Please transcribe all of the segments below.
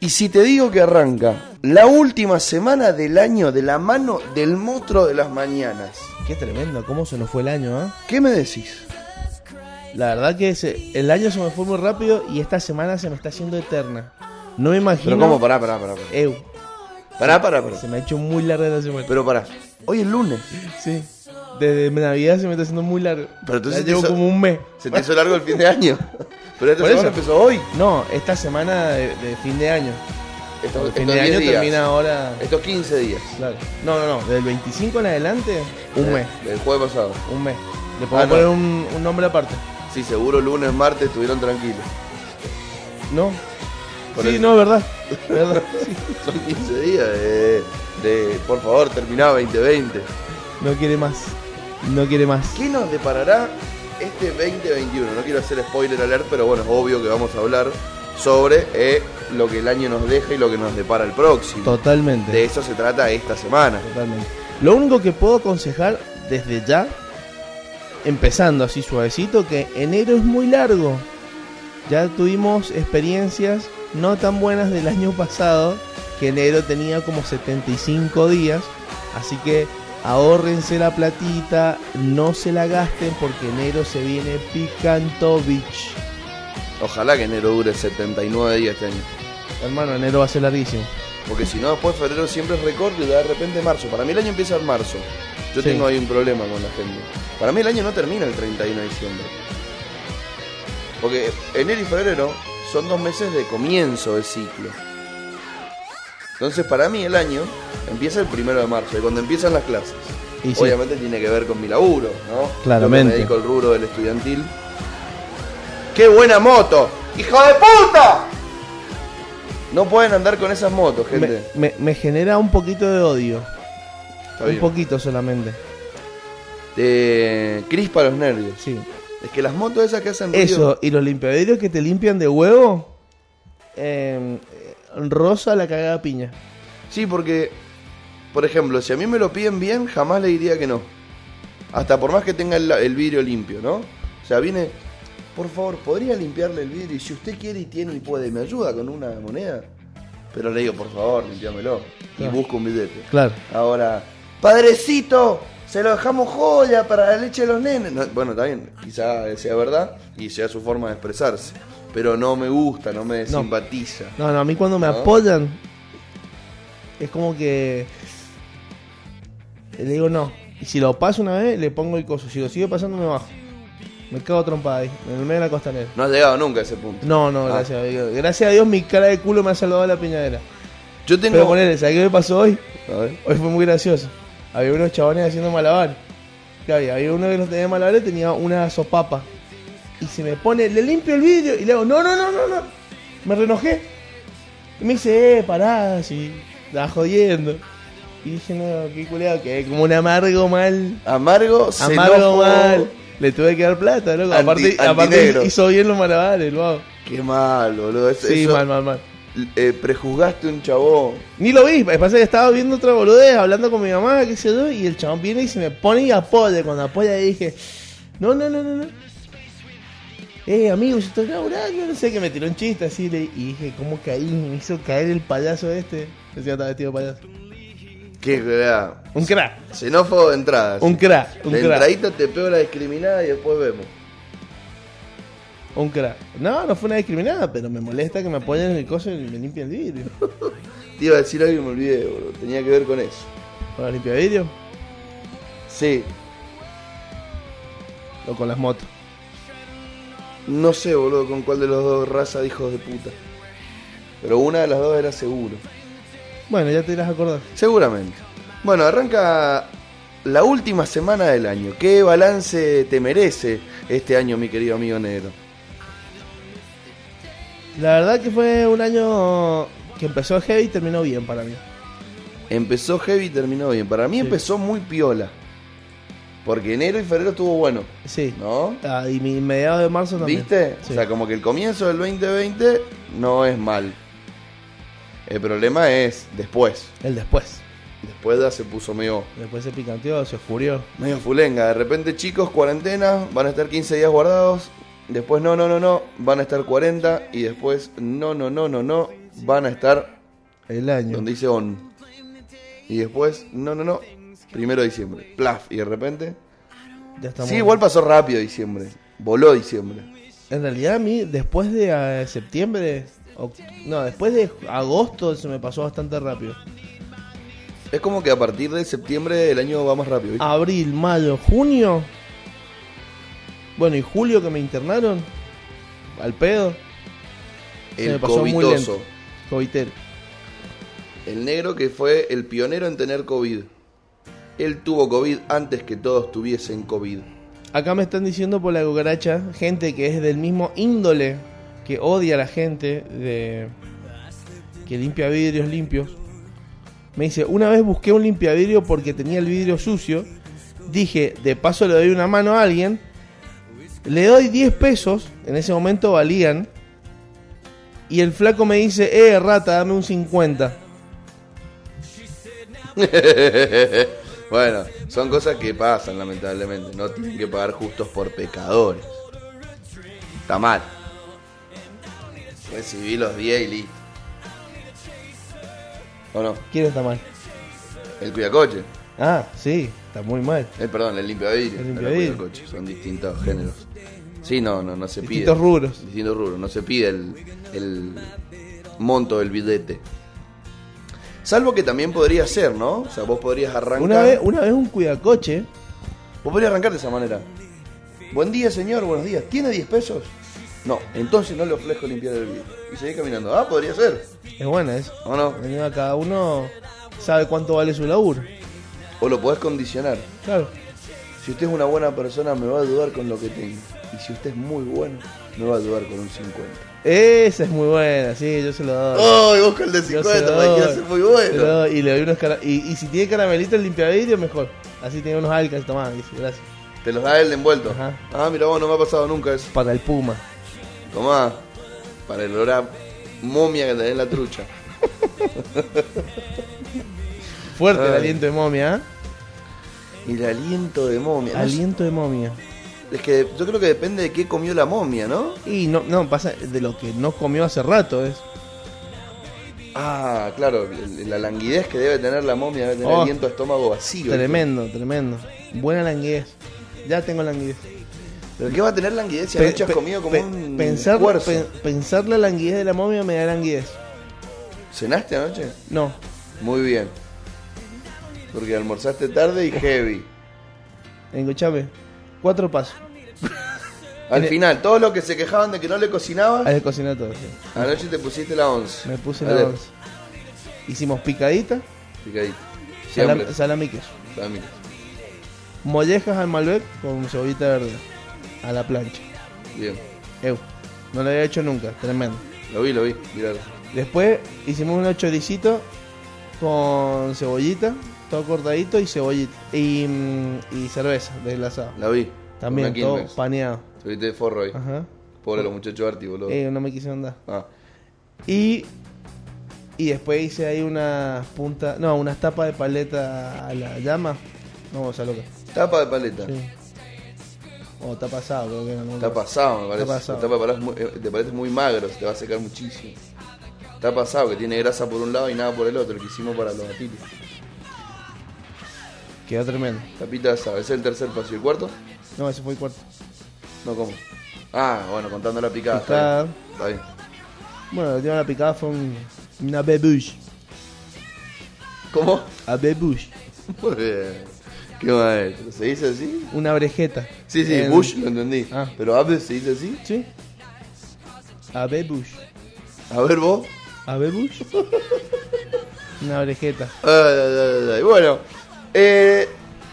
Y si te digo que arranca la última semana del año de la mano del monstruo de las mañanas, Qué tremendo, cómo se nos fue el año, ¿ah? ¿qué me decís? La verdad que se- el año se me fue muy rápido y esta semana se me está haciendo eterna. No me imagino. Pero cómo, pará, pará, pará. pará. Eu, Pará, pará, pará. se me ha hecho muy larga la semana. Pero pará. Hoy es lunes. Sí. Desde Navidad se me está haciendo muy largo. Pero entonces ya llevo eso- como un mes. Se te hizo largo el fin de año. Pero esta Por semana eso. empezó hoy. No, esta semana de, de fin de año. Estos, el fin estos de 10 año días. termina ahora. Estos 15 días. Claro. No, no, no. Del 25 en adelante, un Eh, mes. Del jueves pasado. Un mes. Le puedo Ah, no. poner un, un nombre aparte. Sí, seguro lunes, martes estuvieron tranquilos. No. Por sí, eso. no, verdad. verdad. sí. Son 15 días de, de, por favor, terminá 2020. No quiere más. No quiere más. ¿Qué nos deparará este 2021? No quiero hacer spoiler alert, pero bueno, es obvio que vamos a hablar sobre eh, lo que el año nos deja y lo que nos depara el próximo. Totalmente. De eso se trata esta semana. Totalmente. Lo único que puedo aconsejar desde ya, empezando así suavecito, que enero es muy largo. Ya tuvimos experiencias no tan buenas del año pasado, que enero tenía como 75 días. Así que ahórrense la platita, no se la gasten porque enero se viene picantovich. Ojalá que enero dure 79 días este año. Hermano, enero va a ser larguísimo. Porque si no, después febrero siempre es recorte y de repente marzo. Para mí el año empieza en marzo. Yo Sí. tengo ahí un problema con la gente. Para mí el año no termina el 31 de diciembre. Porque enero y febrero son dos meses de comienzo del ciclo. Entonces para mí el año empieza el primero de marzo, y cuando empiezan las clases. Y sí. Obviamente tiene que ver con mi laburo, ¿no? Yo Claramente. me dedico al rubro del estudiantil. ¡Qué buena moto! ¡Hijo de puta! No pueden andar con esas motos, gente. Me, me- me genera un poquito de odio. Está Un bien. poquito solamente. Eh, crispa los nervios. Sí. Es que las motos esas que hacen ruido- Eso, y los limpiaderios que te limpian de huevo, eh, rosa la cagada piña. Sí, porque, por ejemplo, si a mí me lo piden bien, jamás le diría que no. Hasta por más que tenga el, el vidrio limpio, ¿no? O sea, viene, por favor, ¿podría limpiarle el vidrio? Y si usted quiere y tiene y puede, ¿me ayuda con una moneda? Pero le digo, por favor, limpiámelo. Y Claro. busco un billete. Claro. Ahora, padrecito, se lo dejamos joya para la leche de los nenes. No, bueno, está bien, quizá sea verdad y sea su forma de expresarse. Pero no me gusta, no me No. simpatiza. No, no, a mí cuando me No. apoyan, es como que. Le digo no. Y si lo paso una vez, le pongo el coso. Si lo sigue pasando, me bajo. Me cago trompada ahí, en el medio de la costanera. No has llegado nunca a ese punto. No, no, Ah. gracias a Dios. Gracias a Dios, mi cara de culo me ha salvado de la piñadera. Yo tengo. Pero ponele, ¿sabes qué me pasó hoy? A ver. Hoy fue muy gracioso. Había unos chabones haciendo malabar. ¿Qué había? Había uno que los tenía malabares tenía una sopapa. Y se me pone, le limpio el vidrio y le hago, no, no, no, no, no. Me renojé. Y me dice, eh, pará, si estaba jodiendo. Y dije, no, qué culeado, que como un amargo mal. Amargo, Amargo xenófobo. mal. Le tuve que dar plata, loco. Anti- aparte, aparte antinegro. hizo bien los malabares, lo hago. Qué mal, boludo. Es- Sí, eso- mal, mal, mal. eh, prejuzgaste un chabón. Ni lo vi, pasa que estaba viendo otra boludez, hablando con mi mamá, qué sé yo, y el chabón viene y se me pone y apoya. Cuando apoya dije, no, no, no, no, no. Eh, amigo, yo estoy laburando, no sé, que me tiró un chiste así, le- y dije, ¿cómo caí? Me hizo caer el payaso este. Decía, estaba vestido de payaso. Qué cagada. Un crack, Xenófobo de entrada. un sí. crack, un de crack, entradita te pego la discriminada y después vemos. un crack. No, no fue una discriminada, pero me molesta que me apoyen en el coso y me limpien el vidrio. Te iba a decir algo y me olvidé, boludo. Tenía que ver con eso. ¿Con el limpia vidrio? Sí. O con las motos. No sé, boludo, con cuál de los dos razas de hijos de puta. Pero una de las dos era seguro. Bueno, ya te irás a acordar. Seguramente. Bueno, arranca la última semana del año. ¿Qué balance te merece este año, mi querido amigo negro? La verdad que fue un año que empezó heavy y terminó bien para mí. Empezó heavy y terminó bien. Para mí Sí. empezó muy piola. Porque enero y febrero estuvo bueno, Sí. ¿no? Ah, y mi mediados de marzo también. ¿Viste? Sí. O sea, como que el comienzo del 2020 no es mal. El problema es después. El después. Después ya se puso medio, Después se picanteó, se oscurió. medio fulenga. De repente, chicos, cuarentena, van a estar 15 días guardados. Después no, no, no, no, van a estar 40 y después no, no, no, no, no, van a estar El año. donde dice on. Y después no, no, no, primero de diciembre, plaf, y de repente... Ya estamos- Sí, igual pasó rápido diciembre, voló diciembre. En realidad a mí después de eh, septiembre, oct- no, después de agosto se me pasó bastante rápido. Es como que a partir de septiembre el año va más rápido. ¿viste? Abril, mayo, junio. Bueno, y julio que me internaron. Al pedo. se el me pasó muy covitoso, lento. Covitero. el negro que fue el pionero en tener COVID. Él tuvo COVID antes que todos tuviesen COVID. Acá me están diciendo por la cucaracha gente que es del mismo índole, que odia a la gente, de que limpia vidrios limpios. Me dice, una vez busqué un limpiavidrio porque tenía el vidrio sucio. Dije, de paso le doy una mano a alguien. Le doy 10 pesos, en ese momento valían. Y el flaco me dice, eh, rata, dame un 50. bueno, son cosas que pasan, lamentablemente. No tienen que pagar justos por pecadores. Está mal. Recibí los 10 y listo. ¿O no? ¿Quién está mal? El cuidacoche. Ah, sí, está muy mal. Eh, perdón, el limpiavidrio. El El limpiavidrio. cuidacoche. Son distintos géneros. Sí, no, no, no se pide. Distintos rubros. Distintos rubros. No se pide el, el monto del billete. Salvo que también podría ser, ¿no? O sea, vos podrías arrancar. Una vez, una vez un cuidacoche Vos podés arrancar de esa manera. Buen día, señor, buenos días. ¿Tiene 10 pesos? No, entonces no le ofrezco limpiar el vidrio. Y seguí caminando. Ah, podría ser. Es buena es ¿O no? Encima Cada uno sabe cuánto vale su laburo. O lo podés condicionar. Claro. Si usted es una buena persona, me va a ayudar con lo que tengo. Y si usted es muy bueno, me va a ayudar con un 50. Esa es muy buena, sí, yo se lo doy. ¡Ay, vos con el de Yo se 50! lo Oh, me doy. dijiste, es muy Se lo bueno! doy, Y le doy unos cara- y, y si tiene caramelito el limpiavidrio, mejor. Así tiene unos alcas, tomá, dice, gracias. Te los da él de envuelto. Ajá. Ah, mira vos, no me ha pasado nunca eso. Para el puma. Tomá, para el olor a momia que tenés en la trucha. Fuerte el Ay. aliento de momia, ¿eh? Y el aliento de momia. No sé- Aliento de momia. Es que yo creo que depende de qué comió la momia, ¿no? Y no, no, pasa de lo que no comió hace rato, es. Ah, claro, el- la languidez que debe tener la momia, debe tener Oh. aliento a estómago vacío. Tremendo, tremendo. Buena languidez. Ya tengo languidez. ¿Pero qué va a tener languidez si Pe- anoche has pe- comido como pe- un pensar, cuerzo? pe- pensar la languidez de la momia me da languidez. ¿Cenaste anoche? No, Muy bien. Porque almorzaste tarde y heavy. Escuchame, cuatro pasos. Al En el- final, todos los que se quejaban de que no le cocinabas, Al cocinar todo. sí. anoche te pusiste la once. Me puse Ale, la once. Hicimos picadita, Picadito. Siempre. salami, salami y queso. Salami. Mollejas al Malbec con cebollita verde. A la plancha. Bien. Eu. No lo había hecho nunca, tremendo. Lo vi, lo vi. Mirá. Después hicimos unos choricitos con cebollita, todo cortadito y cebollita. Y, mm, y cerveza desglasada. La vi. También Una todo Quilmes. paneado. Estuviste de forro ahí. Ajá. Pobre los muchachos Arti, boludo. Eh, no me quisieron dar. Ah. Y, y después hice ahí unas puntas, no, unas tapas de paleta a la llama. No, o sea, loca. Tapa de paleta. Sí. O tapa asada, creo que era. ¿no? Está pasado, me parece. Está pasado. La tapa de paleta es muy- eh, te parece muy magro, se te va a secar muchísimo. Está pasado, que tiene grasa por un lado y nada por el otro, el que hicimos para los gatitos. Quedó tremendo. Tapita de asado, ese es el tercer paso. ¿Y el cuarto? No, ese fue el cuarto. No, ¿cómo? Ah, bueno, contando la picada. Picada. Está bien. Está bien. Bueno, la última la picada fue un, una bebush. ¿Cómo? A bebush. Muy bien. Qué maestro. ¿Se dice así? Una brejeta. Sí, sí, En- Bush lo entendí. Ah. Pero Abe se dice así. Sí. A bebush. A ver vos. A bebush. una brejeta. Ay, ay, ay, ay. Bueno, eh,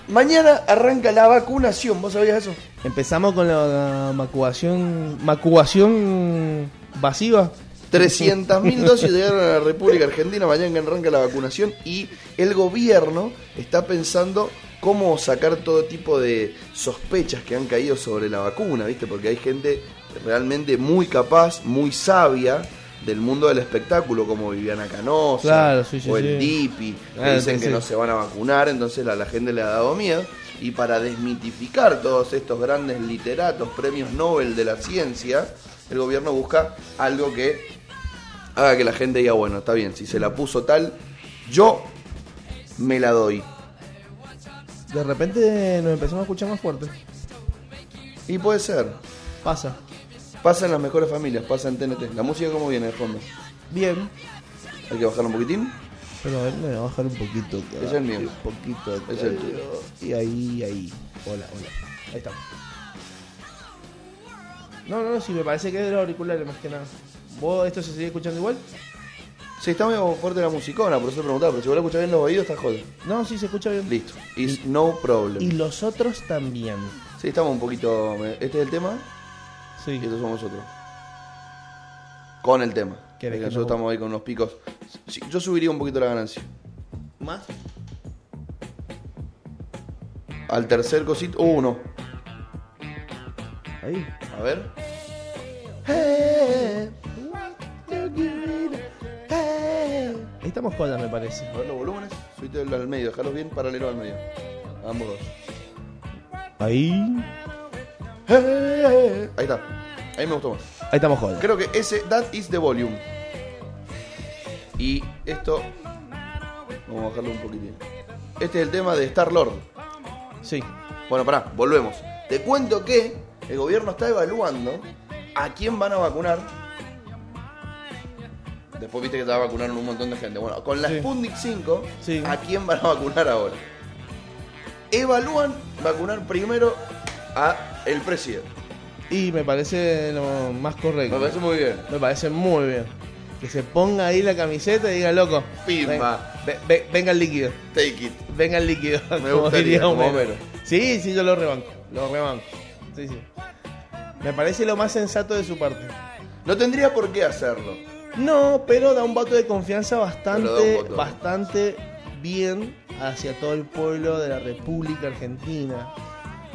mañana arranca la vacunación. ¿Vos sabías eso? Empezamos con la macubación, macubación masiva. 300.000 dosis llegaron a la República Argentina mañana que arranca la vacunación y el gobierno está pensando cómo sacar todo tipo de sospechas que han caído sobre la vacuna, ¿viste? Porque hay gente realmente muy capaz, muy sabia del mundo del espectáculo, como Viviana Canosa Claro, sí, sí, o el sí. Dipi, que Ah, dicen sí, que sí. no se van a vacunar, entonces a la gente le ha dado miedo. y para desmitificar todos estos grandes literatos, premios Nobel de la ciencia, el gobierno busca algo que haga que la gente diga, bueno, está bien, si se la puso tal, yo me la doy. De repente nos empezamos a escuchar más fuerte. Y puede ser. Pasa. Pasa en las mejores familias, pasa en TNT. La música cómo viene de fondo. Bien. Hay que bajar un poquitín. Pero a ver, me voy a bajar un poquito. acá, Es el mío. Un poquito. acá, Es el tuyo. Y ahí, ahí. Hola, hola. Ahí estamos. No, no, no, sí, me parece que es de los auriculares más que nada. ¿Vos esto se sigue escuchando igual? Sí, está medio fuerte la musicona, por eso preguntaba, pero si vos la escuchás bien los oídos, está jodido. No, sí, se escucha bien. Listo. Is no problem. Y los otros también. Sí, estamos un poquito. Este es el tema Sí. y estos somos nosotros. Con el tema. Porque ¿Querés que nosotros no- estamos ahí con unos picos. Sí, yo subiría un poquito la ganancia. ¿Más? Al tercer cosito. Uh, no. Ahí. A ver. Ahí estamos jodas, me parece. A ver los volúmenes. Subite al al medio, dejalos bien paralelo al medio. Ambos dos. Ahí. Eh, Ahí está. Ahí me gustó más. Ahí estamos jodas. Creo que ese, that is the volume. Y esto, vamos a bajarlo un poquitín. Este es el tema de Star-Lord. Sí. Bueno, pará, volvemos. Te cuento que el gobierno está evaluando a quién van a vacunar. Después viste que te vacunaron un montón de gente. Bueno, con la Sí. Sputnik 5, Sí. ¿a quién van a vacunar ahora? Evalúan vacunar primero a el presidente. Y me parece lo más correcto. Me parece muy bien. Me parece muy bien. Que se ponga ahí la camiseta y diga, loco. Pimba. ven- ve- ve- venga el líquido. Take it. Venga el líquido. Me como gustaría, diría como Homero. Homero. Sí, sí, yo lo rebanco. Lo rebanco. Sí, sí. Me parece lo más sensato de su parte. No tendría por qué hacerlo. No, pero da un voto de confianza Pero da un bastante, voto. bastante bien hacia todo el pueblo de la República Argentina.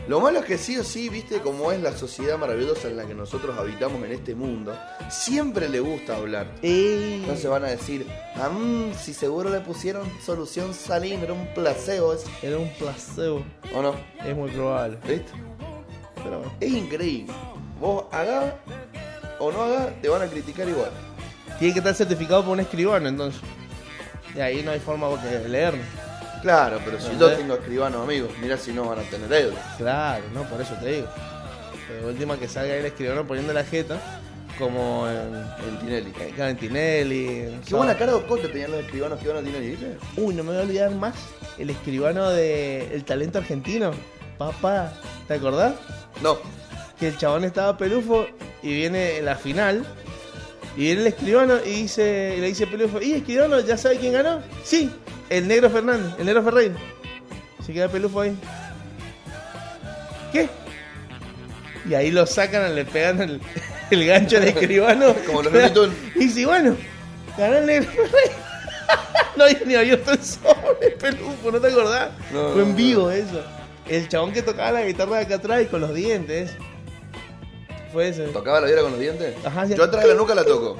Lo malo es que sí o sí, viste cómo es la sociedad maravillosa en la que nosotros habitamos en este mundo, siempre le gusta hablar. Ey. Entonces van a decir, ah, mm, si seguro le pusieron solución salín, era un placebo eso. Era un placebo. ¿O no? Es muy probable. ¿Viste? Pero bueno. Es increíble. Vos hagas o no hagas, te van a criticar igual. Tiene que estar certificado por un escribano, entonces. Y ahí no hay forma de leer. Claro, pero si Ajá. yo tengo escribanos amigos, mirá si no van a tener euros. Claro, no, por eso te digo. Pero de última que salga el escribano poniendo la jeta, como en En Tinelli. Qué Calentinelli. en buena Saba. cara de cote tenían los escribanos que van a Tinelli, ¿viste? Uy, no me voy a olvidar más. El escribano de El Talento Argentino. Papá, ¿te acordás? No, Que el chabón estaba pelufo y viene la final. Y viene el escribano y dice, y le dice pelufo, ¿y escribano ya sabe quién ganó? Sí, el negro Fernández, el negro Ferreira. Se queda pelufo ahí. ¿Qué? Y ahí lo sacan, le pegan el, el gancho al escribano. Como los Looney Tunes. Y dice, bueno, ganó el negro Ferreira. No hay ni abierto el sobre, pelufo, ¿no te acordás? No, Fue en no, vivo no. eso. El chabón que tocaba la guitarra de acá atrás y con los dientes. Fue ese. tocaba la viola con los dientes. Ajá, hacía- Yo atrás de la nuca la toco,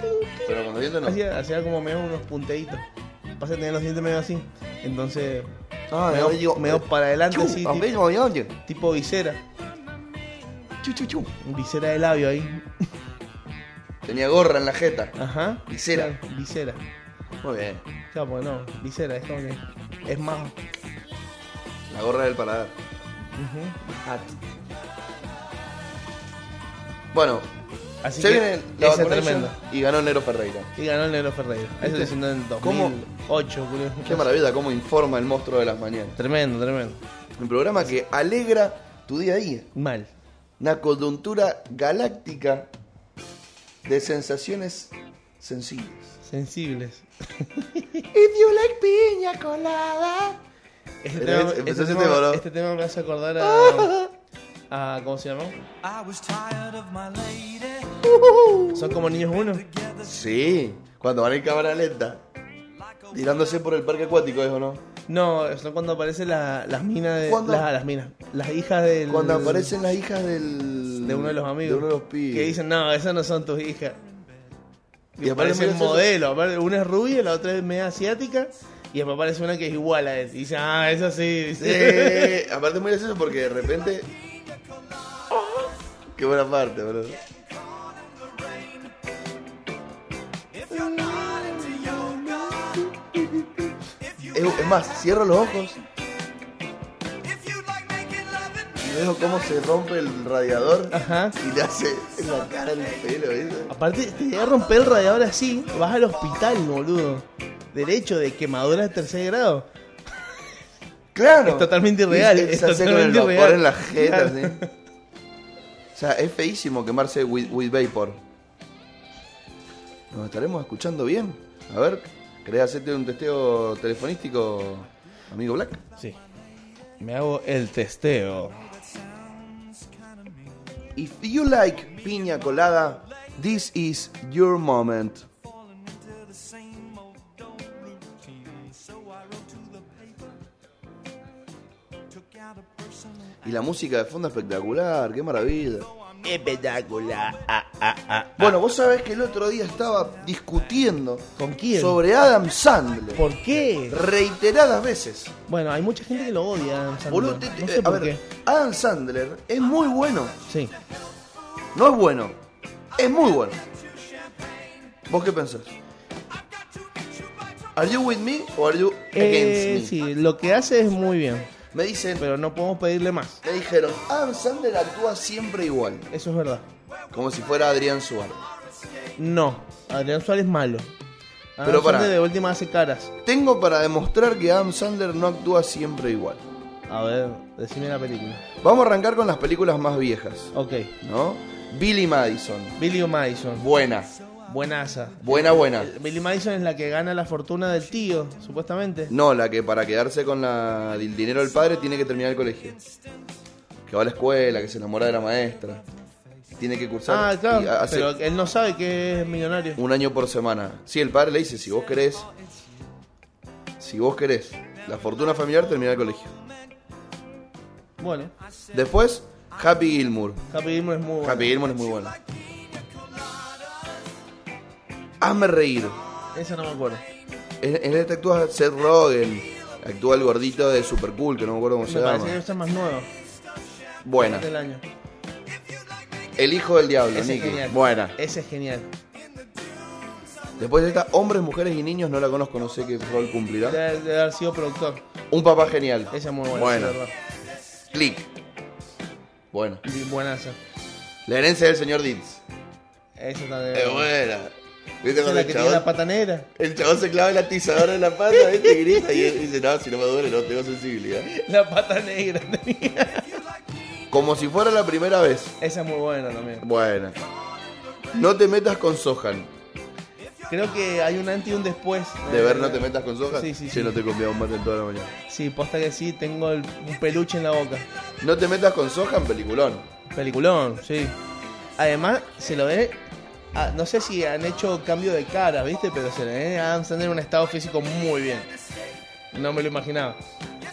pero con los dientes no. Hacía, hacía como medio unos punteitos. Pasa que tenía los dientes medio así. Entonces, Ah, medio, yo digo, medio para adelante Chu, así, a tipo, ver, voy a oye. tipo visera. Chu, chu, chu. Visera de labio ahí. Tenía gorra en la jeta. Ajá. Visera. Claro, Visera. Muy bien. Claro, pues no, visera, es como que. Es más. La gorra del paladar. ujú. Bueno, Así se que viene la esa es vacunation tremenda. y ganó Nero Ferreira. Y ganó el Negro Ferreira. ¿Viste? Eso lo haciendo en ¿Cómo? 2008, boludo. Qué maravilla cómo informa el monstruo de las mañanas. Tremendo, tremendo. Un programa que alegra tu día a día. Mal. Una coyuntura galáctica de sensaciones sencillas. Sensibles. If you like piña colada. Este Pero tema, es- empezó este ese tema- tema, ¿no? este tema me hace acordar a, a. ¿Cómo se llama? I was tired of my lady. Son como niños uno. Sí, cuando van en cámara lenta. Tirándose por el parque acuático, ¿es o no? No, son cuando aparecen la- las minas de. ¿Cuándo? las- las minas. Las hijas del. Cuando aparecen las hijas del. De uno de los amigos. De uno de los pibes. Que dicen, no, esas no son tus hijas. Y aparecen Y aparecen esas- modelos. apare- Una es rubia, la otra es media asiática. Y después aparece una que es igual a él. Y dice, ah, esa sí. Dice, Eh, aparte es muy gracioso porque de repente. Qué buena parte, boludo. Es, es más, cierro los ojos y veo cómo se rompe el radiador Ajá. y le hace en la cara el pelo. ¿viste? Aparte, te llega a romper el radiador así, vas al hospital, boludo. Derecho de quemadura de tercer grado. Claro. Es totalmente irreal, Y se- es se hace con el totalmente vapor irreal. en la jeta, Claro. así. O sea, es feísimo quemarse with, with vapor. Nos estaremos escuchando bien. A ver, ¿querés hacerte un testeo telefonístico, amigo Black? Sí. Me hago el testeo. If you like piña colada, this is your moment. Y la música de fondo espectacular, qué maravilla. Espectacular. Ah, ah, ah. Bueno, vos sabés que el otro día estaba discutiendo ¿Con quién? sobre Adam Sandler ¿Por qué? reiteradas veces. Bueno, hay mucha gente que lo odia. Adam Sandler. Boludo, te- no te- sé a por ver, qué. Adam Sandler es muy bueno. Sí. No es bueno. Es muy bueno. ¿Vos qué pensás? ¿Are you with me o are you against Eh, me? sí, lo que hace es muy bien, Me dicen, pero no podemos pedirle más. me dijeron, Adam Sandler actúa siempre igual, Eso es verdad. como si fuera Adrián Suárez. No, Adrián Suárez malo. Adam Pero pará. Sandler de última hace caras. Tengo para demostrar que Adam Sandler no actúa siempre igual. A ver, decime la película. Vamos a arrancar con las películas más viejas, Ok, ¿no? Billy Madison, Billy Madison, buena, buenaza. buena, buena. El- Billy Madison es la que gana la fortuna del tío, supuestamente. No, la que para quedarse con la- el dinero del padre tiene que terminar el colegio. Que va a la escuela, que se enamora de la maestra. Tiene que cursar Ah, claro, y ha- hace pero él no sabe que es millonario. un año por semana. Sí, el padre le dice, si vos querés, si vos querés, la fortuna familiar termina el colegio. Bueno, Después, Happy Gilmour. Happy Gilmore es muy bueno. Happy Gilmour es muy bueno. Hazme reír. Esa no me acuerdo. En, en este actúa Seth Rogen. Actúa el gordito de Super Cool, que no me acuerdo cómo Me se parece que llama. esta es más nueva Buena. del año. El hijo del diablo, Esa es Nicky. genial. Buena. Esa es genial. Después de esta, hombres, mujeres y niños, no la conozco, no sé qué rol Debe, cumplirá. debe haber sido productor. Un papá genial. Esa es muy buena. Bueno. sí, es verdad. Click. Bueno. Y buenaza. La herencia del señor Deeds. Esa también. Es buena. ¿Viste Eh, Esa es cuando la el que tiene la chabón, pata negra. el chabón se clava el atizador en la pata, ¿viste? Y grita y él dice, no, si no me duele, no tengo sensibilidad. La pata negra tenía. Como si fuera la primera vez. Esa es muy buena también. Buena. No te metas con Sohan. Creo que hay un antes y un después. De Eh, ver, no te metas con Sohan. Sí, sí, Che, sí. no te comía un mate en toda la mañana. Sí, posta que sí, tengo el- un peluche en la boca. No te metas con Sohan, peliculón. Peliculón, sí. Además, se lo ve. ah, no sé si han hecho cambio de cara, ¿viste? Pero se le ve a Adam Sandler en un estado físico muy bien. No me lo imaginaba.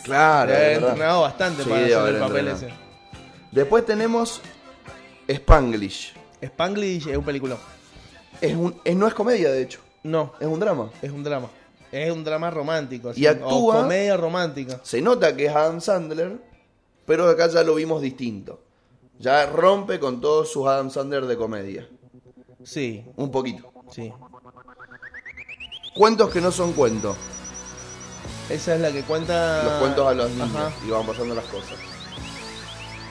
Claro, Debe de haber verdad. entrenado bastante Sí, para debe hacer haber el papel entrenado. Después tenemos Spanglish. ese. Spanglish es un peliculón. Es un, es- no es comedia, de hecho. No, Es un drama. es un drama. Es un drama romántico. así, Y actúa- O comedia romántica. Se nota que es Adam Sandler, pero acá ya lo vimos distinto. Ya rompe con todos sus Adam Sandler de comedia. Sí, Un poquito. sí. Cuentos que no son cuentos. Esa es la que cuenta. Los cuentos a los niños Ah, Ajá. y van pasando las cosas.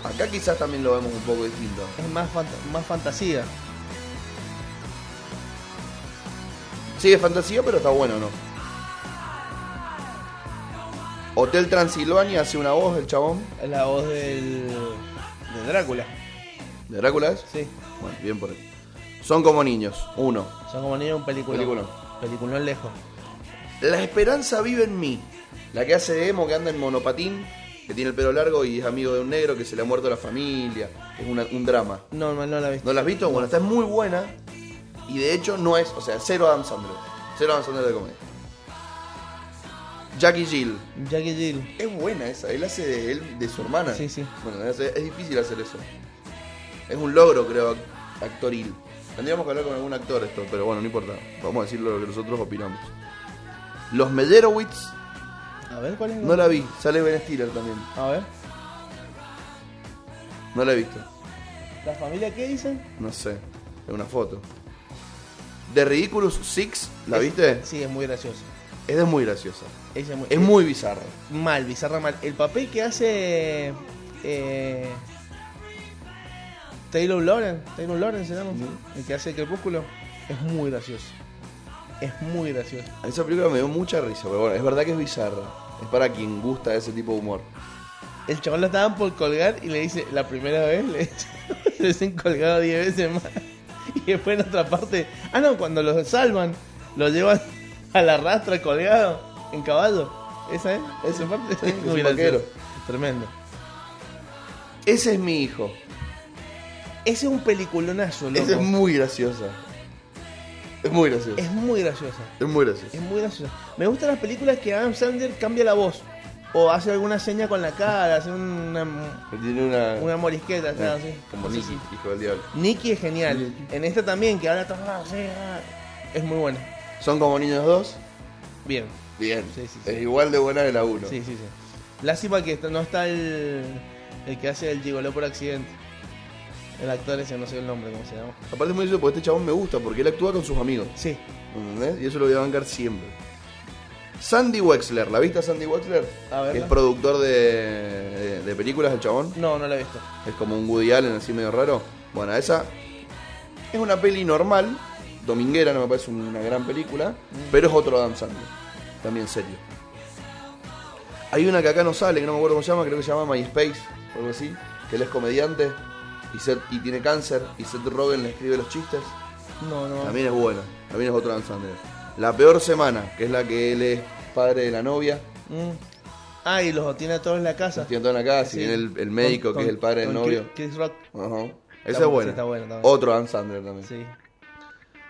Acá quizás también lo vemos un poco distinto. Es más, fant- más fantasía. Sí, es fantasía, pero está bueno, ¿no? Hotel Transilvania hace una voz el chabón. Es la voz del. de Drácula. ¿De Drácula es? Sí. Bueno, bien por ahí. Son como niños. Uno. Son como niños un película. Peliculón. Peliculón lejos. La esperanza vive en mí. La que hace de emo, que anda en monopatín, que tiene el pelo largo y es amigo de un negro que se le ha muerto la familia. Es una- un drama. No, no, no la he visto. ¿No la has visto? Bueno, esta es muy buena. Y de hecho no es, o sea, cero Adam Sandler. Cero Adam Sandler de comedia. Jackie Jill. Jackie Jill. Es buena esa. Él hace de él, de su hermana. Sí, sí. Bueno, es, es difícil hacer eso. Es un logro, creo, ac- actoril. Tendríamos que hablar con algún actor esto, pero bueno, no importa. Vamos a decir lo que nosotros opinamos. Los Meyerowitz A ver, ¿cuál es? No la vi, sale Ben Stiller también. A ver. No la he visto. ¿La familia qué dicen? No sé. Es una foto. The Ridiculous Six, ¿la viste? Sí, es muy gracioso. Es de muy graciosa. Ella muy- Es muy bizarra. mal, bizarra mal. El papel que hace eh, Taylor Lauren, Taylor Lauren se llama, el que hace Crepúsculo, es muy gracioso. Es muy gracioso. A Esa película me dio mucha risa, pero bueno, es verdad que es bizarra. Es para quien gusta ese tipo de humor. El chaval lo estaban por colgar y le dice, la primera vez le le dicen colgado 10 veces más. Y después en otra parte, ah no, cuando lo salvan, lo llevan a la rastra colgado en caballo. Esa es, esa parte Sí, es un gracioso. vaquero. Tremendo. Ese es mi hijo. Ese es un peliculonazo, loco. Esa es muy graciosa. Es muy graciosa. Es muy graciosa. Es muy graciosa. Es muy graciosa. Me gustan las películas que Adam Sandler cambia la voz. O hace alguna seña con la cara, hace una, Tiene una. una morisqueta, Ah, así. Como Sí, Nicky, sí. hijo del diablo. Nicky es genial. Nicky. En esta también, que habla todo así, ah, Es muy buena. ¿Son como niños dos? Bien. Bien. Sí, sí, sí. Es igual de buena que la uno. Sí, sí, sí. Lástima que no está el, el que hace el gigoló por accidente. El actor ese, no sé el nombre, ¿cómo se llama? Aparte es muy gracioso porque este chabón me gusta porque él actúa con sus amigos. Sí. ¿Entendés? Y eso lo voy a bancar siempre. Sandy Wexler, ¿la viste a Sandy Wexler? A verla. Es productor de, de, de películas el chabón. No, no la he visto. Es como un Woody Allen así medio raro. Bueno, esa es una peli normal, dominguera, no me parece una gran película, Mm. pero es otro Adam Sandler, también serio. Hay una que acá no sale, que no me acuerdo cómo se llama, creo que se llama MySpace, o algo así, que él es comediante y, Seth- y tiene cáncer y Seth Rogen le escribe los chistes. Ah. No, no. También es buena, también es otro Adam Sandler. La peor semana, que es la que él es padre de la novia, Mm. Ah, y los tiene a todos en la casa. los tiene toda en la casa, Sí. y viene el, el médico Con- que es el padre del con novio. Chris- Chris Rock. Ajá. Está Esa es bu- buena. sí, está buena, está buena. Otro Dan Sandler también. Sí.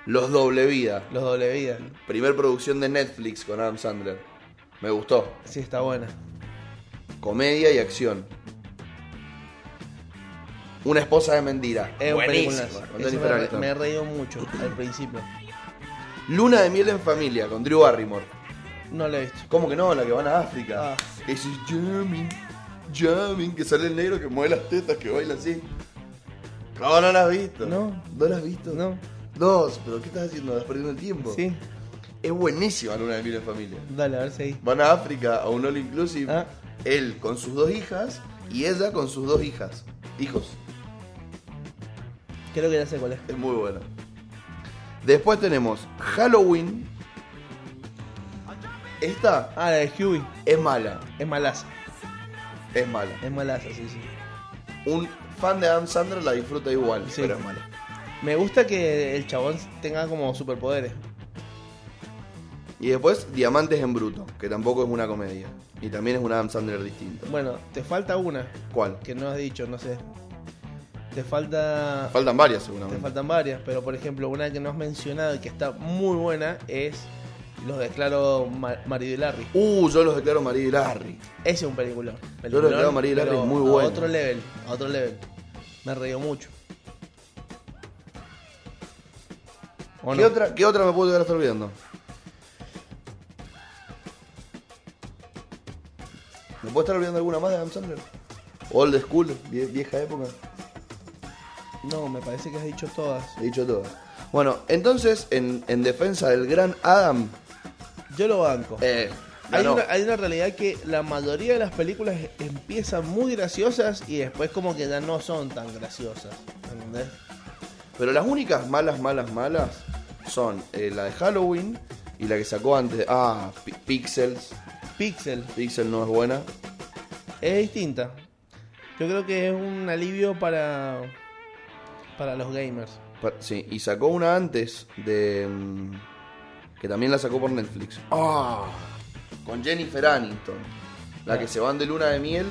Los Doble Vida. Los doble vidas. Primer producción de Netflix con Adam Sandler. Me gustó. Sí, está buena. Comedia y acción. Una esposa de mentira. Es un Buenísima, peliculazo. con Eso Jennifer me, re- Aniston. me he reído mucho al principio. Luna de miel en familia con Drew Barrymore. No la he visto. ¿Cómo que no? La que van a África. Ah. Que dice Jamming. Jamming. Que sale el negro que mueve las tetas, que baila así. No, no la has visto. No. ¿No la has visto? No. Dos, pero ¿qué estás haciendo? ¿Estás perdiendo el tiempo? Sí. Es buenísima Luna de miel en familia. Dale, a ver si ahí. Van a África a un All Inclusive. Ah. Él con sus dos hijas y ella con sus dos hijas. Hijos. Creo que ya sé cuál es. Es muy bueno. Después tenemos Halloween. Esta Ah, la de Huey. es mala. Es malaza. Es mala. Es malaza, sí, sí. Un fan de Adam Sandler la disfruta igual, Sí. pero es mala. Me gusta que el chabón tenga como superpoderes. Y después Diamantes en Bruto, que tampoco es una comedia. Y también es un Adam Sandler distinto. Bueno, te falta una ¿Cuál? que no has dicho, no sé. Te falta. Faltan varias Te seguramente. faltan varias, pero por ejemplo, una que no has mencionado y que está muy buena es. Los declaro Mar Marido y Larry. Uh, yo los declaro María y Larry. Ese es un película. Yo lo que veo, María y Larry, es muy A bueno. otro level, a otro level. Me reído mucho. ¿O ¿Qué, no? otra, ¿Qué otra me puedo llegar a estar olvidando? ¿Me puedo estar olvidando alguna más de Adam Sandler? Old School, vie- vieja época. No, me parece que has dicho todas. He dicho todo. Bueno, entonces, en, en defensa del gran Adam, Yo lo banco. eh, hay, ganó. una, hay una realidad que la mayoría de las películas empiezan muy graciosas y después como que ya no son tan graciosas. ¿Entendés? Pero las únicas malas, malas, malas son eh, la de Halloween y la que sacó antes. Ah, Pi- Pixels. Pixel Pixel no es buena. es distinta. Yo creo que es un alivio para para los gamers. Pa- Sí, y sacó una antes de. mm, que también la sacó por Netflix. ¡Ah! Con Jennifer Aniston. La que se van de luna de miel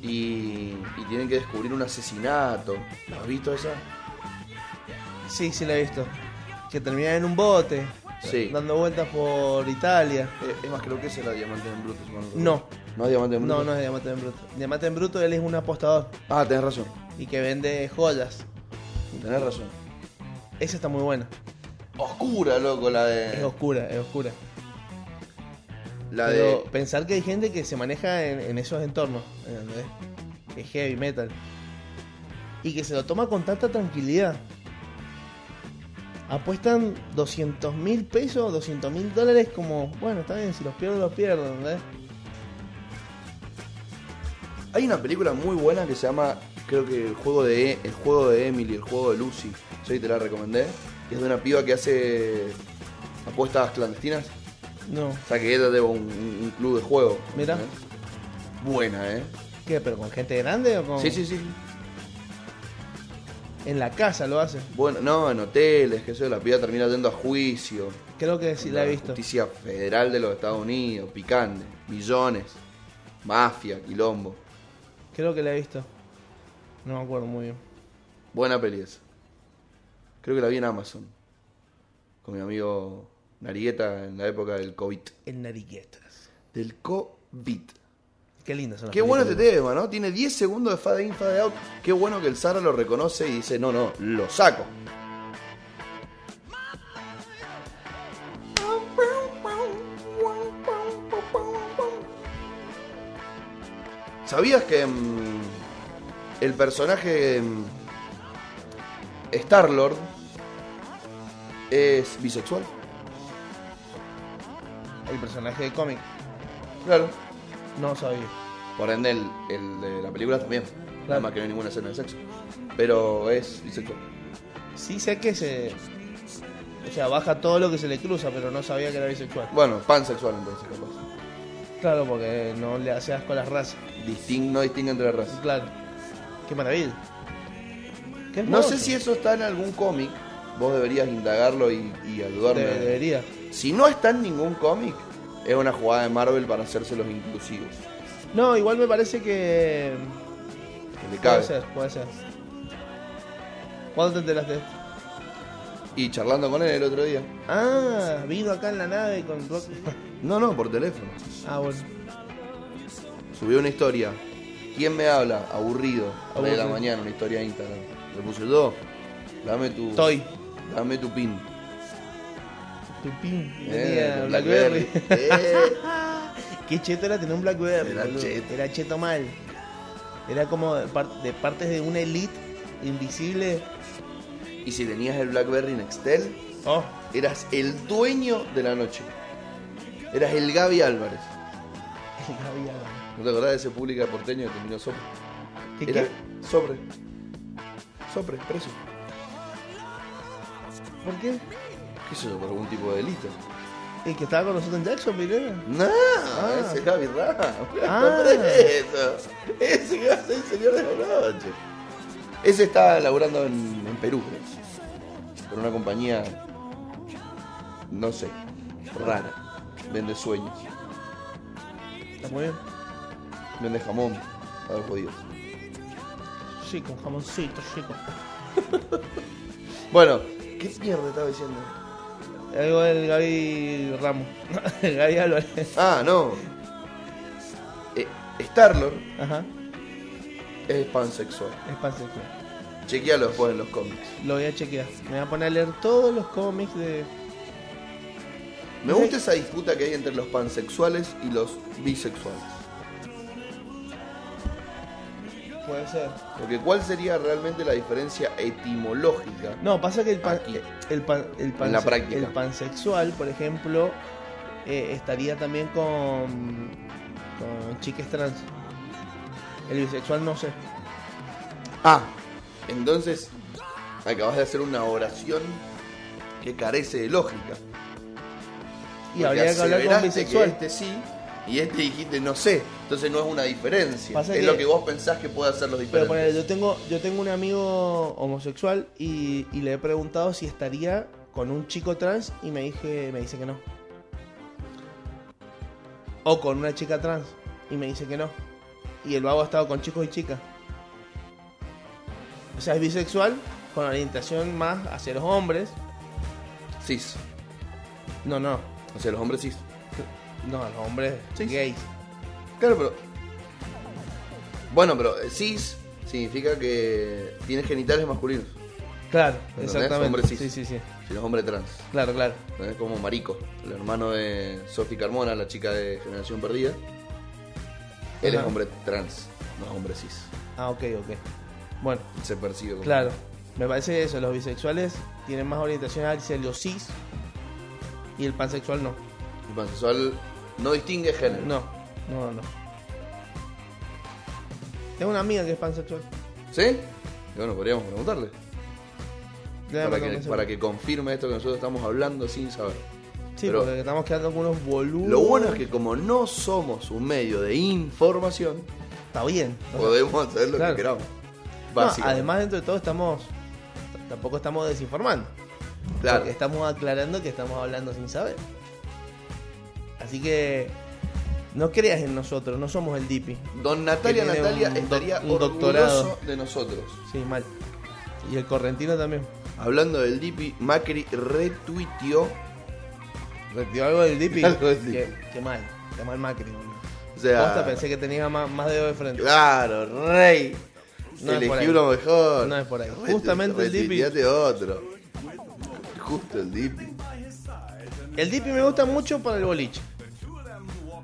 y, y tienen que descubrir un asesinato. ¿La has visto esa? Eh, Sí, sí la he visto. Que termina en un bote. Sí. Dando vueltas por Italia. Eh, es más, creo que esa es la Diamante en Bruto. si mal recuerdo. No. ¿No es Diamante en Bruto? No, no es Diamante en Bruto. Diamante en Bruto él es un apostador Ah, tenés razón. y que vende joyas. Tenés razón. Esa está muy buena. Oscura, loco, la Es de. oscura, es oscura. La Pero de. pensar que hay gente que se maneja en, en esos entornos, ¿entendés? Que es heavy metal. Y que se lo toma con tanta tranquilidad. Apuestan 200 mil pesos, 200 mil dólares como, bueno, está bien, si los pierdo, los pierdo, ¿entendés? Hay una película muy buena que se llama, creo que el juego de E, el juego de Emily, el juego de Lucy. Yo ahí te la recomendé. Es de una piba que hace apuestas clandestinas. No, O sea que ella debo un, un- un club de juego. Mirá. ¿eh? Buena, eh. ¿qué? ¿Pero con gente grande o con...? Sí, sí, sí. En la casa lo hace. Bueno, no, en hoteles, que eso, la piba termina yendo a juicio. Creo que sí la he visto. Justicia Federal de los Estados Unidos, picante, millones, mafia, quilombo. Creo que la he visto. No me acuerdo muy bien. Buena peli esa. Creo que la vi en Amazon. Con mi amigo Narigueta en la época del COVID. El Nariquetas. Del COVID. Qué lindo son las Qué bueno este películas. tema, ¿no? Tiene 10 segundos de fade in, fade out. Qué bueno que el Sara lo reconoce y dice, no, no, lo saco. ¿Sabías que mm, el personaje mm, Star Lord es bisexual? este El personaje de cómic. Claro. No sabía. Por ende, el, el de la película también. Nada más que no hay ninguna escena de sexo. Pero es bisexual. Sí sé que se... O sea, baja todo lo que se le cruza, pero no sabía que era bisexual. Bueno, pansexual entonces, capaz. Claro, porque no le hace asco a las razas. Disting, no distingue entre razas. Claro. Qué maravilla. Qué No hermoso. sé si eso está en algún cómic. Vos deberías indagarlo y, y ayudarme. De- debería. Si no está en ningún cómic, es una jugada de Marvel para hacerse los inclusivos. No, igual me parece que... Que le Puede cabe. ser, puede ser. ¿Cuándo te enteraste? Y charlando con él el otro día. Ah, vino acá en la nave con Rock. No, no, por teléfono. Ah, bueno. Subió una historia. ¿Quién me habla? Aburrido. A de la Aburrido. mañana, una historia de Instagram. Le puse yo. Dame tu. Estoy. Dame tu pin. Pipín. Eh, Tenía con Blackberry. Eh. Qué cheto era tener un Blackberry. Era boludo. cheto. Era cheto mal. Era como de, par- de partes de una elite invisible. Eh. Y si tenías el Blackberry Nextel, Oh, eras el dueño de la noche. Eras el Gaby Álvarez. el Gaby Álvarez. ¿No te acordás de ese pública porteño que terminó sobre? ¿Qué, Era qué? sobre. Sobre, preso. ¿Por qué? ¿Qué sé yo? ¿Por algún tipo de delito? El que estaba con nosotros en Jackson, mira. No, ese Gaby Ramos. Ah. Preso. Ese Gaby el señor de la noche. Ese está laburando en, en Perú, creo. Por una compañía. No sé. Rara. Vende sueños. Está muy bien. Vende jamón. A los judíos. Sí, con jamoncito, chico. Bueno, ¿qué mierda estaba diciendo? Algo del Gaby Ramos. el Gaby Álvarez. Ah, no. Eh, Starlord Ajá. es pansexual. Es pansexual. Chequealo después en los cómics. Lo voy a chequear. Me voy a poner a leer todos los cómics de. Me gusta esa disputa que hay entre los pansexuales y los bisexuales. Puede ser. Porque ¿cuál sería realmente la diferencia etimológica? No, pasa que el, pan- Aquí. el, pan- el, pan- En la práctica. el pansexual, por ejemplo, eh, estaría también con, con chicas trans. El bisexual no sé. Ah, entonces acabas de hacer una oración que carece de lógica. Y Porque habría que hablar con aseveraste bisexual. que este sí y este dijiste no sé. Entonces no es una diferencia. Pasa es que- lo que vos pensás que puede hacer los Pero diferentes. ponele, yo tengo, yo tengo un amigo homosexual y, y le he preguntado si estaría con un chico trans y me dije, me dice que no. O con una chica trans y me dice que no. Y el vago ha estado con chicos y chicas. O sea, es bisexual, con orientación más hacia los hombres. Cis. No, no. O sea, los hombres cis. No, los hombres Sí, sí. gays. Claro, pero. Bueno, pero eh, cis significa que tiene genitales masculinos. Claro, ¿Entendés? exactamente. Hombre cis. Sí, sí, sí. El hombre trans. Claro, claro. ¿eh? Como Marico, el hermano de Sophie Carmona, la chica de Generación Perdida. Él es Ajá. hombre trans, no es hombre cis. Ah, ok, ok. Bueno, Se percibe como. claro. Me parece eso, los bisexuales tienen más orientación hacia los cis y el pansexual no. El pansexual no distingue género. No, no, no. Tengo una amiga que es pansexual. ¿Sí? Y bueno, podríamos preguntarle. Ya me para, que, convenció. para que confirme esto que nosotros estamos hablando sin saber. Sí, pero- porque estamos quedando con unos boludos. Lo bueno es que como no somos un medio de información, Está bien. O sea, podemos hacer lo claro. que queramos. no, Básicamente. además, dentro de todo, estamos. t- Tampoco estamos desinformando. claro. Porque estamos aclarando que estamos hablando sin saber. Así que. No creas en nosotros, no somos el Dipi. Don Natalia que tiene Natalia un doc- estaría un orgulloso doctorado. de nosotros. Sí, mal. Y el correntino también. Hablando del Dipi, Macri retuiteó. Retiró algo del Dipi. Algo del Qué- Dipi. Qué mal. Qué mal Macri, boludo. O sea, Posta, pensé que tenía más, más dedo de frente. Claro, rey. No es por Elegí ahí. uno mejor. No es por ahí. Retu- Justamente el Dipi- retuiteate otro. Justo el Dipi. El Dipi me gusta mucho para el boliche.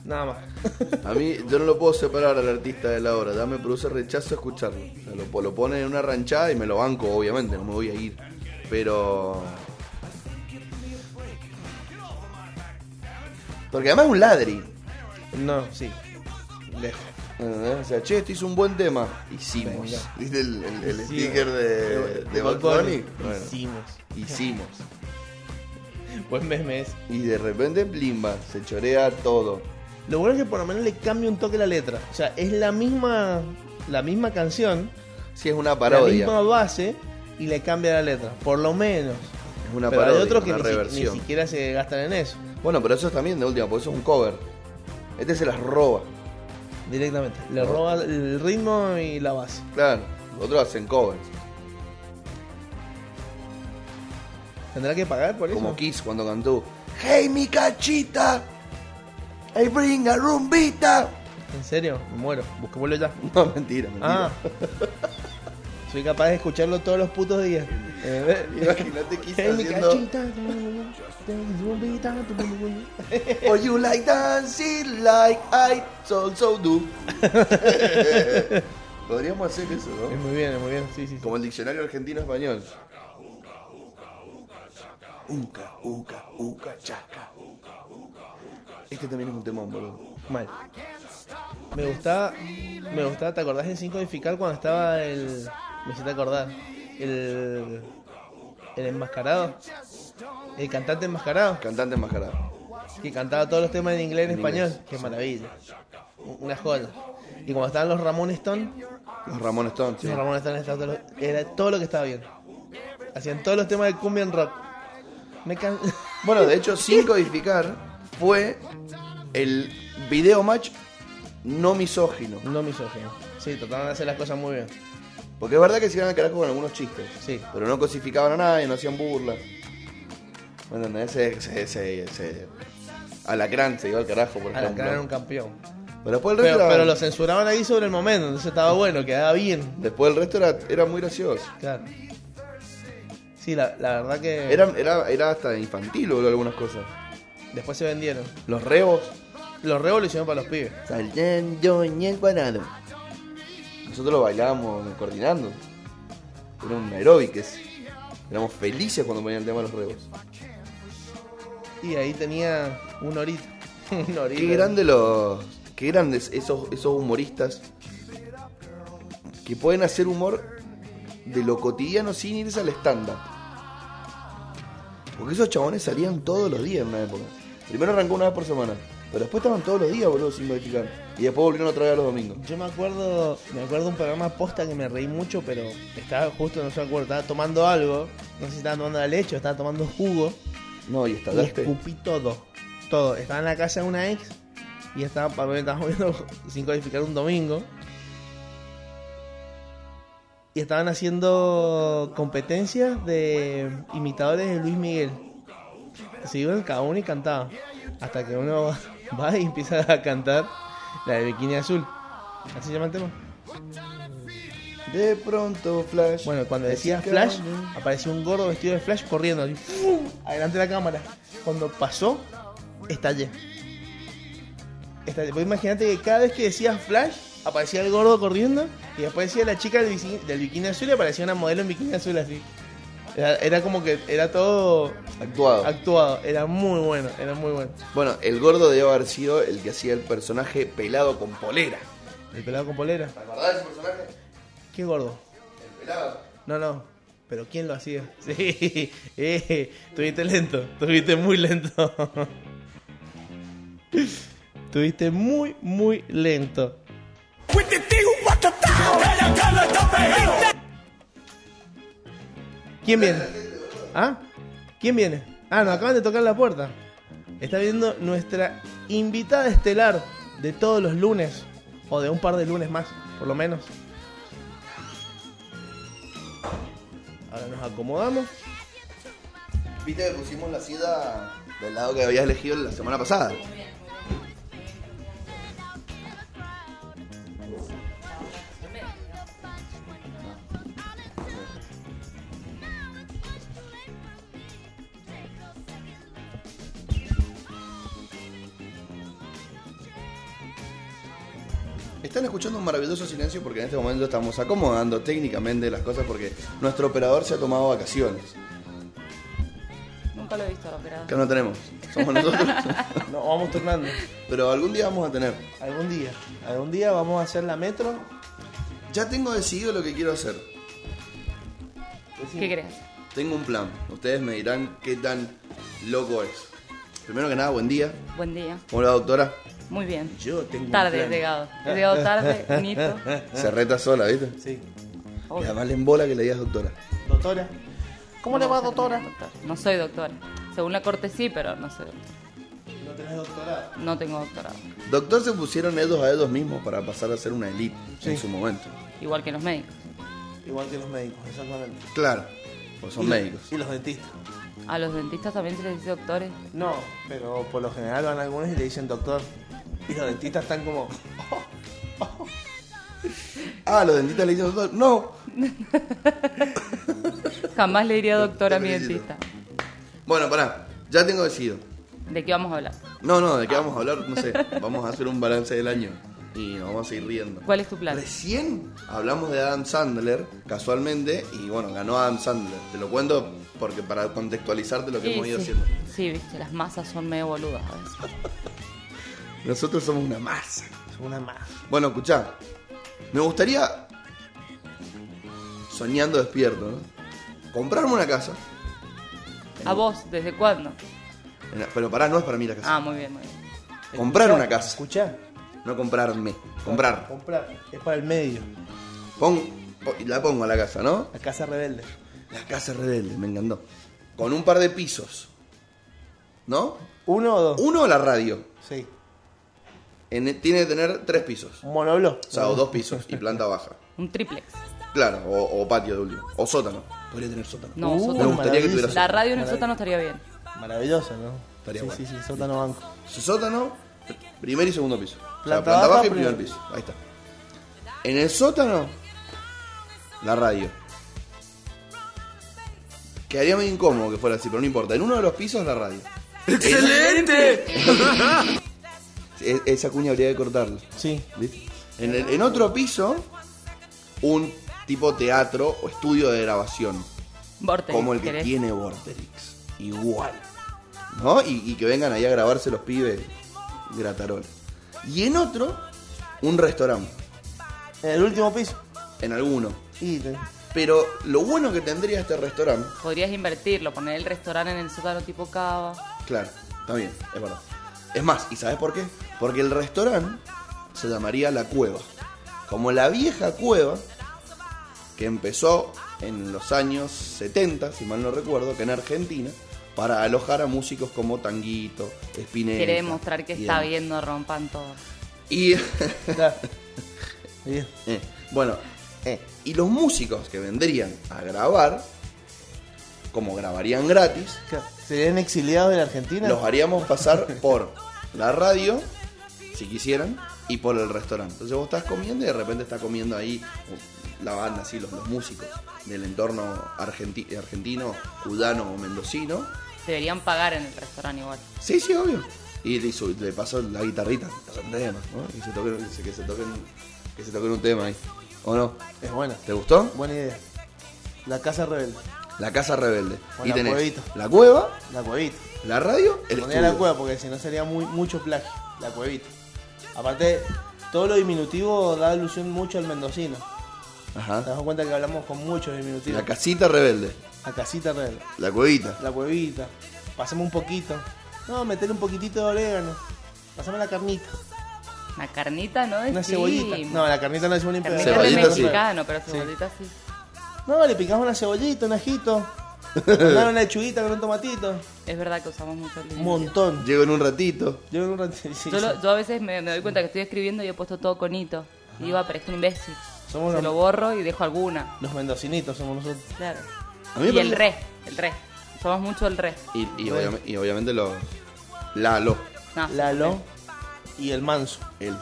Nada más. A mí, yo no lo puedo separar al artista de la obra. Ya me produce rechazo escucharlo. O sea, lo, lo ponen en una ranchada y me lo banco, obviamente. No me voy a ir. Pero. Porque además es un ladri. No, sí. Lejos. ¿Entendés? O sea, che, esto hizo un buen tema. Hicimos. Venga. ¿Viste el, el- el Hicimos. sticker de, de Bad Bunny? Bueno, Hicimos. hicimos. Buen meme es. Y de repente, blimba, se chorea todo. Lo bueno es que por lo menos le cambia un toque la letra. O sea, es la misma, la misma canción, Sí, es una la parodia. misma base y le cambia la letra. Por lo menos. Es una Pero parodia. hay otros que una ni, si- ni reversión. siquiera se gastan en eso Bueno, pero eso es también de última, porque eso es un cover. Este se las roba. directamente. Le No. roba el ritmo y la base. Claro, otros hacen covers. ¿Tendrá que pagar por eso? Como Kiss cuando cantó Hey mi cachita, I bring a rumbita. ¿En serio? Me muero. Busquémoslo ya. No, mentira, mentira. Ah. Soy capaz de escucharlo todos los putos días. Imagínate Kiss En mi haciendo cachita, Oh you like dancing like I so so do. Podríamos hacer eso, Es ¿no? muy bien, es muy bien, sí, sí. sí. Como el diccionario argentino-español. Uca, uca, uca, chaca. Este también es un temón, boludo. Mal. Me gustaba, me gustaba, ¿te acordás de Sin Codificar cuando estaba el. Me hiciste acordar. El. El enmascarado. El cantante enmascarado. Cantante enmascarado. Que cantaba todos los temas en inglés y En en inglés. español. Qué maravilla. Una joda. Y cuando estaban los Ramón Stone, Los Ramón Stone, sí. los Ramón Stone estaban todos los- era todo lo que estaba bien. Hacían todos los temas de cumbia en rock. Me can... Bueno, de hecho, sin codificar fue el video match no misógino. No misógino. Sí, trataban de hacer las cosas muy bien. Porque es verdad que se iban al carajo con algunos chistes. Sí. Pero no cosificaban a nadie, no hacían burlas. ¿Me entendés? Ese, ese, ese, ese- Alacrán se iba al carajo, por A la ejemplo. cara era un campeón. Pero después el resto, Pero, era, pero lo censuraban ahí sobre el momento, entonces estaba bueno, quedaba bien. después el resto era, era muy gracioso. Claro. Sí, la, la verdad que Era, era, era hasta infantil, boludo, algunas cosas. después se vendieron. Los rebos. Los revolucionaron para los pibes. Saliendo en el cuadrado. Nosotros lo bailábamos coordinando. Era un aeróbic ese. Éramos felices cuando ponían el tema de los rebos. Y ahí tenía un horito. un horito. Qué grande los. Qué grandes esos, esos humoristas que pueden hacer humor de lo cotidiano sin irse al stand-up. Porque esos chabones salían todos los días en una época. Primero arrancó una vez por semana, pero después estaban todos los días, boludo, sin modificar. Y después volvieron otra vez a los domingos. Yo me acuerdo, me acuerdo un programa posta que me reí mucho, pero estaba justo, no se me acuerdo, estaba tomando algo, no sé si estaba tomando la leche o estaba tomando jugo. No, y Y estalaste. escupí todo. Todo. Estaba en la casa de una ex y estaba, para mí estábamos viendo sin codificar un domingo. Y estaban haciendo competencias de imitadores de Luis Miguel. Se iban cada uno y cantaba. Hasta que uno va, va y empieza a cantar la de Bikini Azul. Así se llama el tema. De pronto, Flash. Bueno, cuando Así decía que Flash, vamos. apareció un gordo vestido de Flash corriendo, así, ¡fuu! adelante de la cámara. Cuando pasó, estallé. Estallé. Vos imaginate que cada vez que decías Flash, aparecía el gordo corriendo y después decía la chica del, bici- del bikini azul y aparecía una modelo en bikini azul así. Era, era como que era todo Actuado. actuado, era muy bueno, era muy bueno. bueno, el gordo debe haber sido el que hacía el personaje pelado con polera. El pelado con polera. ¿Te acordás de ese personaje? ¿Qué gordo? El pelado. No, no. Pero ¿quién lo hacía? Sí, eh, tuviste lento, tuviste muy lento. tuviste muy, muy lento. ¿Quién viene? ¿Ah? ¿Quién viene? Ah, nos acaban de tocar la puerta. Está viendo nuestra invitada estelar de todos los lunes, o de un par de lunes más, por lo menos. Ahora nos acomodamos. Viste que pusimos la sida del lado que habías elegido la semana pasada. Están escuchando un maravilloso silencio porque en este momento estamos acomodando técnicamente las cosas porque nuestro operador se ha tomado vacaciones. Nunca lo he visto, pero. Que no tenemos, somos nosotros. Nos vamos turnando. Pero algún día vamos a tener. Algún día. Algún día vamos a hacer la metro. Ya tengo decidido lo que quiero hacer. ¿Qué crees? Tengo un plan. Ustedes me dirán qué tan loco es. Primero que nada, buen día. Buen día. ¿Cómo le va, doctora? Muy bien. Yo tengo Tarde he llegado. He llegado tarde, Nito. Se reta sola, ¿viste? Sí. Y además le embola que le digas doctora. Doctora. ¿Cómo le va, No soy doctora? doctora. No soy doctora. Según la corte sí, pero no soy doctora. No tenés doctorado. No tengo doctorado. Doctor se pusieron ellos a ellos mismos para pasar a ser una elite en su momento. Igual que los médicos. Igual que los médicos, exactamente. Claro, pues son Y- médicos. Y los dentistas. A los dentistas también se les dice doctores. No, pero por lo general van algunos y le dicen doctor. Y los dentistas están como. Ah, los dentistas le dicen doctor. No. Jamás le diría doctor a mi Te felicito. dentista. Bueno, pará. Ya tengo decidido. ¿De qué vamos a hablar? No, no, ¿de qué vamos a hablar? No sé. Vamos a hacer un balance del año. Y nos vamos a ir riendo. ¿Cuál es tu plan? Recién hablamos de Adam Sandler, casualmente, y bueno, ganó Adam Sandler. Te lo cuento porque para contextualizarte lo que hemos Sí, ido sí. haciendo. Sí, viste, las masas son medio boludas a veces. Nosotros somos una masa. Es una más. Bueno, escuchá. Me gustaría, soñando despierto, ¿no? comprarme una casa. Ah, ¿A vos? ¿Desde cuándo? Una- Pero pará, no es para mí la casa. Ah, muy bien, muy bien. Comprar Escuchá, una casa. Escuchá. No comprarme, comprar. Comprar. Es para el medio. Pon, po- la pongo a la casa, ¿no? La casa rebelde. La casa rebelde, me encantó. Con un par de pisos. ¿No? ¿Uno o dos? Uno la radio. Sí. En- tiene que tener tres pisos. Un monoblo. O sea, o dos pisos y planta baja. Un triplex. Claro, o, o patio doble. O sótano. Podría tener sótano. No, Uh, sótano. Me gustaría que tuviera maravilloso. La radio en el Maravilla. sótano estaría bien. Maravilloso, ¿no? Estaría sí, bueno. sí, sí, sótano banco. Su Sótano, primer y segundo piso. O sea, Planta planta baja, baja, y primer primer- piso. Ahí está. En el sótano, la radio. Quedaría medio incómodo que fuera así, pero no importa. En uno de los pisos, la radio. ¡Excelente! E- esa cuña habría que cortarla. Sí. ¿Viste? En, el- en otro piso, un tipo teatro o estudio de grabación. Vortex, como el que ¿querés? tiene Vorterix. Igual. ¿No? Y, y que vengan ahí a grabarse los pibes gratarol. Y en otro, un restaurante. En el último piso. En alguno. Y te- Pero lo bueno que tendría este restaurante, Podrías invertirlo, poner el restaurante en el sótano tipo cava. claro, está bien, es verdad. Es más, ¿y sabes por qué? Porque el restaurante se llamaría La Cueva. Como la vieja cueva que empezó en los años 70, si mal no recuerdo, que en Argentina, para alojar a músicos como Tanguito, Spinetta. Quiere demostrar que y está demás. viendo rompan todo. Y Claro. Bien. eh, bueno, eh, y los músicos que vendrían a grabar, como grabarían gratis, Claro. ¿Serían exiliados de la Argentina? los haríamos pasar por la radio si quisieran, y por el restaurante. Entonces vos estás comiendo y de repente estás comiendo ahí uh, la banda, así, los, los músicos del entorno argenti- argentino, cudano o mendocino. Deberían pagar en el restaurante igual. Sí, sí, obvio. Y le, hizo- le pasó la guitarrita, pasó un tema, ¿no? Y se toquen- que se- que se toquen, que se toquen un tema ahí. ¿O no? Es buena. ¿Te gustó? Buena idea. La casa rebelde. La Casa Rebelde. Con Y la tenés cuevita. la cueva, La cuevita. la radio, el Ponía estudio. la cueva porque si no sería muy, mucho plagio. La cuevita. Aparte, todo lo diminutivo da alusión mucho al mendocino. Te Ajá. das cuenta que hablamos con muchos diminutivos. La casita rebelde. La casita rebelde. La cuevita. La cuevita. Pasemos un poquito. No, meterle un poquitito de orégano. Pasame la carnita. Una carnita, ¿no? Una Decimos. cebollita. No, la carnita no es un Carnita Cebollita, de sí. mexicano, pero cebollita sí. No, le picás una cebollita, un ajito. Mandar una lechuguita con un tomatito. Es verdad que usamos mucho el Un montón. Llego en un ratito. Yo en un ratito- sí, Yo, sí. lo- yo a veces me, me doy cuenta que estoy escribiendo y he puesto todo conito. Digo, ah, pero es un imbécil. Somos Se los- lo borro y dejo alguna. Los mendocinitos somos nosotros. Claro. A mí me Y el parece- re, el re. Somos mucho el re. Y, y obviam- y obviamente los. Lalo, No, Lalo y el manso. él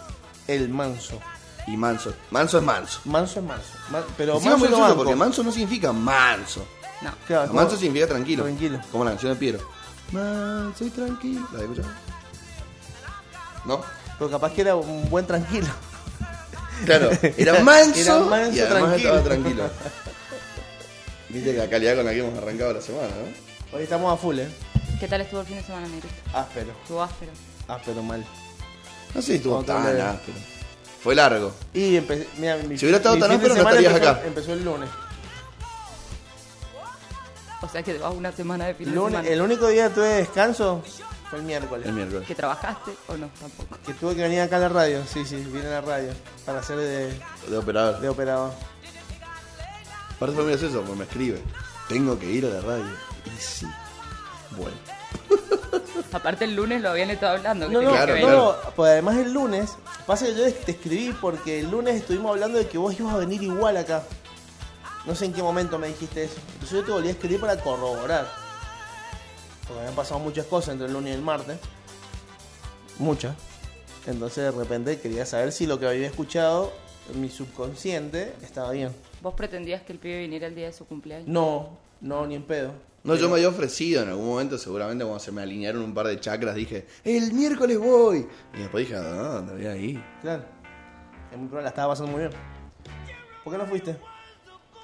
El manso. y Manso. Manso es Manso. Manso es manso. Man- pero Encima manso fue no suyo, banco. porque Manso no significa Manso. No. Claro, es manso como- significa tranquilo. Tranquilo. Como la canción de Piero. Manso y tranquilo. ¿La has escuchado? ¿No? Pero capaz que era un buen tranquilo. Claro, era manso, Era manso, y además tranquilo. estaba tranquilo. Viste la calidad con la que hemos arrancado la semana, ¿no? Hoy estamos a full, eh. ¿Qué tal estuvo el fin de semana, Negrito? Áspero. Estuvo áspero. Áspero mal. No sé si estuvo Otra tan vez. áspero. Fue largo. Y empecé. Mira, mi, Si hubiera estado mi tan fin de áspero, no semana estarías empezó- acá. Empezó el lunes. O sea que te vas una semana de fin de Lunes- semana. el único día que tuve descanso fue el miércoles. El miércoles. ¿Que trabajaste o no? Tampoco. Que tuve que venir acá a la radio. Sí, sí, vine a la radio. Para hacer de, De operador. de operador. Aparte fue muy gracioso, porque me escribe. Tengo que ir a la radio. Y sí. Bueno. Aparte el lunes lo habían estado hablando. que No, no, tenías que Claro, venir. no, pues además el lunes, pasa que yo te escribí porque el lunes estuvimos hablando de que vos ibas a venir igual acá. No sé en qué momento me dijiste eso. Entonces yo te volví a escribir para corroborar. Porque habían pasado muchas cosas entre el lunes y el martes. Muchas. Entonces de repente quería saber si lo que había escuchado en mi subconsciente estaba bien. ¿Vos pretendías que el pibe viniera el día de su cumpleaños? No, no, ni en pedo. No, yo me había ofrecido en algún momento, seguramente cuando se me alinearon un par de chakras, dije, el miércoles voy. Y después dije, no, no voy ahí. Claro. Es muy probable, la estaba pasando muy bien. ¿Por qué no fuiste?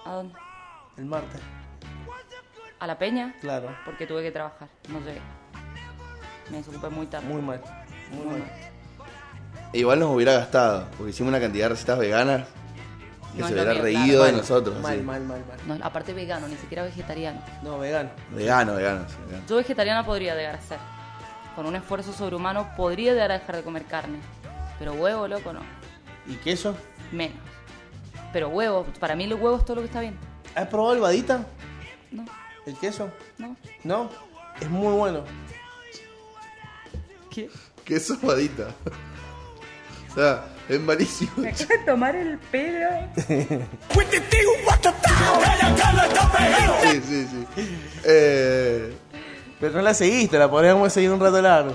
¿A dónde? El martes. ¿A la peña? Claro. Porque tuve que trabajar. No llegué. Me desocupé muy tarde. Muy mal. Muy Muy mal. mal. E igual nos hubiera gastado, porque hicimos una cantidad de recetas veganas que No se es lo hubiera mío, reído claro. de nosotros. Mal, así. mal, mal, mal. No, aparte vegano, ni siquiera vegetariano. No, vegano. Vegano, vegano, sí, vegano. Yo vegetariana podría llegar a ser. Con un esfuerzo sobrehumano podría llegar a dejar de comer carne. Pero huevo, loco, no. ¿Y queso? Menos. Pero huevo, para mí el huevo es todo lo que está bien. ¿Has probado el badita? No, ¿El queso? no. No. Es muy bueno. ¿Qué? Qué sobadita. o sea, es malísimo. Quiero tomar el pedo. sí, sí, sí. Eh, Pero no la seguiste, la podríamos seguir un rato largo.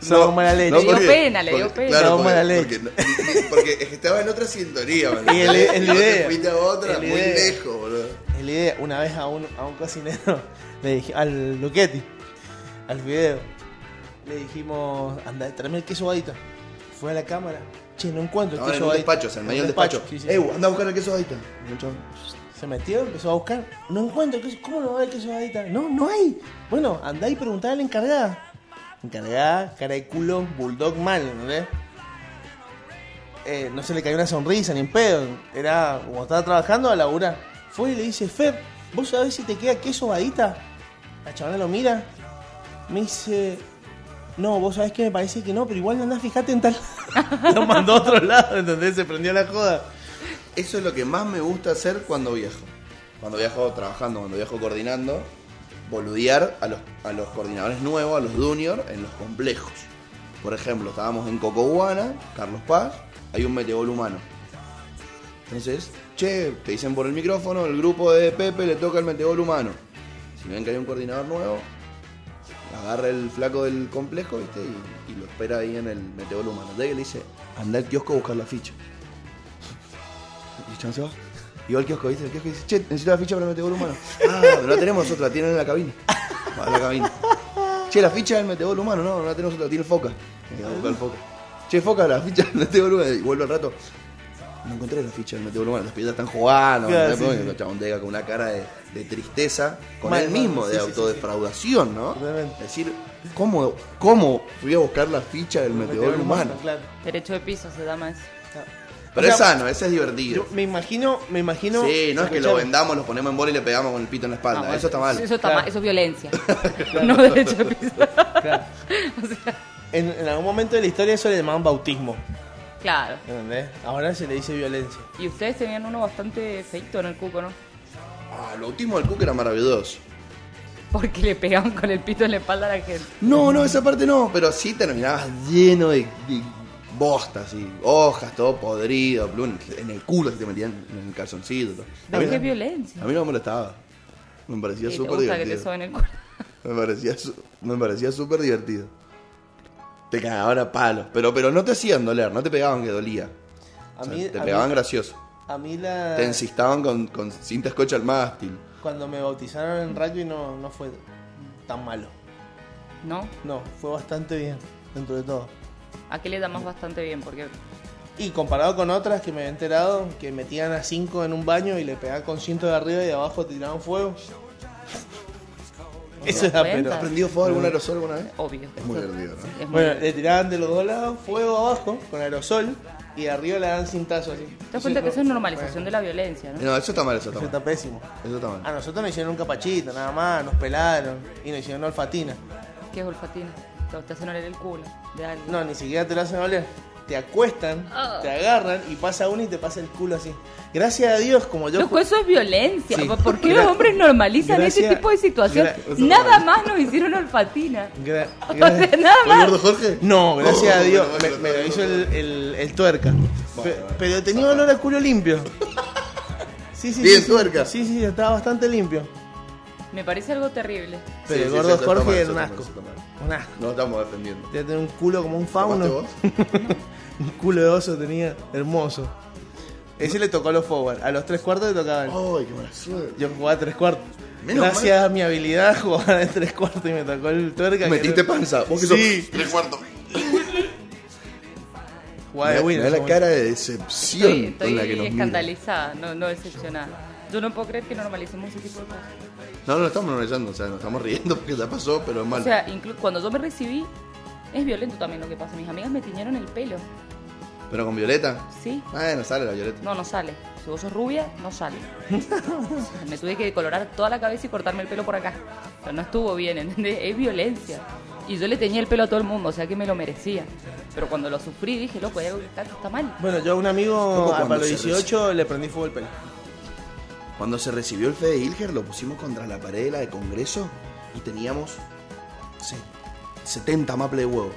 Somos mala leche. no, Le dio pena, le dio pena. Claro, Vamos a la porque, leche. porque- porque es que estaba en otra sintonía, boludo. Y el- el No te idea. fuiste a otra, El muy idea. lejos, boludo. Es la idea. Una vez a un, a un cocinero, le dije, al Luchetti, al video, le dijimos, anda, tráeme el queso badita. Fue a la cámara. Che, no encuentro el Ahora en queso un badita. despacho, o sea, en medio un del despacho. "Eh, Sí, sí. Ew, anda a buscar el queso badita. Se metió, empezó a buscar. No encuentro, ¿qué- ¿cómo no va a haber queso badita? No, no hay. Bueno, andá y preguntá a la encargada. Encargada, cara de culo, bulldog mal, ¿entendés? Eh, no se le cayó una sonrisa ni un pedo. Era como estaba trabajando a laburar. Fue y le dice, Fer, ¿vos sabés si te queda queso badita? La chavana lo mira. Me dice, no, vos sabés que me parece que no, pero igual andá, fijate en tal. lo mandó a otro lado, ¿entendés? Se prendió la joda. Eso es lo que más me gusta hacer cuando viajo. Cuando viajo trabajando, cuando viajo coordinando, boludear a los, a los coordinadores nuevos, a los juniors, en los complejos. Por ejemplo, estábamos en Cocoguana, Carlos Paz, hay un meteor humano. Entonces, che, te dicen por el micrófono, el grupo de Pepe le toca el meteor humano. Si ven que hay un coordinador nuevo, agarra el flaco del complejo, ¿viste? Y, y lo espera ahí en el meteoro humano. Llega y le dice, anda al kiosco a buscar la ficha. Y el chabón se va. Y va al kiosco, ¿viste? El kiosco dice, che, necesito la ficha para el meteoro humano. Ah, pero no tenemos otra, tienen en la cabina. Va a la cabina. Che, la ficha del meteoro humano, no, no la tenemos otra, tiene el foca. Y va a buscar el foca. Che, foca, la ficha del meteoro humano. Y vuelve al rato. No encontré la ficha del meteoro humano, las piedras están jugando. Claro, ¿no? sí, Porque sí. El chabón llega con una cara de, de tristeza, con Mal, él mismo, mal, sí, de sí, sí, sí. autodefraudación, ¿no? Totalmente. Es decir, ¿cómo, ¿cómo fui a buscar la ficha del meteoro humano? Claro. Derecho de piso se llama eso. Pero O es sea, sano, ese es divertido. Yo me imagino, me imagino. sí, no es que lo escuchame, vendamos, lo ponemos en bola y le pegamos con el pito en la espalda. No, eso está mal. Ah, Eso, está Claro. mal, eso es violencia. No derecho de piso. claro. en, en algún momento de la historia eso le llamaban bautismo. Claro. ¿Entendés? Ahora se le dice violencia. Y ustedes tenían uno bastante feito en el cuco, ¿no? Ah, el bautismo del Cook era maravilloso. Porque le pegaban con el pito en la espalda a la gente. No, no, esa parte no, pero sí terminabas lleno de, de bostas y hojas, todo podrido, plum, en el culo que te metían en el calzoncito. todo. No, A mí qué no- violencia. A mí no me molestaba. Me parecía Y te súper gusta que te divertido. soben el culo. Me parecía, su- me parecía súper divertido. Te cagaban a palos, pero, pero no te hacían doler, no te pegaban que dolía. A O sea, mí, Eh. te a mí- pegaban gracioso. a mí la. Te encistaban con, con cinta scotch al mástil. Cuando me bautizaron en rugby no, no fue tan malo. ¿No? No, fue bastante bien, dentro de todo. ¿A qué le da más bastante bien? Porque Y comparado con otras que me he enterado, que metían a 5 en un baño y le pegaban con ciento de arriba y de abajo te tiraban fuego. Eso es cuenta. apenas. ¿Aprendido fuego algún aerosol alguna vez? obvio. Es muy divertido, ¿no? Es muy- Bueno, le tiraban de los dos lados fuego abajo con aerosol y de arriba le dan cintazo así. ¿Te das cuenta que eso es normalización de la violencia, no? No, eso está mal, eso está Eso mal. está Ah, pésimo. Eso está A mal. nosotros nos hicieron un capachito, nada más, nos pelaron y nos hicieron olfatina. ¿Qué es olfatina? Te te hacen oler el culo de alguien. No, ni siquiera te lo hacen oler. Te acuestan, Ah. te agarran y pasa uno y te pasa el culo así. Gracias a Dios, como yo. Loco, ju- eso es violencia. Sí. ¿Por qué Gra- los hombres normalizan gracias- este tipo de situación? gra- eso Nada más nos hicieron olfatina. Gra- O sea, gra- nada ¿Fue el más. gordo Jorge? No, gracias a Oh, Dios. bueno, Me, bueno, me lo bueno, hizo bueno. el, el- el tuerca. Pe- bueno. pero tenía olor a culo limpio. Sí, sí, Bien, sí, tuerca. Sí, sí, estaba bastante limpio. Me parece algo terrible. Pero Sí, el sí, gordo eso está mal, Jorge eso era un está mal, asco. eso está mal. Un asco. No estamos defendiendo. Tenía tener un culo como un ¿Tomaste fauno. vos? un culo de oso tenía. Hermoso. Ese le tocó a los forward. A los tres cuartos le tocaban. Ay, qué mala suerte. Yo jugaba tres cuartos. Menos Gracias a mi habilidad jugaba de tres cuartos y me tocó el tuerca. que Metiste era- panza. Vos que Sí. sos tres cuartos. Jugaba de Me winner. da la ese cara de Estoy, decepción con estoy la que nos mira. escandalizada, no, no decepcionada. Yo no puedo creer que normalicemos ese tipo de cosas. No, no lo estamos analizando, o sea, nos estamos riendo porque ya pasó, pero es O malo. sea, inclu- cuando yo me recibí, es violento también lo que pasa. Mis amigas me tiñeron el pelo, Pero con Violeta. ¿sí? Bueno, sale la Violeta. No, no sale. Si vos sos rubia, no sale. me tuve que decolorar toda la cabeza y cortarme el pelo por acá. Pero no estuvo bien, ¿entendés? Es violencia. Y yo le tenía el pelo a todo el mundo, o sea que me lo merecía. Pero cuando lo sufrí dije, loco, hay algo que está, está mal. Bueno, yo a un amigo Loco, a- para cuando los se 18 le prendí fuego el pelo. Cuando se recibió el Fede Hilger, lo pusimos contra la pared de la de Congreso y teníamos se- 70 maples de huevo.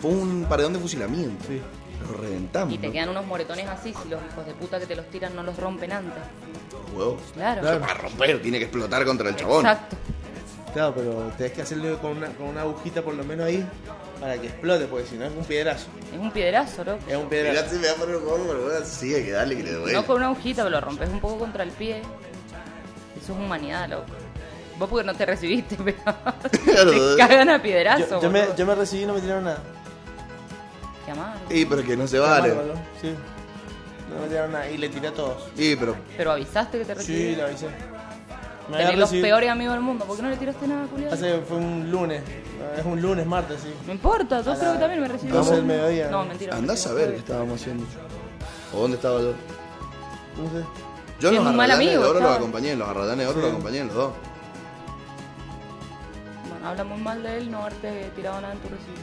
Fue un paredón de fusilamiento. Sí. Lo reventamos. Y te ¿no? quedan unos moretones así, si los hijos de puta que te los tiran no los rompen antes. Los huevos. Claro. Se va a romper, tiene que explotar contra el chabón. Exacto. Claro, pero tenés que hacerlo con una, con una agujita por lo menos ahí para que explote, porque si no es un piedrazo. Es un piedrazo, loco. Es un Mirá piedrazo. si me va a poner un huevo, pero bueno, sí, hay que darle que le duele. No con una agujita, pero lo rompes un poco contra el pie. Eso es humanidad, loco. Vos porque no te recibiste, pero te cagan a piedrazo. Yo, yo me, boludo. yo me recibí y no me tiraron nada. Qué amargo. Y pero que no se vale. Qué amargo, ¿no? Sí. No me tiraron nada. Y le tiré a todos. Y pero Pero avisaste que te Sí, recibiste. le avisé. Me Tenés los peores amigos del mundo. ¿Por qué no le tiraste nada, Julián? Hace, fue un lunes. Es un lunes, martes, sí. No importa, yo A creo la- que también me recibí. doce del mediodía. No, mentira. me andás a recibí. ver qué estábamos haciendo. ¿O dónde estaba yo? No sé. Yo en los Sí, es un mal arradanes de amigo, oro los estaba. acompañé, en los arradanes de oro Sí. los acompañé en los dos. Bueno, habla muy mal de él, no haberte tirado nada en tu recibo.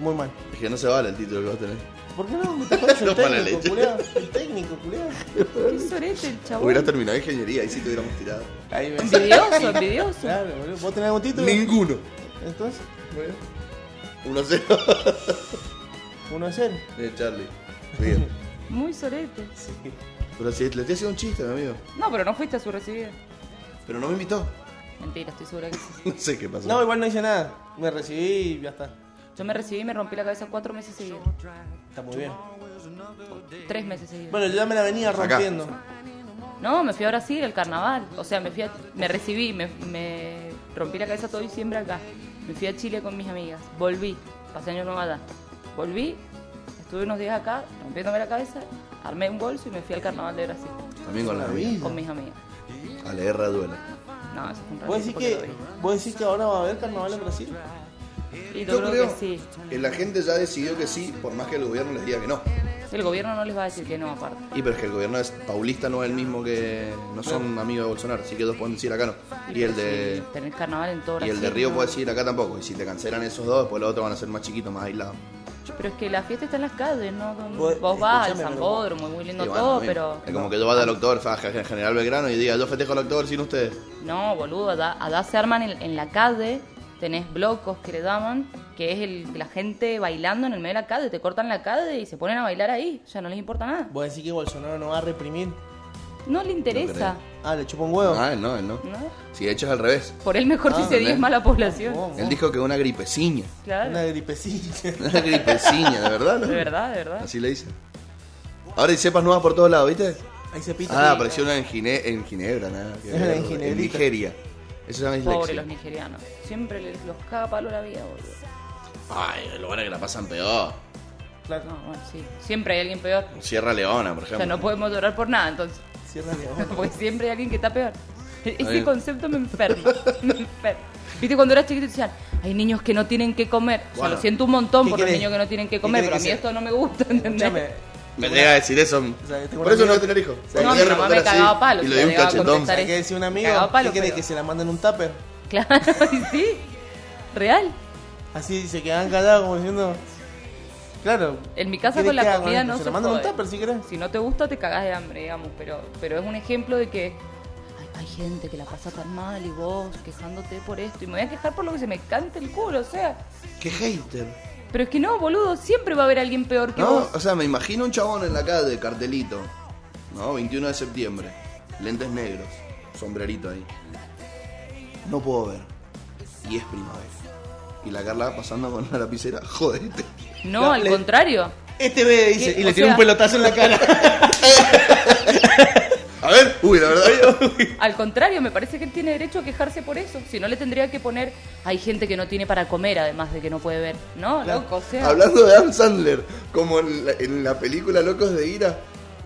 Muy mal. Es que no se vale el título que vas a tener. ¿Por qué no? Me está con No, el para la técnico, leche. culiao. El técnico, culiao. Qué sorete el Hubieras chabón. terminado ingeniería, ahí sí te hubiéramos tirado. Ahí me Envidioso, envidioso. Claro, boludo. ¿Vos tenés algún título? Ninguno. Entonces, 1 0. 1 a 0. Eh, Charlie. Bien. Muy sorete. Pero si le estoy haciendo un chiste, mi amigo. No, pero no fuiste a su recibida. Pero no me invitó. Mentira, estoy segura que sí. No sé qué pasó. No, igual no hice nada. Me recibí y ya está. Yo me recibí y me rompí la cabeza cuatro meses seguidos. Está muy bien. Tres meses seguidos. Bueno, yo ya me la venía Acá. rompiendo. No, me fui a Brasil, el carnaval. O sea, me fui a- me recibí, me, me rompí la cabeza todo diciembre acá. Me fui a Chile con mis amigas. Volví, pasé año nuevo allá. Volví, estuve unos días acá, rompiéndome la cabeza, armé un bolso y me fui al carnaval de Brasil También con la vida. con mis amigas. A la guerra duela. No, eso fue un ratito ¿Vos decís, porque que, ¿Vos decís que ahora va a haber carnaval en Brasil? lo vi. Y yo, creo, que sí. que la gente ya decidió que sí, por más que el gobierno les diga que no. El gobierno no les va a decir que no, aparte. Y pero es que el gobierno es paulista no es el mismo que. No son amigos de Bolsonaro, así que dos pueden decir acá no. Y el de. Sí, Tener carnaval en todo Y Brasil. el de Río ¿no? puede decir acá tampoco. Y si te cancelan esos dos, después los otros van a ser más chiquitos, más aislados. Pero es que la fiesta está en las calles, ¿no? Vos- Vos vas al escuchame, pero Zambódromo, es muy lindo Y bueno, todo, también. pero... Es como que yo vaya al doctor, en general Belgrano, y diga, yo festejo al doctor sin ustedes. No, boludo, allá, allá se arman en, en la calle, tenés blocos que le llaman, que es el- la gente bailando en el medio de la calle, te cortan la calle y se ponen a bailar ahí, ya no les importa nada. ¿Vos decís que Bolsonaro no va a reprimir? No le interesa, Ah, le chupa un huevo. Ah, él no, él no. no, Si de hecho es al revés. Por él mejor si se ¿entendés? diezma la población. Oh, Él dijo que una gripeciña. Claro, Una gripecilla. Una gripeciña, de verdad, ¿no? de verdad, de verdad. Así le dice. Ahora hay cepas nuevas por todos lados, ¿viste? Ahí se pita. Ah, apareció una en, Gine- en Ginebra, nada. que En ver. en Ginebrita. Nigeria. Eso es una Pobre dislexia. los nigerianos, siempre les, los caga palo la vida, boludo. Ay, lo bueno es que la pasan peor. No, bueno, sí, siempre hay alguien peor. Sierra Leona, por O ejemplo. sea, no podemos llorar por nada, entonces, Cierra la boca. porque siempre hay alguien que está peor. E-, Ese bien. concepto me enferma, me enferma. Viste, cuando eras chiquito decían, hay niños que no tienen que comer. O sea, Bueno. lo siento un montón ¿Qué por los querés? niños que no tienen ¿Qué que comer, querés pero a que mí sea? esto no me gusta, Escúchame. ¿entendés? Me llega a decir eso. sea, tengo Por eso no una voy a amiga- tener hijos. sea, No, mi mamá me cagaba a palos, Y o le sea, dio un le daba a cachetón. contestar ¿Sabés qué decía un amigo? Cagado a palo, ¿Qué quiere pero- que se la manden un tupper? Claro, y sí. Real. Así se quedan callados como diciendo. Claro. En mi casa ¿qué con querés que la haga comida esto? no se se la mandan un jode. tupper si querés. Si no te gusta, te cagás de hambre, digamos. Pero, pero es un ejemplo de que hay, hay gente que la pasa tan mal y vos quejándote por esto. Y me voy a quejar por lo que se me cante el culo, o sea. Qué hater. Pero es que no, boludo, siempre va a haber alguien peor que No, vos. o sea, me imagino un chabón en la calle, cartelito. No, 21 de septiembre. Lentes negros. Sombrerito ahí. No puedo ver. Y es primavera. Y la Carla pasando con una lapicera. Jodete. No, No, al le- contrario. Este ve, dice, ¿Qué? y le O tira un sea- pelotazo en la cara. A ver. Uy, la verdad. Al contrario, me parece que él tiene derecho a quejarse por eso. Si no, le tendría que poner, hay gente que no tiene para comer, además de que no puede ver. No, Claro. loco, o sea. Hablando de Adam Sandler. Como en la, en la película Locos de Ira.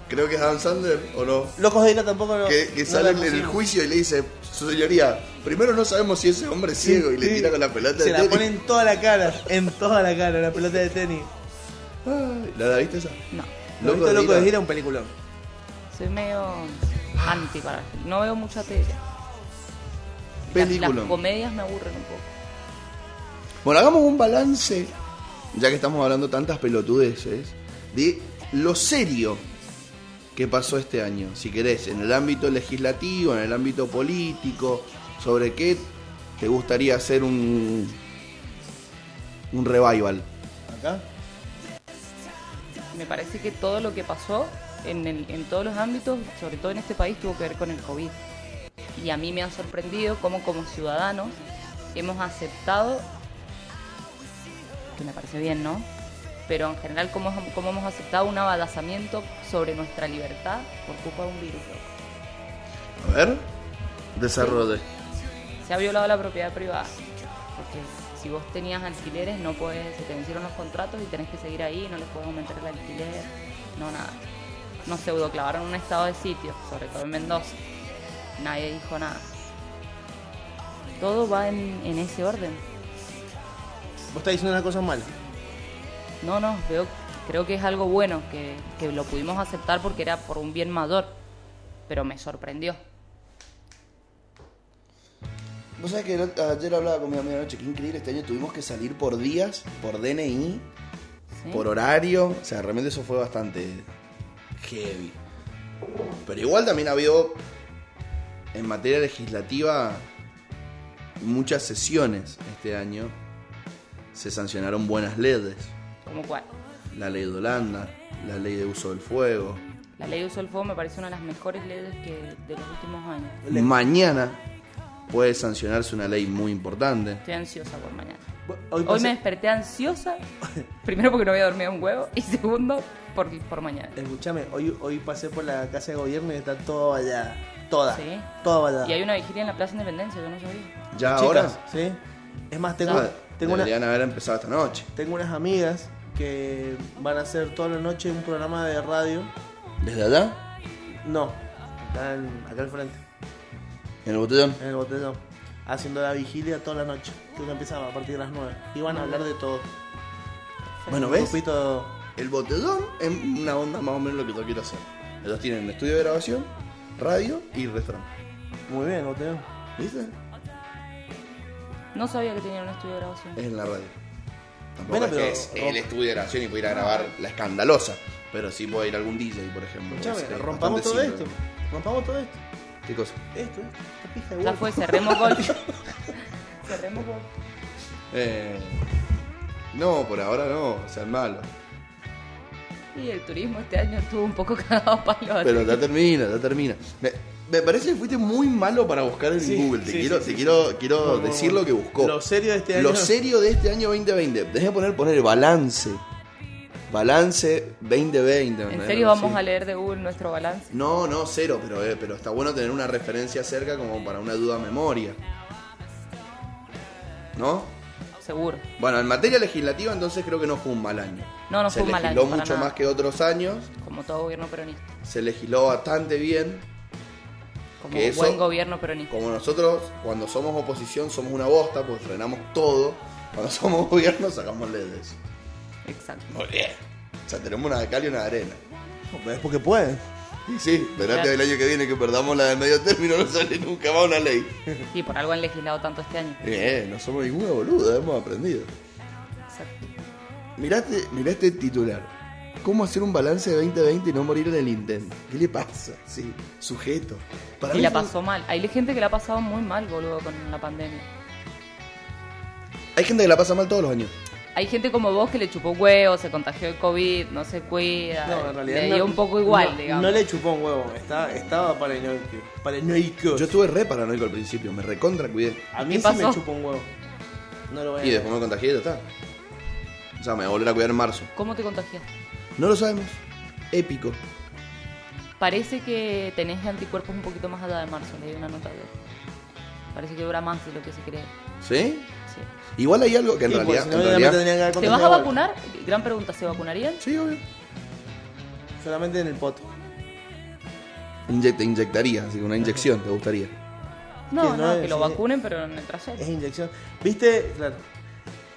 Creo que es Adam Sandler, ¿o no? Locos de Isla tampoco lo- Que, que no sale la en el pusimos. juicio y le dice, su señoría, primero no sabemos si ese hombre es ciego y le Sí. tira con la pelota Se de la tenis. pone en toda la cara, en toda la cara, la pelota de tenis. Ay, ¿La, la viste esa? No, Loco, de loco de Ira. gira un peliculón. soy medio anti para. No veo mucha tele. Las- Las, Película. comedias me aburren un poco. Bueno, hagamos un balance, ya que estamos hablando tantas pelotudeces, de lo serio que pasó este año, si querés, en el ámbito legislativo, en el ámbito político, sobre qué te gustaría hacer un, un revival. Acá. Me parece que todo lo que pasó en, el- en todos los ámbitos, sobre todo en este país, tuvo que ver con el COVID. Y a mí me han sorprendido cómo como ciudadanos hemos aceptado, que me parece bien, ¿no? Pero en general cómo, cómo hemos aceptado un abalazamiento sobre nuestra libertad por culpa de un virus. loco. A ver, desarrollo. Se ha violado la propiedad privada. Porque si vos tenías alquileres, no podés, se te vencieron los contratos y tenés que seguir ahí, no les podés aumentar el alquiler, no nada. Nos pseudoclavaron un estado de sitio, sobre todo en Mendoza. Nadie dijo nada. Todo va en, en ese orden. Vos estás diciendo una cosa mal. No, no, veo, creo que es algo bueno, que, que lo pudimos aceptar porque era por un bien mayor. Pero me sorprendió. Vos sabés que el ot- ayer hablaba con mi amiga anoche, qué increíble, este año tuvimos que salir por días, por DNI, ¿sí? por horario, o sea, realmente eso fue bastante heavy. Pero igual también ha habido, en materia legislativa, muchas sesiones este año. Se sancionaron buenas leyes, Como cual. la ley de Holanda, la ley de uso del fuego. La ley de uso del fuego me parece una de las mejores leyes que de los últimos años. Mañana puede sancionarse una ley muy importante. Estoy ansiosa por mañana. Hoy, pasé- me desperté ansiosa, primero porque no había dormido un huevo y segundo por, por mañana. Escúchame, hoy, hoy pasé por la casa de gobierno y está toda vallada. Toda. Sí. Toda vallada. Y hay una vigilia en la Plaza Independencia, yo no sabía. Ya Chicas, ahora. Sí. Es más, tengo, Ah, tengo, una- deberían haber empezado esta noche. tengo unas amigas que van a hacer toda la noche un programa de radio. ¿Desde allá? No, están acá al frente, ¿En el botellón? en el botellón. Haciendo la vigilia toda la noche. Creo que empieza a partir de las 9. Y van a hablar de todo. Bueno, Un ¿ves? grupito- El botellón es una onda más o menos lo que yo quiero hacer. Ellos tienen estudio de grabación, radio y restaurante. Muy bien, botellón. ¿Viste? No sabía que tenían un estudio de grabación. Es en la radio. Tampoco Bueno, es pero- que es el estudio de grabación y puedo ir a grabar la escandalosa. Pero sí puedo ir a algún DJ, por ejemplo. Escuchame, Es, eh, rompamos todo bastante esto. simple. Rompamos todo esto. ¿Qué cosa? Esto, esta pija de Ya huevo. fue, cerremos gol. cerremos gol. Eh, no, por ahora no, sean malos. Y el turismo este año estuvo un poco cagado a palos. Pero ya termina, ya termina. Me, me parece que fuiste muy malo para buscar en Sí, Google. Te sí, quiero, sí, te sí. quiero, quiero Bueno, decir bueno, lo que buscó. Lo serio de este año. Lo serio de este año 2020. Déjame poner, poner balance. Balance 2020. ¿En ¿no? serio vamos Sí. a leer de Google nuestro balance? No, no, cero, pero, eh, pero está bueno tener una referencia cerca como para una duda a memoria. ¿No? Seguro. Bueno, en materia legislativa entonces creo que no fue un mal año. No, no Se fue un mal legisló año, para mucho nada. más que otros años, Como todo gobierno peronista. se legisló bastante bien, Como Que eso- buen gobierno peronista. Como nosotros, cuando somos oposición, somos una bosta, pues frenamos todo. Cuando somos gobierno, sacamos leyes. Exacto. Muy bien. O sea, tenemos una de cal y una de arena. Es porque pueden. Y sí, esperate Claro. el año que viene que perdamos la de medio término, no sale nunca más una ley. Y por algo han legislado tanto este año. Bien, no somos ninguna boluda, hemos aprendido. Exacto. Mirate, mirá este titular. ¿Cómo hacer un balance de 2020 y no morir en el intento? ¿Qué le pasa? Sí, sujeto. Para Y mí la fue- pasó mal. Hay gente que la ha pasado muy mal, boludo, con la pandemia. Hay gente que la pasa mal todos los años. Hay gente como vos que le chupó huevo, se contagió de COVID, no se cuida. No, en realidad. le no- dio un poco igual, no- digamos. No le chupó un huevo. Está, estaba paranoico. Paranoico. Yo estuve re paranoico al principio, me recontra cuidé. a ¿Qué mí sí pasó? me chupó un huevo. No lo voy a Y después me contagié y ya está. O sea, me voy a volver a cuidar en marzo. ¿Cómo te contagiaste? No lo sabemos. Épico. Parece que tenés anticuerpos un poquito más allá de marzo, leí una nota de Parece que dura más de lo que se cree. ¿sí Sí. Igual hay algo que en Sí, pues, realidad. si no, en ya me realidad- tendría que haber ¿Te vas a contagiado vacunar? Gran pregunta, ¿se vacunarían? Sí, obvio. ahora. Solamente en el poto. Inye- te inyectaría, así que una inyección te gustaría. No, Que no, no es, que lo sí. vacunen, pero en el Es trasero. inyección. ¿Viste? Claro.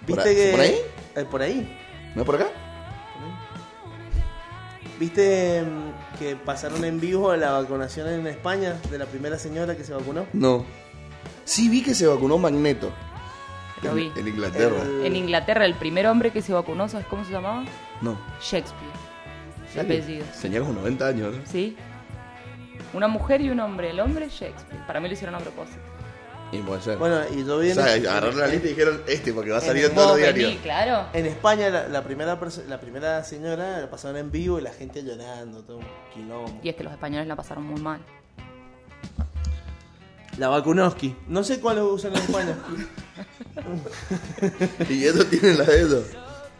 ¿Viste ahí- que. por ahí? eh, por ahí. ¿No es por acá? ¿Viste mm, que pasaron en vivo la vacunación en España de la primera señora que se vacunó? No. Sí vi que se vacunó Magneto. Lo en, vi. en Inglaterra. El- En Inglaterra, el primer hombre que se vacunó, ¿sabes cómo se llamaba? No. Shakespeare. De ¿Sale? apellido. Tenía como 90 años, ¿no? ¿Sí? Una mujer y un hombre. El hombre, Shakespeare. Para mí lo hicieron a propósito. Y puede ser. Bueno, y yo vi o en, sea, agarraron la lista y dijeron este porque va a salir En en todos los Vos diarios. vení, claro. en España la, la primera perso- la primera señora la pasaron en vivo y la gente llorando, todo un quilombo. Y es que los españoles la pasaron muy mal. La vacunoski. No sé cuál usan en España. Y eso tienen la de eso.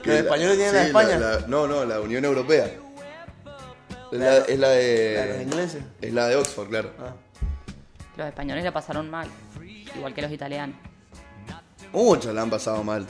Los españoles tienen la de España. no, no, la Unión Europea. Es La- la, es la de. la de los ingleses. Es la de Oxford, claro. Ah. Los españoles la pasaron mal. Igual que los italianos. Muchas la han pasado mal.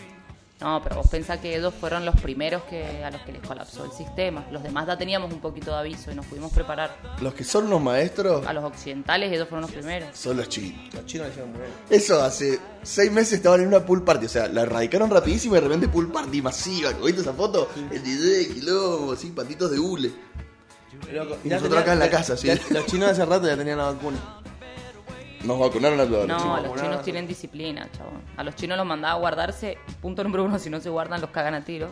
No, pero vos pensás que ellos fueron los primeros que, a los que les colapsó el sistema. Los demás ya teníamos un poquito de aviso y nos pudimos preparar. Los que son los maestros A los occidentales ellos fueron los primeros. son los chinos. Los chinos la hicieron muy bien. Eso hace seis meses estaban en una pool party. O sea, la erradicaron rapidísimo y de repente pool party masiva. ¿Viste esa foto? El DJ, quilombo, así, patitos de hule. Loco, Y ya nosotros acá en la casa, sí. ya- Los chinos hace rato ya tenían la vacuna. Nos vacunaron a todos. los No, chinos. los chinos tienen disciplina, chabón. A los chinos los mandaba a guardarse. Punto número uno, si no se guardan, los cagan a tiro.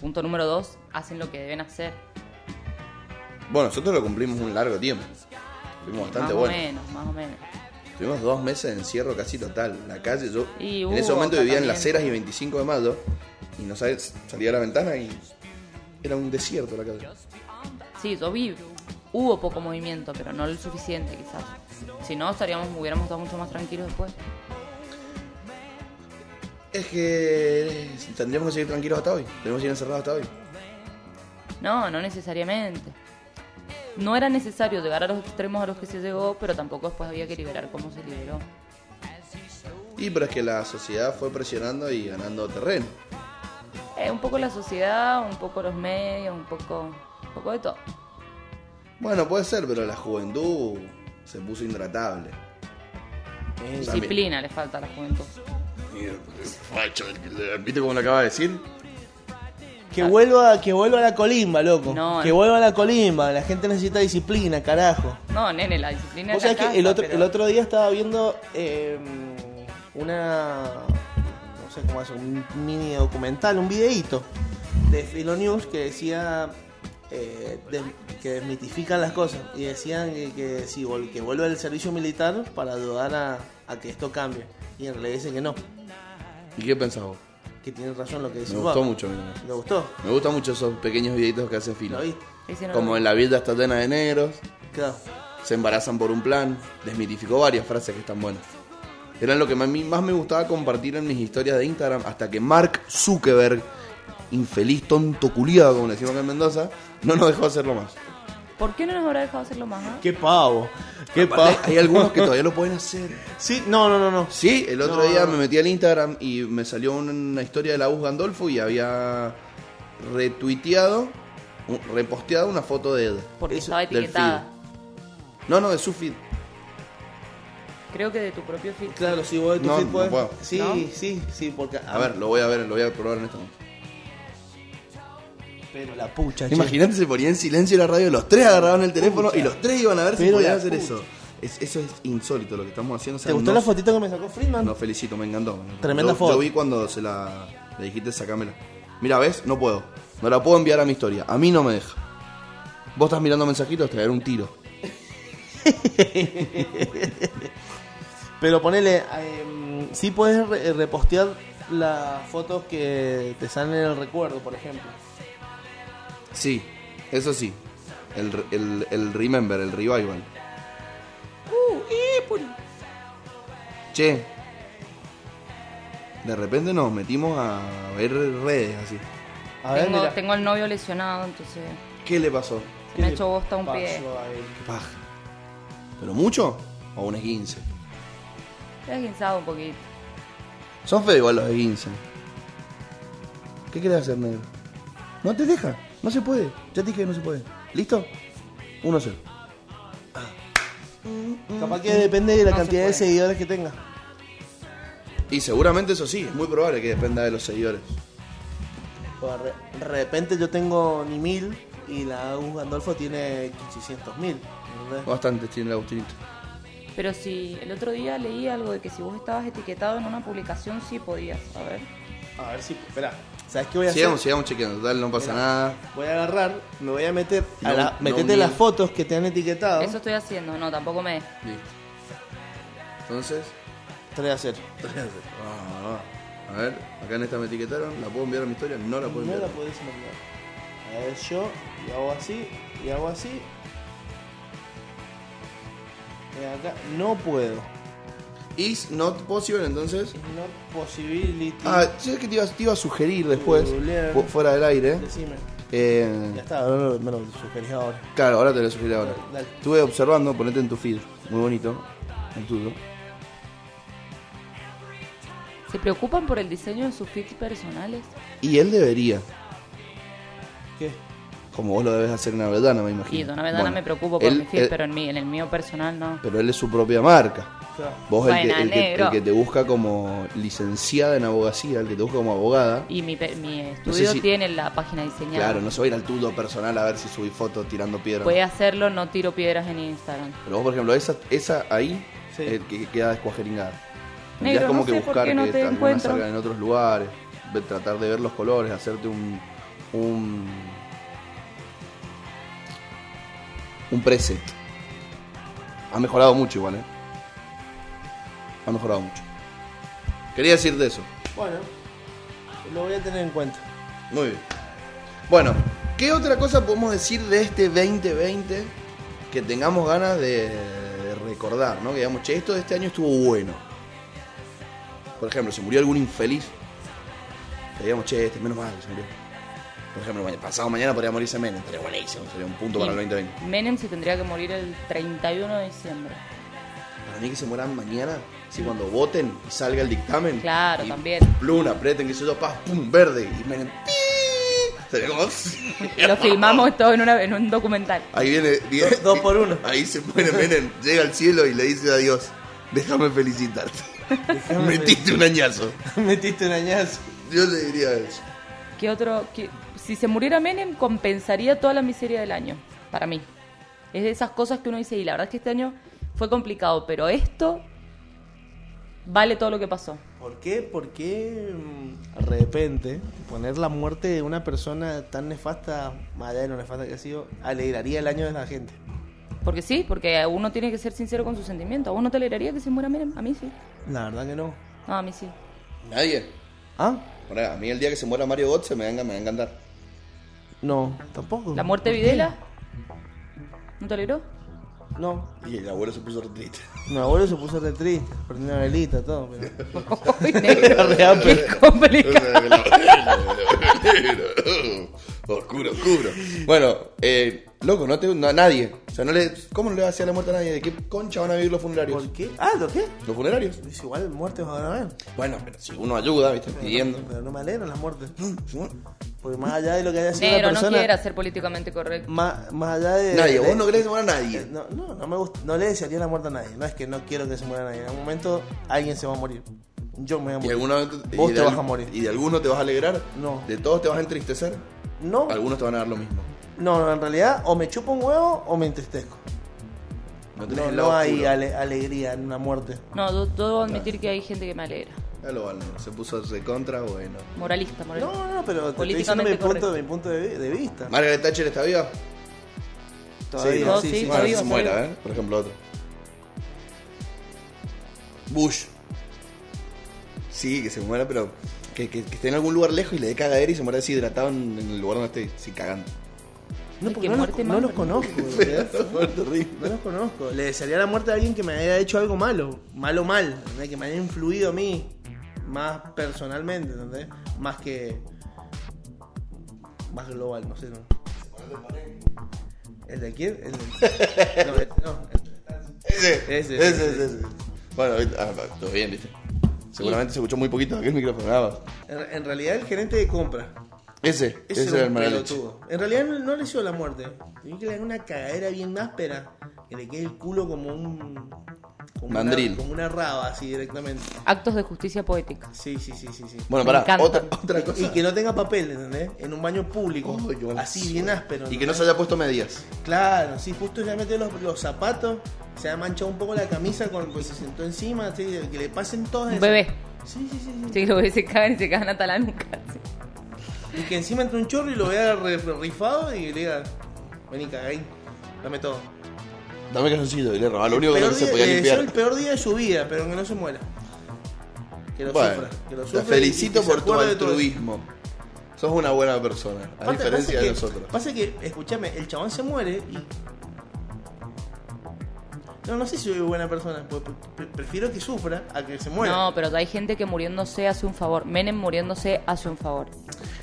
Punto número dos, hacen lo que deben hacer. Bueno, nosotros lo cumplimos un largo tiempo. Fuimos bastante más buenos. o menos, más o menos. Tuvimos dos meses de encierro casi total. en La calle, yo Y en hubo ese momento acá vivía en también. Las Heras y 25 de mayo. Y no sabes, salía a la ventana y era un desierto la calle. Sí, yo vi, hubo poco movimiento, pero no el suficiente quizás. Si no, estaríamos, hubiéramos estado mucho más tranquilos después. Es que eh, tendríamos que seguir tranquilos hasta hoy. Tenemos que ir encerrados hasta hoy. No, no necesariamente. No era necesario llegar a los extremos a los que se llegó, pero tampoco después había que liberar como se liberó. Y pero es que la sociedad fue presionando y ganando terreno. Eh, un poco la sociedad, un poco los medios, un poco, un poco de todo. Bueno, puede ser, pero la juventud se puso intratable. Eh, Disciplina le falta a la juventud. Facho, pues, ¿viste cómo lo acaba de decir? Que vuelva, que vuelva a la colimba, loco. No, que no. vuelva a la colimba. La gente necesita disciplina, carajo. No, nene, la disciplina Vos de la sabés que casa, el otro, pero- el otro día estaba viendo eh, una. No sé cómo es, un mini documental, un videíto de Filo News que decía. eh, des- que desmitifican las cosas. Y decían que, que si vol- que vuelve el servicio militar para ayudar a, a que esto cambie. Y en realidad dicen que no. ¿Y qué pensás vos? Que tienen razón lo que Me dicen. gustó mucho, mira. Me gustó. Me gustan mucho esos pequeños videitos que hace Filo. ¿Lo viste? Ese no lo Como vi. en la vida está llena de negros, Claro. se embarazan por un plan, desmitificó varias frases que están buenas. Eran lo que a mí más me gustaba compartir en mis historias de Instagram hasta que Mark Zuckerberg, infeliz tonto culiado como le decimos acá en Mendoza, no nos dejó hacerlo más. ¿Por qué no nos habrá dejado hacerlo más? ah? Qué pavo. Qué pavo. Aparte, Hay algunos que todavía lo pueden hacer. Sí, no, no, no, no. Sí, el otro No. día me metí al Instagram y me salió una historia de la bus Gandolfo y había retuiteado, un- reposteado una foto de Ed. Porque Eso- estaba del feed. etiquetada. No, no, de su feed. Creo que de tu propio feed. Claro, si vos de tu No, feed no podés- puedo. Sí, ¿No? sí, sí, porque. A ver, lo voy a ver, lo voy a probar en este esta noche. Pero la pucha, che. Imagínate, se ponía en silencio la radio, los tres agarraban el teléfono y los tres iban a ver si Pero podían la hacer pucha. eso. Es- eso es insólito lo que estamos haciendo. o sea, ¿Te gustó no- la fotito que me sacó Friedman? No, felicito, me encantó. Tremenda Yo- foto. Yo vi cuando se la le dijiste sacámela. Mira, ¿ves? No puedo. No la puedo enviar a mi historia. A mí no me deja. Vos estás mirando mensajitos, te daré un tiro. Pero ponele, em, sí puedes re- repostear las fotos que te salen en el recuerdo, por ejemplo. Sí, eso sí. El, re- el, el remember, el revival. Che. De repente nos metimos a ver redes así. A ver, Tengo, mira. tengo al novio lesionado, entonces ¿Qué le pasó? se me ha hecho bosta un Pasó pie. a él. ¿Qué paja? ¿Pero mucho? ¿O un esguince? Se ha guinzado un poquito. Son feos igual los esguinces. ¿Qué querés hacer, negro? No te deja. No se puede. Ya te dije que no se puede. ¿Listo? 1-0. Capaz que depende de la Mm, No se cantidad de puede. seguidores que tenga. Y seguramente eso sí, es muy probable que dependa de los seguidores. Porque de re- de repente yo tengo ni mil y la Agus Gandolfo tiene 600 mil. Bastante tiene el Agustinito. Pero si el otro día leí algo de que si vos estabas etiquetado en una publicación, sí podías. A ver. A ver si, espera. ¿Sabes qué voy a hacer? Sigamos, sigamos chequeando. Total, no pasa Mira. nada. Voy a agarrar, me voy a meter a No, la, no metete ni- las fotos que te han etiquetado. Eso estoy haciendo, no, tampoco me. Listo. Entonces, 3 a 0. ah, ah. a ver, acá en esta me etiquetaron. ¿La puedo enviar a mi historia? No la No puedo enviar. la podés mandar. A ver, yo y hago así y hago así. Y acá no puedo. Is not possible, entonces. No possibility. Ah, sé que te iba, te iba a sugerir después, Googlear. fu- fuera del aire. Decime. Eh, Ya está, no, no, me lo sugerís ahora. Claro, ahora te lo sugiero ahora. Dale. Estuve observando, ponete en tu feed. Muy bonito. El tuyo. ¿Se preocupan por el diseño de sus feeds personales? Y él debería. ¿Qué? Como vos lo debes hacer en Avedana, me imagino. Y de una verdad Bueno, no me preocupo por él- mi feed, él- pero en, mí, en el mío personal no. pero él es su propia marca. O sea, Vos el que, Buena, el que- negro. el que te busca como licenciada en abogacía, el que te busca como abogada. Y mi, pe- mi estudio si- tiene la página diseñada. Claro, no se va a ir al tudo personal a ver si subí fotos tirando piedras. Puede hacerlo, no tiro piedras en Instagram. Pero vos, por ejemplo, esa, esa ahí, Sí. el que queda descuajeringada. Negro, es como no que sé por buscar qué no que te algunas encuentro. salgan en otros lugares, ve- tratar de ver los colores, hacerte un. un. un preset. Ha mejorado mucho igual, eh. Ha mejorado mucho. Quería decirte eso. Bueno, lo voy a tener en cuenta. Muy bien. Bueno, ¿qué otra cosa podemos decir de este 2020 que tengamos ganas de recordar, ¿no? Que digamos, che, esto de este año estuvo bueno. Por ejemplo, se murió algún infeliz le digamos, che, este menos mal, se murió. Por ejemplo, mañana- pasado mañana podría morirse Menem, estaría buenísimo, sería un punto para el Y 2020. Menem se tendría que morir el 31 de diciembre. Para mí que se mueran mañana, si cuando voten y salga el dictamen. Claro, y también. Pluna, aprieten, que se yo, paz, pum, verde. Y Menem. ¡tii! Sería como. Lo filmamos todo en, una, en un documental. Ahí viene. viene- dos por uno. Ahí se muere Menem, llega al cielo y le dice a Dios: Déjame felicitarte. Metiste un añazo. Metiste un añazo. Yo le diría eso. ¿Qué otro? qué- si se muriera Menem, compensaría toda la miseria del año, para mí. Es de esas cosas que uno dice, y la verdad es que este año fue complicado, pero esto vale todo lo que pasó. ¿Por qué? ¿Por qué mm, de repente poner la muerte de una persona tan nefasta, más allá de lo nefasta que ha sido, alegraría el año de la gente? Porque sí, porque uno tiene que ser sincero con sus sentimientos. ¿A vos no te alegraría que se muera Menem? A mí sí. La verdad que no. No, a mí sí. Nadie. ¿Ah? Pará, a mí el día que se muera Mario Götze me venga, me va a encantar. No, tampoco. ¿La muerte de ¿Por qué? Videla? ¿No te alegró? No. Y el abuelo se puso re triste. Mi abuelo se puso re triste, perdió una velita, todo. Pero... Uy, negro, qué complicado. oscuro, oscuro. Bueno, eh, loco, no te. no- a nadie. O sea, no le, ¿cómo no le va a hacer la muerte a nadie? ¿De qué concha van a vivir los funerarios? ¿Por qué? Ah, ¿lo qué? ¿Los funerarios? Es igual, muertes van a haber. Bueno, pero si uno ayuda, ¿viste? Pidiendo. Pero no me alegran las muertes. Porque más allá de lo que haya sido Negro, la no persona... quiera ser políticamente correcto. más, más allá de... Nadie, de- vos no querés que se muera nadie. Eh, No, no, no me gusta. No le desearía la muerte a nadie. No es que no quiero que se muera nadie. En algún momento alguien se va a morir. Yo me voy a Y morir. alguno, Vos y te de- vas a morir. Y de alguno te vas a alegrar. No. De todos te vas a entristecer. No, Algunos te van a dar lo mismo. no, no, en realidad o me chupo un huevo o me entristezco. No tenés No, el no lado hay oscuro. ale- alegría en una muerte. No, yo- yo debo admitir que hay gente que me alegra. Ya lo van, se puso de contra, bueno. Moralista, moralista. No, no, no, pero te estoy diciendo Políticamente mi punto, correcto. mi punto de, de vista. ¿Margaret Thatcher está viva? Todavía, no, sí, sí, sí, Bueno, viva, si se está muera, viva. ¿eh? Por ejemplo, otro. Bush. Sí, que se muera, pero que, que- que esté en algún lugar lejos y le dé cagadera y se muera deshidratado en, en el lugar donde esté, sí, cagando. No, Ay, porque qué no, los, muerte no más los horrible. conozco. ¿verdad? No los conozco. Le desearía la muerte a alguien que me haya hecho algo malo. Malo mal. ¿entendés? Que me haya influido a mí. Más personalmente, ¿entendés? Más que. Más global, no sé. ¿no? ¿El de quién? El de- No, el- no, Ese, Ese, ese, ese, ese, ese. Bueno, ahorita- ah, va, todo bien, viste. Seguramente se escuchó muy poquito de aquel micrófono, nada más. en, en realidad, el gerente de compra. Ese, ese, Ese, era era el un Margaret. pelotudo. En realidad no, no le hizo la muerte. Tenía que le haga una cagadera bien áspera. Que le quede el culo como un. Como Mandril. Una, como una raba, así directamente. Actos de justicia poética. Sí, sí, sí, sí. sí. Bueno, Me pará, encanta. otra, otra cosa. Y que no tenga papel, ¿entendés? En un baño público. Ay, qué buena así bien áspero. Y que no ¿entendés? se haya puesto medias. Claro, sí, justo se ha metido los, los zapatos, se ha manchado un poco la camisa con pues se sentó encima, así, que le pasen todas Un esas. bebé. Sí, sí, sí, sí. Sí, los bebés se cagan y se cagan hasta la nuca. sí. Y que encima entre un chorro y lo vea re- re- rifado y le diga, vení cagaín, dame todo. Dame calzoncillo y le roba. Lo único que no Peor se día- podía le deseo el limpiar. peor día de su vida, pero que no se muera. Que lo Bueno, sufra, que lo te sufra. y- felicito y que se por tu acuerde de todo eso. altruismo. Sos una buena persona, a Aparte, diferencia pasa de que- nosotros. Pasa que, escúchame, el chabón se muere y. No, no sé si soy buena persona. porque pre- Prefiero que sufra a que se muera. No, pero hay gente que muriéndose hace un favor. Menem muriéndose hace un favor.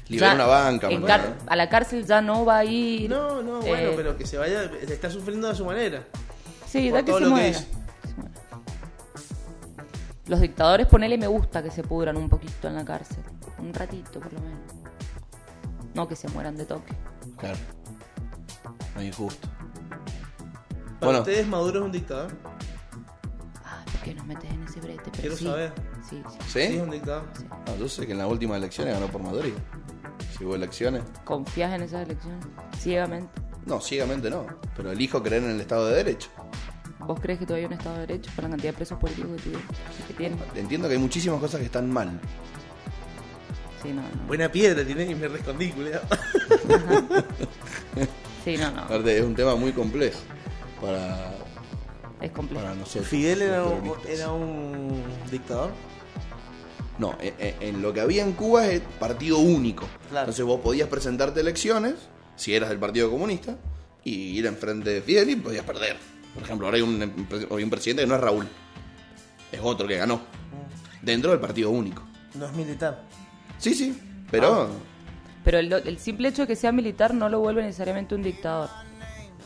Libera Ya una banca, en Manuel, car- ¿eh? A la cárcel ya no va a ir. no, no, bueno, Eh, pero que se vaya. Se está sufriendo de su manera. Sí, por da que todo se lo que muera. hizo. Se muera. Los dictadores, ponele me gusta que se pudran un poquito en la cárcel. Un ratito, por lo menos. No que se mueran de toque. Claro. No es injusto. Para Bueno. ustedes, Maduro es un dictador. Ay, ¿por qué Ah, nos metes en ese brete? Pero Quiero sí. saber. Sí, sí. ¿Sí? Sí, es un dictador. No, yo sé que en las últimas elecciones ganó por Madrid. Si hubo elecciones. ¿Confías en esas elecciones? Ciegamente. No, ciegamente no. Pero elijo creer en el Estado de Derecho. ¿Vos crees que todavía hay un Estado de Derecho con la cantidad de presos políticos que tuvieron? Que tienen. Entiendo que hay muchísimas cosas que están mal. Sí, no, no. Buena piedra tiene y me respondí, culiao. Sí, no, no. Aparte, es un tema muy complejo para, Es complejo. para nosotros. Fidel los era un, peronistas. era un dictador. No, e- e- en, lo que había en Cuba es partido único. Claro. Entonces vos podías presentarte a elecciones, si eras del Partido Comunista, y ir enfrente de Fidel y podías perder. Por ejemplo, ahora hay un, em- hay un presidente que no es Raúl, es otro que ganó, dentro del partido único. No es militar. Sí, sí, Pero Pero el, el simple hecho de que sea militar no lo vuelve necesariamente un dictador.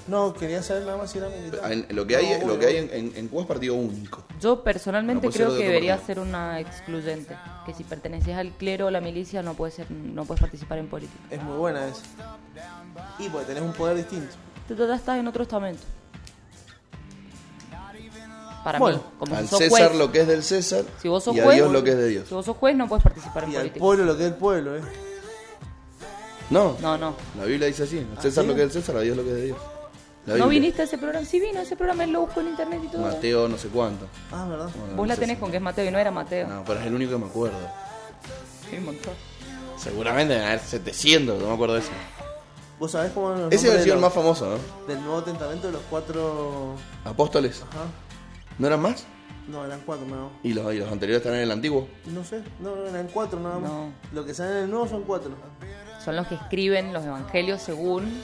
No, quería saber nada más si era militar. en- lo que hay, Ah. No, lo que hay bueno. en, en, en Cuba es partido único. Yo pues No personalmente puede ser creo de que otro debería partido. ser una excluyente, que si perteneces al clero o la milicia no puedes ser, no puedes participar en política. Es muy buena esa. Y porque tenés un poder distinto. Tú ya estás en otro estamento. Para Bueno, mí, como Al si sos César juez, lo que es del César si vos sos y a juez, Dios lo que es de Dios. Si vos sos juez no puedes participar en Y al política. pueblo lo que es el pueblo, ¿eh? No, No, no. la Biblia dice así. Al César ¿sí? lo que es del César, a Dios lo que es de Dios. La ¿No Biblia. viniste a ese programa? Sí vino a ese programa, él lo busco en internet y todo. Mateo no sé cuánto. Ah, verdad. Bueno, Vos la no sé tenés si- con que es Mateo y no era Mateo. No, pero es el único que me acuerdo. Sí, un montón. Seguramente deben haber 700, no me acuerdo de eso. Vos sabés cómo eran los Ese nombres ha sido de el los- más famoso, ¿no? del Nuevo Testamento de los cuatro. Apóstoles. Ajá. ¿No eran más? No, eran cuatro nada más. ¿Y los, y los anteriores están en el antiguo? No sé, no, no, eran cuatro nada más. No. Lo que sale en el nuevo son cuatro. Son los que escriben los evangelios según.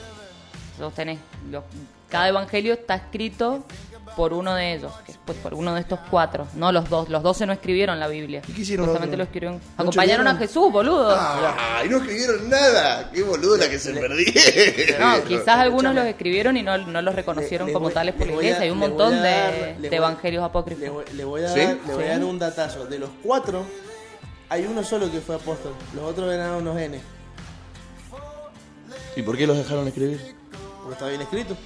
Vos tenés. los- cada evangelio está escrito por uno de ellos, que es, pues, por uno de estos cuatro. No los dos. Los doce no escribieron la Biblia. ¿Y qué hicieron los Justamente otros? lo escribieron. ¿No Acompañaron a escribieron? Jesús, boludo. ¡Ah! Y no escribieron nada. ¡Qué boluda la que se perdí! No, quizás algunos los escribieron y no, no los reconocieron Le- le como voy- tales por le la voy a- iglesia. Hay un le montón voy a de, dar- le de voy- evangelios Le, apócrifos. voy- le voy a ¿Sí? dar, le voy a Sí. dar un datazo. De los cuatro, hay uno solo que fue apóstol. Los otros eran unos N. ¿Y por qué los dejaron escribir? Porque está bien escrito.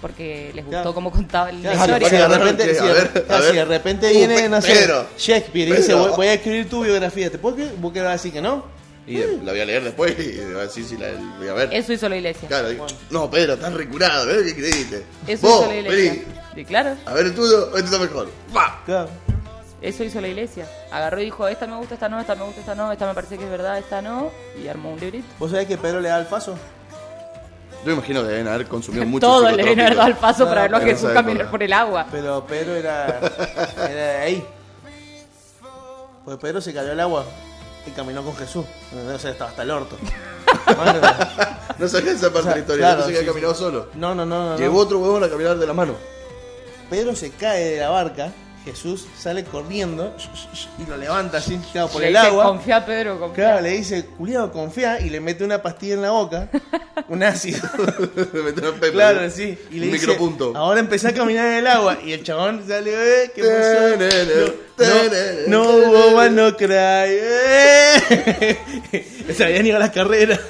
Porque les Claro. gustó cómo contaba la Claro, Claro, historia. si de agarraron, repente, che, si a de- ver, claro, a ver. si de repente Uh, ah, viene, no sé, Pedro. Shakespeare y dice, Pedro. voy, voy a escribir tu biografía. ¿Te puedo escribir? ¿Vos qué vas a decir que no? Y eh, Mm. la voy a leer después y va a decir si la voy a ver. Eso hizo la iglesia. Claro, digo, no, Pedro, estás recurado, ¿ves qué creíste? Eso Vos, hizo la iglesia. vení, Y claro, a ver el tuyo, este está mejor. ¡Pa! Claro. eso hizo la iglesia. Agarró y dijo, esta me gusta, esta no, esta me gusta, esta no, esta me parece que es verdad, esta no. Y armó un librito. ¿Vos sabés que Pedro le da el paso? Yo imagino que deben haber consumido mucho Todo le vino a dar psicotrópico. al paso No, para verlo a pero no Jesús sabe caminar correr. por el agua. Pero Pedro era, era de ahí. Pues Pedro se cayó al agua y caminó con Jesús. O sea, estaba hasta el orto. Mano, No sabía esa parte O sea, de la historia, claro, no sabía que sí, había caminado solo. no, no, no, no, no. Llevó otro huevón a caminar de la mano. Pedro se cae de la barca. Jesús sale corriendo y lo levanta así, claro, por Le el dice, agua. Confía, Pedro, confía. Claro, le dice, culiado, confía, y le mete una pastilla en la boca, un ácido. Le metió una pepa. claro, sí. Y le Un dice, micropunto. Ahora empecé a caminar en el agua, y el chabón sale, eh, ¿qué pasó? Tenere, No, no, tenere. no hubo man, no cry, eh. Se habían ido a la carrera.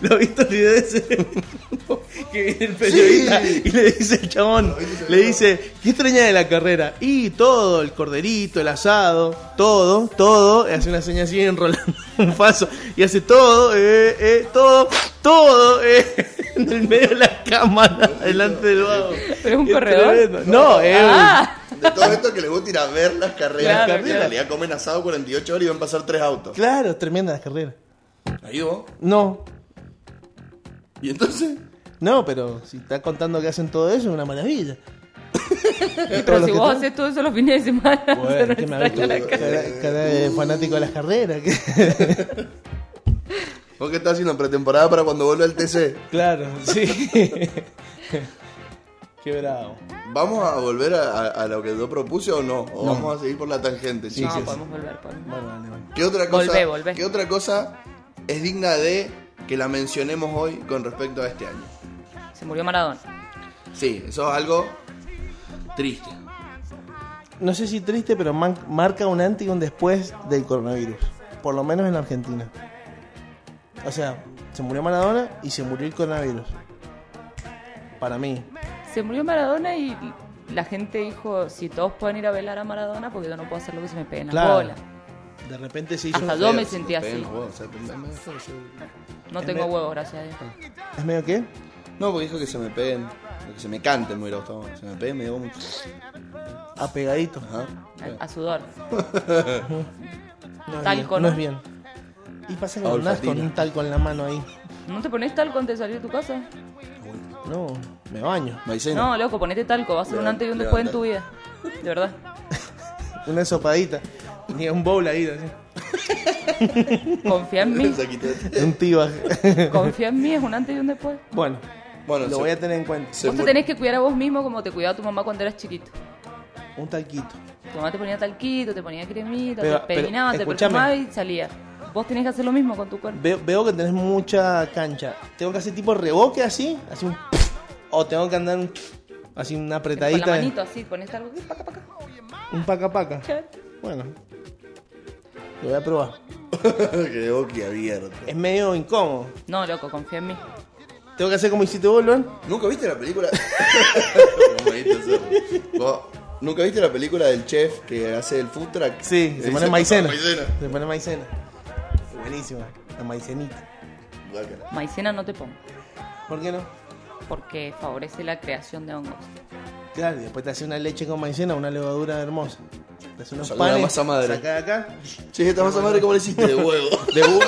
¿Lo viste el video ese? que viene el periodista Sí. y le dice el chabón, le dice, ¿qué extraña de la carrera? Y todo, el corderito, el asado, todo, todo, y hace una seña así enrolando un paso, y hace todo, eh, eh, todo, todo, eh, en el medio de la cámara, delante del vago. ¿Pero es un Qué corredor? tremendo. No, es un- Ah, De todo esto que les gusta ir a ver las carreras. Claro, en claro. realidad comen asado 48 horas y van a pasar tres autos. Claro, tremenda la carrera. Ahí vos. No, ¿Y entonces? no, pero si estás contando que hacen todo eso, es una maravilla. Y todos pero los si que vos están- haces todo eso los fines de semana, se Bueno, nos que me extraña la habéis cara. cara, cara de fanático de las carreras. ¿Vos qué estás haciendo pretemporada para cuando vuelva el TC? claro, sí. Qué bravo. ¿Vamos a volver a, a- a lo que yo propuse o no? ¿O vamos a seguir por la tangente, No, chicos? podemos volver, podemos. Bueno, vale, vale. ¿Qué otra cosa? Volvé, volvé. ¿Qué otra cosa es digna de que la mencionemos hoy con respecto a este año? Se murió Maradona. Sí, eso es algo triste. No sé si triste, pero man- marca un antes y un después del coronavirus. Por lo menos en la Argentina. O sea, se murió Maradona y se murió el coronavirus. Para mí. Se murió Maradona y la gente dijo, si todos pueden ir a velar a Maradona, porque yo no puedo hacer lo que se me pegue en la Claro. bola. De repente se hizo. Hasta yo Feo, me si sentí te pegan así. los huevos, o sea, te- me- me- se- No En tengo vez- huevos, gracias a Dios. ¿Es medio qué? No, porque dijo que se me peguen, que se me canten, me hubiera gustado. Se me peguen, me dio mucho. Apegadito. Ajá. A- A sudor. No es Talco, bien, ¿no? No es bien. Y pasa que andás con Olfatina. un talco en la mano ahí. ¿No te pones talco antes de salir de tu casa? No, me baño. Maicena. No, loco, ponete talco. Va a ser un Levanta- antes y un después en tu vida. De verdad. Una sopadita. Ni un bowl ahí. así. Confía en mí. Saquito. Un tío. Confía en mí, es un antes y un después. bueno, Bueno, lo se- voy a tener en cuenta. se vos te mu- tenés que cuidar a vos mismo como te cuidaba tu mamá cuando eras chiquito. Un talquito. Tu mamá te ponía talquito, te ponía cremita, Pero- te pero, peinaba, te escúchame. perfumaba y salía. Vos tenés que hacer lo mismo con tu cuerpo. Veo, veo que tenés mucha cancha. ¿Tengo que hacer tipo reboque así? Así un... O tengo que andar un... Así una Con la apretadita. manito así, con esta algo. Paca, paca. Un paca paca. Bueno. Lo voy a probar. que boqui abierto. Es medio incómodo. No, loco, confía en mí. ¿Tengo que hacer como hiciste vos, Luan? ¿Nunca viste la película? Vos, ¿Nunca viste la película del chef que hace el food truck? Sí, Que se dice, "Ah, pone maicena. maicena. Se pone maicena. Buenísima. La maicenita. Guácala. Maicena no te pongo, ¿Por qué no? porque favorece la creación de hongos. Claro, y después te hace una leche con maicena, una levadura hermosa. Te hace unos Sale una panes. masa madre. sacá de acá. Che, esta masa madre, ¿cómo le hiciste? De huevo. De huevo.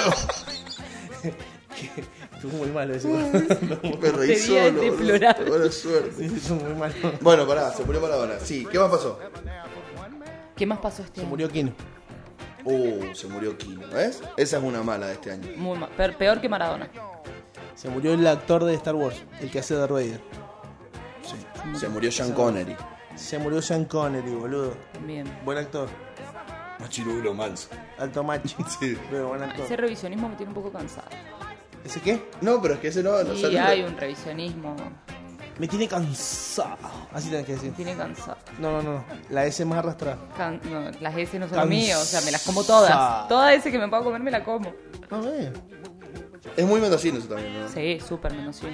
Estuvo muy malo ese. Me reí Te vi al solo. boludo. deplorable. Buena suerte. Estuvo muy malo. Bueno, pará, se murió Maradona. Sí, ¿qué más pasó? ¿Qué más pasó este Se año? murió Kino. Uh, se murió Kino, ¿ves? Esa es una mala de este año. Muy ma- peor, peor que Maradona. Se murió el actor de Star Wars, el que hace Darth Vader. Sí. Se murió Sean Connery. Se murió Sean Connery, boludo. También. Buen actor. Machirulo manso. Alto machi. Sí. Pero buen Ese actor. revisionismo me tiene un poco cansado. ¿Ese qué? No, pero es que ese no, no Sí, sale- hay un revisionismo. Me Me tiene cansado. Así tenés que decir. tiene cansado. No, no, no. no. La S más arrastrada. Can- no, las S no son Cansado. las mías, o sea, me las como todas. Toda S que me puedo comer me la como. A ver. Es muy mendocino eso también, ¿no? Sí, súper menos uno.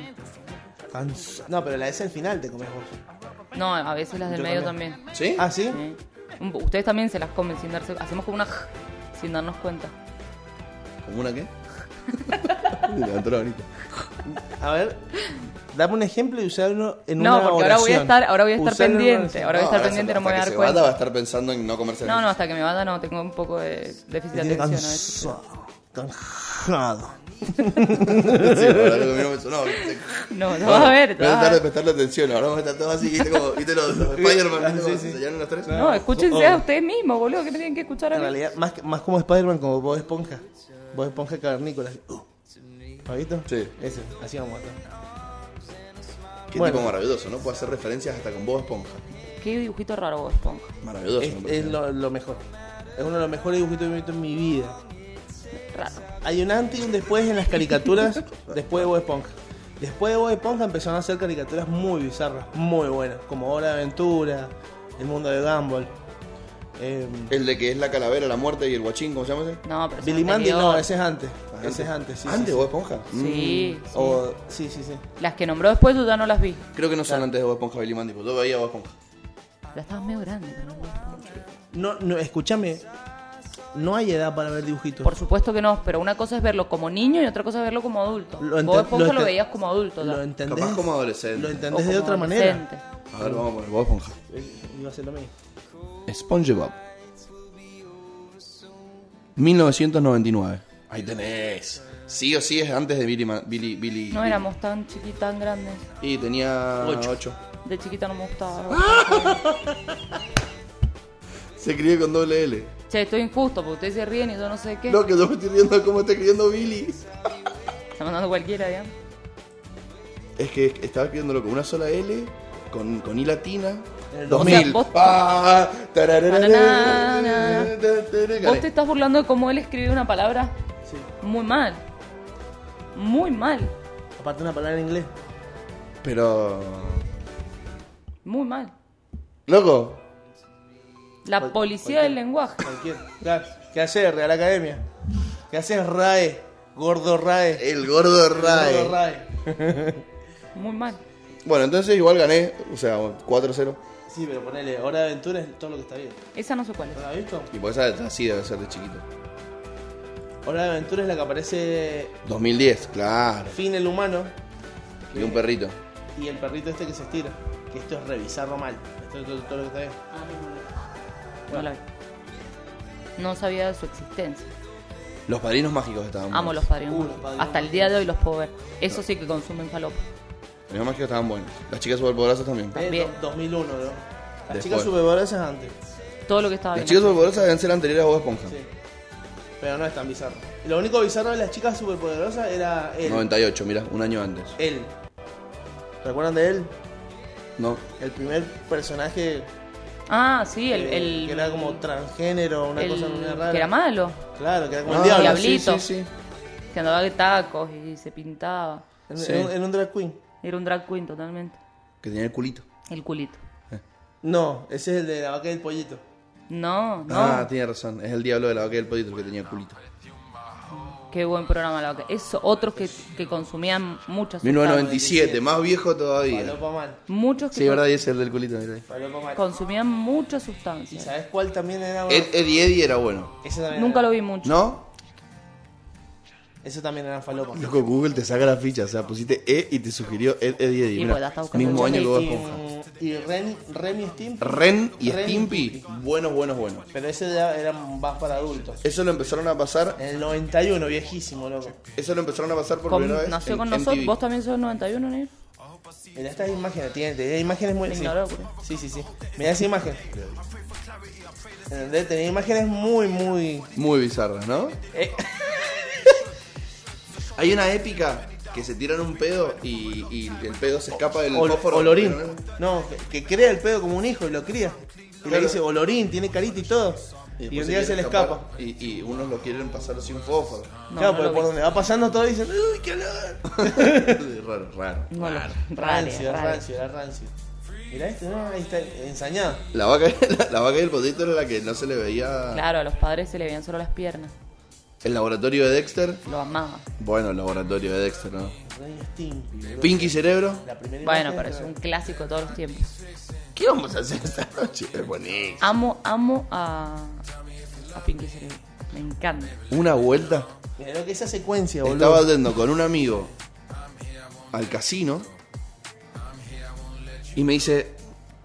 Cansa- No, pero la S al final te comes vos. No, a veces las del Yo medio también. también. ¿Sí? ¿Ah, sí? Sí. Un- Ustedes también se las comen sin darse Hacemos como una j- sin darnos cuenta. ¿Como una qué? Levantó la manito. A ver. Dame un ejemplo y usarlo en No, una porque ahora voy oración. a estar, ahora voy a estar Usarlo en una pendiente. oración. Ahora voy a estar pendiente, hasta no me voy a que dar se vaya va a cuenta. estar pensando en no comerse la No, no, leche. hasta que me vada no, tengo un poco de déficit de Me tiene atención. a veces. cansado. Canjado. Sí, la verdad que a mí no me sonó. No, no vas a ver. te Voy a vas a tratar de ver. prestarle atención. Ahora vamos a estar todos así, viste como, viste los, los Spider-Man, Sí, ¿viste? sí. Sí, sí. los tres? No, escúchense a Oh. ustedes mismos, boludo, que me tienen que escuchar a En mí. realidad, más, que- más como Spider-Man, como Bob Esponja. Bob Esponja cavernícola. Uh. ¿Lo has visto? Sí. Ese, así vamos a estar. Qué Bueno. tipo maravilloso, ¿no? Puede hacer referencias hasta con Bob Esponja. Qué dibujito raro vos, Esponja. Maravilloso. Es, me es parece. lo, lo mejor. Es uno de los mejores dibujitos que he visto en mi vida. Raro. Hay un antes y un después en las caricaturas después de Bob Esponja. Después de Bob Esponja empezaron a hacer caricaturas muy bizarras, muy buenas, como Hora de Aventura, El Mundo de Gumball. eh, El de que es la calavera, la muerte y el guachín, ¿cómo se llama ese? No, pero. es Billy Mandy, anterior. no, ese es antes. Ah, Ese es antes, sí. ¿Antes sí, de Bob Esponja? Mm. Sí, sí. sí. O- sí, sí, sí. Las que nombró después yo ya no las vi. Creo que no son antes de Bob Esponja Billy Mandy, porque yo veía Bob Esponja. Ya estabas medio grande. pero no me acuerdo mucho. No, no, escúchame. No hay edad para ver dibujitos. Por supuesto que no, pero una cosa es verlo como niño y otra cosa es verlo como adulto. Lo ente- Bob Esponja lo lo, ente- veías como adulto. ya. Lo entendés. Capaz como Lo adolescente. entendés O de como otra manera. adolescente. A ver, vamos a poner Bob Esponja. Eh, Iba a ser lo mismo. SpongeBob. 1999. Ahí tenés. Sí o sí es antes de Billy. Man- Billy, Billy No éramos tan chiquitas, tan grandes. Y tenía Ocho. 8. De chiquita no me gustaba. ¡Ah! Se crió con doble L. Che, estoy injusto porque ustedes se ríen y yo no sé qué. No, que yo me estoy riendo de cómo está escribiendo Billy. Está mandando cualquiera, digamos. Es que estaba escribiéndolo con una sola L, con, con I latina. En el 2000. O sea, vos- Ah, tararara, Na, na, na, na. tararara. Vos te estás burlando de cómo él escribió una palabra Sí. muy mal. Muy mal. Aparte una palabra en inglés. Pero. Muy mal. Loco, La policía del lenguaje. Cualquier. Claro. ¿Qué haces, Real Academia? ¿Qué haces, RAE? Gordo RAE. el gordo Ray. Gordo Eh, RAE. Muy mal. Bueno, entonces igual gané, o sea, 4-0. Sí, pero ponele, Hora de Aventura es todo lo que está bien. Esa no sé cuál ¿No es. la has visto? Y por esa así debe ser de chiquito. Hora de Aventura es la que aparece 2010, claro. Finn el humano Y un perrito. y el perrito este que se estira. Que esto es revisarlo mal. Esto es todo, todo lo que está bien. No la vi. No sabía de su existencia. Los padrinos mágicos estaban Amo los buenos. padrinos. Uh, los padrinos. Hasta el día de hoy los puedo ver. Eso sí que consumen falopa. Los padrinos mágicos estaban buenos. Las chicas superpoderosas también. Eh, Bien. do- 2001, ¿no? Las Después. chicas superpoderosas antes. Todo lo que estaba Las bien. chicas superpoderosas deben ser anteriores a Bob Esponja. Sí. Pero no es tan bizarro. Lo único bizarro de las chicas superpoderosas era él. 98, mira, un año antes. Él. ¿Recuerdan de él? No. El primer personaje Ah, sí, el. que- el Eh, que era como transgénero, una el- cosa muy rara. Que era malo. Claro, que era como Ah, el diablo. diablo. diablito. Sí, sí, sí. Que andaba de tacos y se pintaba. En, Sí. en un- en un drag queen. Era un drag queen totalmente. Que tenía el culito. El culito. No, ese es el de la vaca y el pollito. No, no. Ah, tiene razón. Es el diablo de la vaca y el pollito el que tenía el culito. Qué buen programa. La Vaca. Eso, otros que, que consumían muchas 1997, más viejo todavía. Palopa mal. Muchos que Sí, verdad, y es el del culito. mirá ahí. Palopa mal. consumían muchas ¿Y sustancias. sabes cuál también era? Ed, Eddie Eddie era bueno. Ese también Nunca era- lo vi mucho. ¿No? Ese también era falopa. Loco, Google te saca la ficha. O sea, pusiste E y te sugirió Ed, Eddie Eddie. Y mirá. bueno, está buscando mismo mucho año que vos Y, Esponja. y Ren, Remy Steam. Ren y Ren y Stimpy, buenos, buenos, buenos. Pero ese ya era más para adultos. Eso lo empezaron a pasar, En el 91, viejísimo, loco. eso lo empezaron a pasar por Con- primera vez. nació en con nosotros. MTV. Vos también sos 91, Nir. Mira estas imágenes, tiene, tenía imágenes muy... Me Sí. ignoró, pues. boludo. sí, sí, sí. Mira esa imagen. ¿Entendés? Tenía imágenes muy, muy... Muy bizarras, ¿no? Eh. Hay una épica que se tiran un pedo y, y el pedo se escapa del Ol- fósforo. olorín. pero no- No, que, que crea el pedo como un hijo y lo cría. Y le Claro. dice Olorín, tiene carita y todo. después Y, un día se quieren le escapar escapa. Y, y unos lo quieren pasar sin fósforo. No, claro, no pero lo por vi. donde va pasando todo "Eh, dicen, ¡Uy, qué olor! raro, raro. No Ah, lo- Rare, rancio, era rare. rancio, era rancio. Mirá este, no, ahí está ensañado. La vaca, la, vaca y el potito era la que no se le veía. Claro, a los padres se le veían solo las piernas. El laboratorio de Dexter. Lo amaba. Bueno, el laboratorio de Dexter, ¿no? Rey Stimpy, boludo. Pinky Cerebro. La primera Bueno, imagen pero era- es un clásico de todos los tiempos. ¿Qué vamos a hacer esta noche? Es buenísimo. Amo, amo a, a Pinky Cerebro. Me encanta. Una vuelta. Mirá lo que esa secuencia, boludo. Estaba yendo con un amigo al casino y me dice,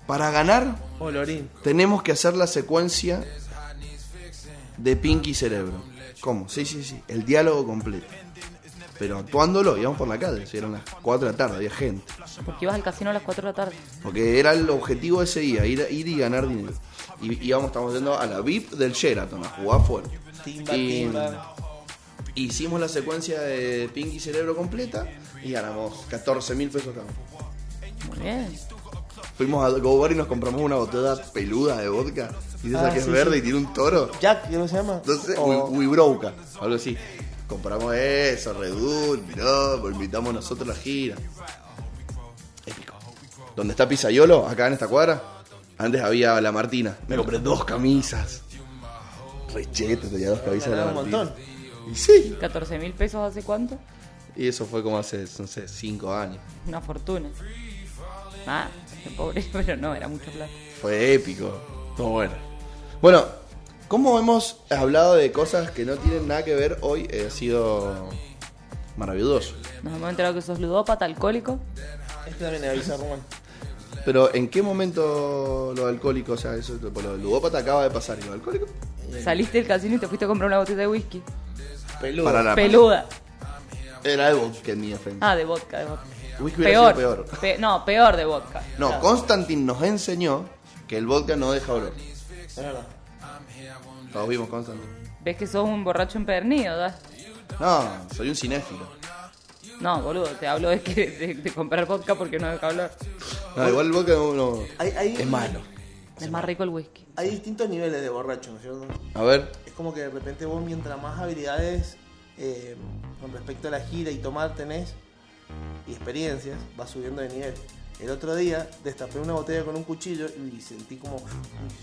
para ganar Olorín. tenemos que hacer la secuencia de Pinky Cerebro. ¿Cómo? Sí, sí, sí. El diálogo completo. Pero actuándolo, íbamos por la calle, si eran las 4 de la tarde, había gente. Porque ibas al casino a las 4 de la tarde. Porque era el objetivo de ese día, ir, ir y ganar dinero. Y íbamos, estábamos yendo a la VIP del Sheraton, a jugar fuerte. Timba, Y- timba. Hicimos la secuencia de Pinky Cerebro completa y ganamos 14 mil pesos cada uno. Muy bien. Fuimos a Go Bar y nos compramos una botella peluda de vodka. Y de esa Ah, que es sí, verde sí. y tiene un toro. Jack, ¿qué no se llama? Entonces, O- we, we broke, algo así. Compramos eso, Redul, miró, pues, invitamos nosotros a la gira. Épico. ¿Dónde está Pisayolo? Acá en esta cuadra. Antes había La Martina. Me compré dos camisas. Rechete, tenía dos camisas de La Ganaba un Martina. Y sí. 14 mil pesos hace cuánto? Y eso fue como hace, no sé, cinco años. Una fortuna. Ah, qué pobre, pero no, era mucho plata. Fue épico. Todo bueno. Bueno, como hemos hablado de cosas que no tienen nada que ver hoy, eh, ha sido maravilloso. Nos hemos enterado que sos ludópata, alcohólico. Este también era Bizarroman. Pero ¿en qué momento lo alcohólico, o sea, eso, tipo, lo ludópata acaba de pasar y lo alcohólico? Saliste del casino y te fuiste a comprar una botella de whisky. Peludo. Para la- Peluda. Era de vodka en mi defensa. Ah, de vodka, de vodka. Whisky hubiera Peor. sido peor. Pe- no, peor de vodka. No, Constantin nos enseñó que el vodka no deja olor. Es verdad. Todos vimos Constantin. Ves que sos un borracho empedernido, ¿verdad? No, soy un cinéfilo. No, boludo, te hablo de, que, de, de comprar vodka porque no deja hablar. No, igual el vodka no, no- Hay- hay- es malo. Es más rico el whisky. Hay distintos niveles de borracho, ¿no es cierto? A ver, Es como que de repente vos mientras más habilidades eh, con respecto a la gira y tomar tenés y experiencias, vas subiendo de nivel. El otro día destapé una botella con un cuchillo y sentí como uy,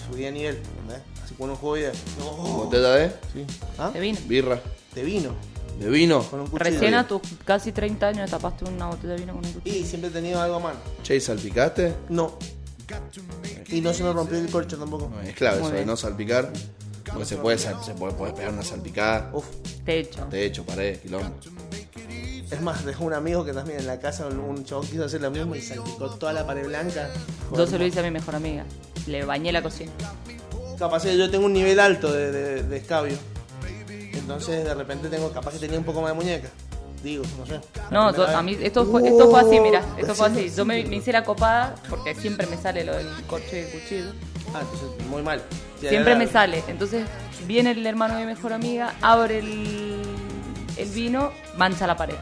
subí de nivel, ¿entendés? Así como en un juego de video. ¡No! botella de Sí. ¿Ah? Te vino. birra, De vino, de vino. con un cuchillo. Recién a tus casi 30 años tapaste una botella de vino con un cuchillo. Y siempre he tenido algo a mano. Che, ¿y ¿salpicaste? No. Y no se me rompió el corcho tampoco. No, es clave Muy eso de bien. no salpicar. Porque se puede, sal- se puede, puedes pegar una salpicada. Uf, Techo. Techo, pared, quilombo. es más, dejó un amigo que también en la casa, un chabón quiso hacer lo mismo y salpicó toda la pared blanca. Yo se lo hice a mi mejor amiga. Le bañé la cocina. Capaz que yo tengo un nivel alto de, de- de escabio. Entonces de repente tengo, capaz que tenía un poco más de muñeca. Digo, no sé. La No, yo- primera a mí vez. esto fue, esto fue así, mira, Oh, esto fue sí, así. Yo me, sí. me hice la copada porque siempre me sale lo del corcho y el cuchillo. Ah, entonces muy mal. Sí, Siempre era- me sale. Entonces viene el hermano de mi mejor amiga, abre el, el vino, mancha la pared.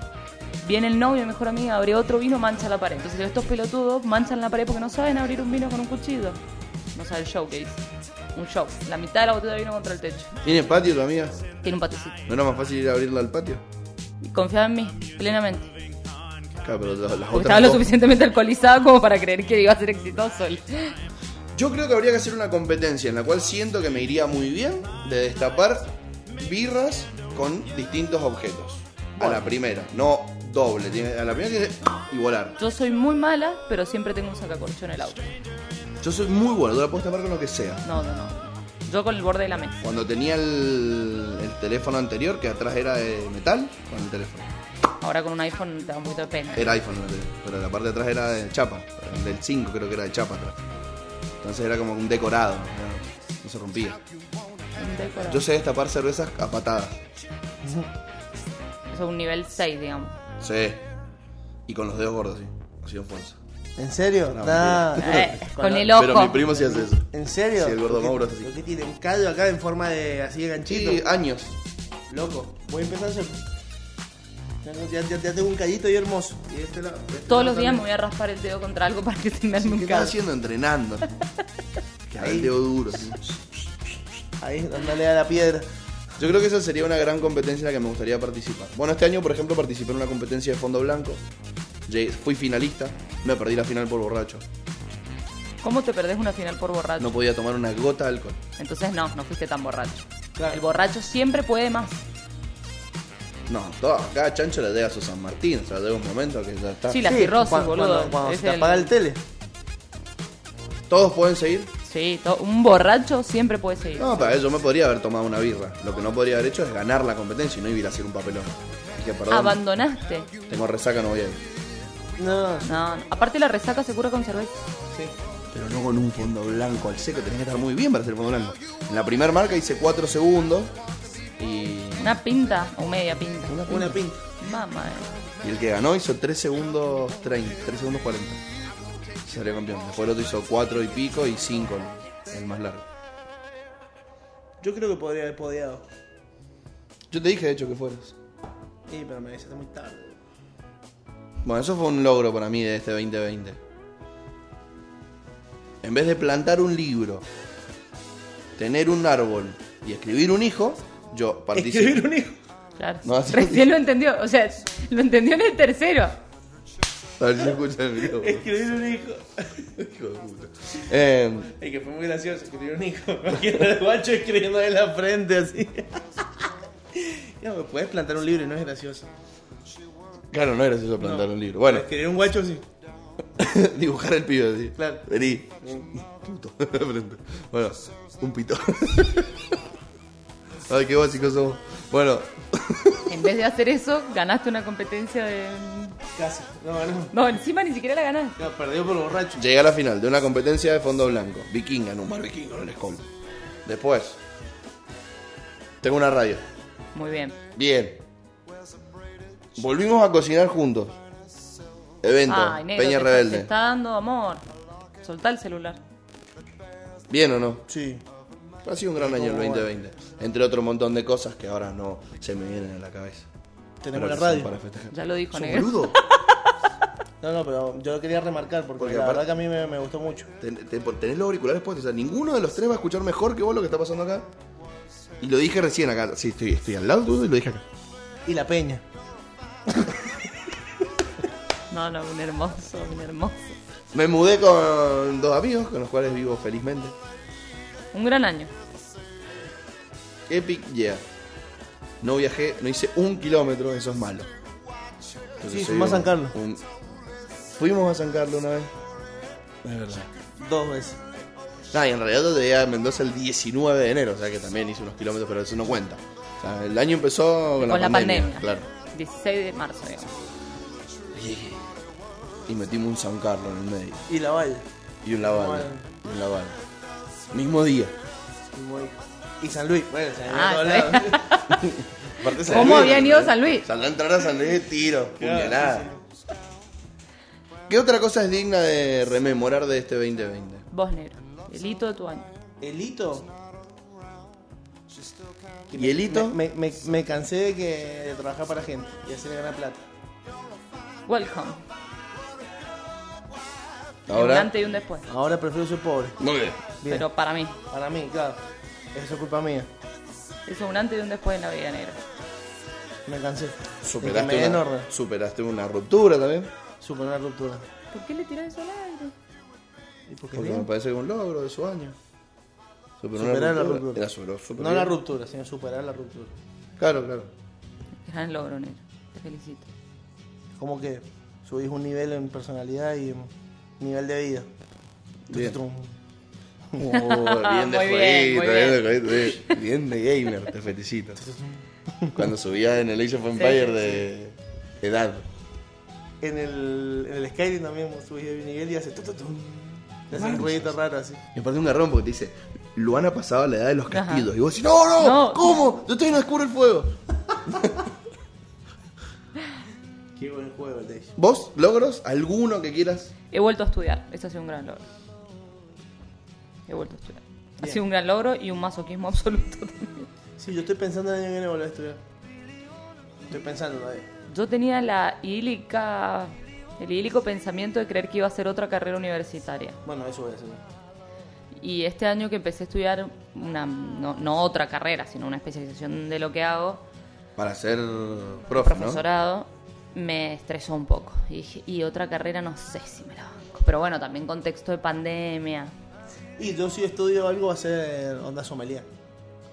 Viene el novio de mi mejor amiga, abre otro vino, mancha la pared. Entonces estos pelotudos manchan la pared porque no saben abrir un vino con un cuchillo. No sabe el show que hice. Un show. La mitad de la botella vino contra el techo. ¿Tiene patio tu amiga? Tiene un patecito. ¿No era más fácil ir a abrirla al patio? Y confiaba en mí, plenamente. Claro, pero las, las Porque otras estaba lo dos. suficientemente alcoholizada como para creer que iba a ser exitoso. el- Yo creo que habría que hacer una competencia en la cual siento que me iría muy bien de destapar birras con distintos objetos. A la primera, no doble. tiene- A la primera tiene que- y volar. Yo soy muy mala, pero siempre tengo un sacacorcho en el auto. Yo soy muy bueno, la puedo destapar con lo que sea. No, no, no. Yo con el borde de la mesa. Cuando tenía el, el teléfono anterior, que atrás era de metal, con el teléfono. Ahora con un iPhone te da un poquito de pena. Era iPhone, el teléfono, pero la parte de atrás era de chapa. El del 5 creo que era de chapa atrás. Entonces era como un decorado, no, no se rompía. Un decorado. Yo sé destapar cervezas a patadas. Eso es un nivel 6, digamos. Sí. Y con los dedos gordos, sí. Así con fuerza. ¿En serio? No, Nah. Eh, con, el la- ojo. Pero mi primo sí hace eso. ¿En serio? Sí, el gordo ¿Lo que- Mauro es así. lo que tiene un caldo acá en forma de así de ganchito. Sí, años. Loco, voy a empezar a hacer. Ya, no- ya- ya- ya tengo un callito ahí hermoso. Y de este lado- de este Todos lado los días me voy también. a raspar el dedo contra algo para que se me ¿Qué arme un estás callo. haciendo? Entrenando. que haga el dedo duro. sí. Ahí, donde le da la piedra. Yo creo que esa sería una gran competencia en la que me gustaría participar. Bueno, este año, por ejemplo, participé en una competencia de fondo blanco. Llegué- Fui finalista. Me perdí la final por borracho. ¿Cómo te perdés una final por borracho? No podía tomar una gota de alcohol. Entonces no, no fuiste tan borracho. Claro. El borracho siempre puede más. No, todo, cada chancho le debe a su San Martín. O sea, llega un momento que ya está. Sí, la cirrosis, cuan- boludo. Cuando, cuando Es se te apaga el tele. ¿Todos pueden seguir? Sí, to- un borracho siempre puede seguir. No, para eso yo me podría haber tomado una birra. Lo que no podría haber hecho es ganar la competencia y no ir a hacer un papelón. Dije, perdón, Abandonaste. tengo resaca, no voy a ir. No, sí. No, no. aparte la resaca se cura con cerveza. Pero no con un fondo blanco al seco, tenés que estar muy bien para hacer fondo blanco. En la primera marca hice 4 segundos y, Una pinta o media pinta. Una pinta. Mamá. eh. y el que ganó hizo 3 segundos 30, 3 segundos 40. Y Salió campeón. Después el otro hizo 4 y pico y 5, el más largo. Yo creo que podría haber podiado. Yo te dije, de hecho, que fueras. Sí, pero me decía, está muy tarde. Bueno, eso fue un logro para mí de este 2020. En vez de plantar un libro, tener un árbol y escribir un hijo, yo participo. Escribir un hijo. Claro. No, así- Recién lo entendió. O sea, lo entendió en el tercero. A ver si escucha el video. boludo. Escribir un hijo. Hijo de puta. Eh, Ay, que fue muy gracioso escribir un hijo. Imagínate el guacho escribiendo en la frente así. Ya, me puedes plantar un libro y no es gracioso. claro, no era eso plantar No. un libro. Bueno, Escribir un guacho así. dibujar el pibe así. Claro. Vení. Puto. de frente. Bueno, un pito. Ay, qué básicos somos. Bueno, En vez de hacer eso, ganaste una competencia de. Casi. No, no. No, encima ni siquiera la ganaste. No, perdió por borracho. Llegué a la final de una competencia de fondo blanco. Vikinga, no, un bar vikingo, no les compro. Después, tengo una radio. Muy bien. Bien. Volvimos a cocinar juntos. Evento, Ay, negro, Peña Ah, te- Rebelde. Te está dando amor. Soltá el celular. Bien o no. Sí. Ha sido un gran año el Muy bueno. 2020. Entre otro montón de cosas que ahora no se me vienen a la cabeza. Pero Tenemos la que son radio. Para festejar. Ya lo dijo, ¿Sos negro. boludo? No, no, pero yo lo quería remarcar porque, Porque la aparte- verdad que a mí me, me gustó mucho. Ten- ten- tenés los auriculares puestos. O sea, ninguno de los tres va a escuchar mejor que vos lo que está pasando acá. Y lo dije recién acá. Sí, estoy, estoy al lado tuyo y lo dije acá. Y la peña. No, no, un hermoso, un hermoso. Me mudé con dos amigos con los cuales vivo felizmente. Un gran año. Epic, yeah. No viajé, no hice un kilómetro, eso es malo. Entonces Sí, soy fuimos a un- San Carlos. un- Fuimos a San Carlos una vez. Dos veces. Nah, y en realidad yo llegué a Mendoza el 19 de enero, o sea que también hice unos kilómetros, pero eso no cuenta. O sea, el año empezó con, Con la, la pandemia, pandemia. Claro. 16 de marzo, digamos. Y metimos un San Carlos en el medio. Y la valla. Y un Laval. Bueno. Y un Laval. Mismo día. Y muy- Y San Luis. Bueno, San Luis. Ah, a todos sí. lados. Aparte, ¿Cómo habían ido a San Luis? Saldrá a entrar a San Luis de tiro, Claro, puñalada. ¿Qué otra cosa es digna de rememorar de este 2020? Vos, negro. El hito de tu año. El hito. Que ¿Y me- el hito? Me, me- me- me cansé de, que, de trabajar para gente y hacerle ganar plata. Welcome. Un Ahora- antes y un después. Ahora prefiero ser pobre. Muy bien. Bien. Pero para mí, Para mí, claro. Eso es culpa mía. hizo un antes y un después en la vida negra. Me cansé. De que me Superaste den una, orden. superaste una ruptura también. Superar la ruptura. ¿Por qué le tirás eso al aire? ¿Y por qué Porque me bien? parece que es un logro de su año. Superó una Superar la ruptura. ruptura. La superó, superó. No la ruptura, sino superar la ruptura. Claro, claro. Gran logro, negro. Te felicito. Como que subís un nivel en personalidad y en nivel de vida. Bien. Tum, Oh, bien de Muy jueguito, bien, muy bien de jueguito, bien- bien de gamer, te felicito. Cuando subías en el Age of Empires de edad. tum. En el, en el Skyrim también subís de nivel y hace tu, tu, tum. Te hace un ruidito raro así. Me parece un garrón porque te dice, lo han pasado a la edad de los castigos. Y vos decís, no, no, No. ¿cómo? Yo todavía no descubro el fuego. Qué buen juego el Daisy. ¿Vos, logros? ¿Alguno que quieras? He vuelto a estudiar, eso ha sido un gran logro. He vuelto a estudiar. Ha sido un gran logro y un masoquismo absoluto también. Sí, yo estoy pensando el año que viene volver a estudiar. Estoy pensando todavía. Yo tenía la idílica, el idílico pensamiento de creer que iba a hacer otra carrera universitaria. Bueno, eso voy a hacer. Y este año que empecé a estudiar, una, no, no otra carrera, sino una especialización de lo que hago, Para ser profe, profesorado, me estresó un poco. Y dije, y otra carrera no sé si me la banco. Pero bueno, también contexto de pandemia. Y yo si estudio algo va a ser onda sommelier.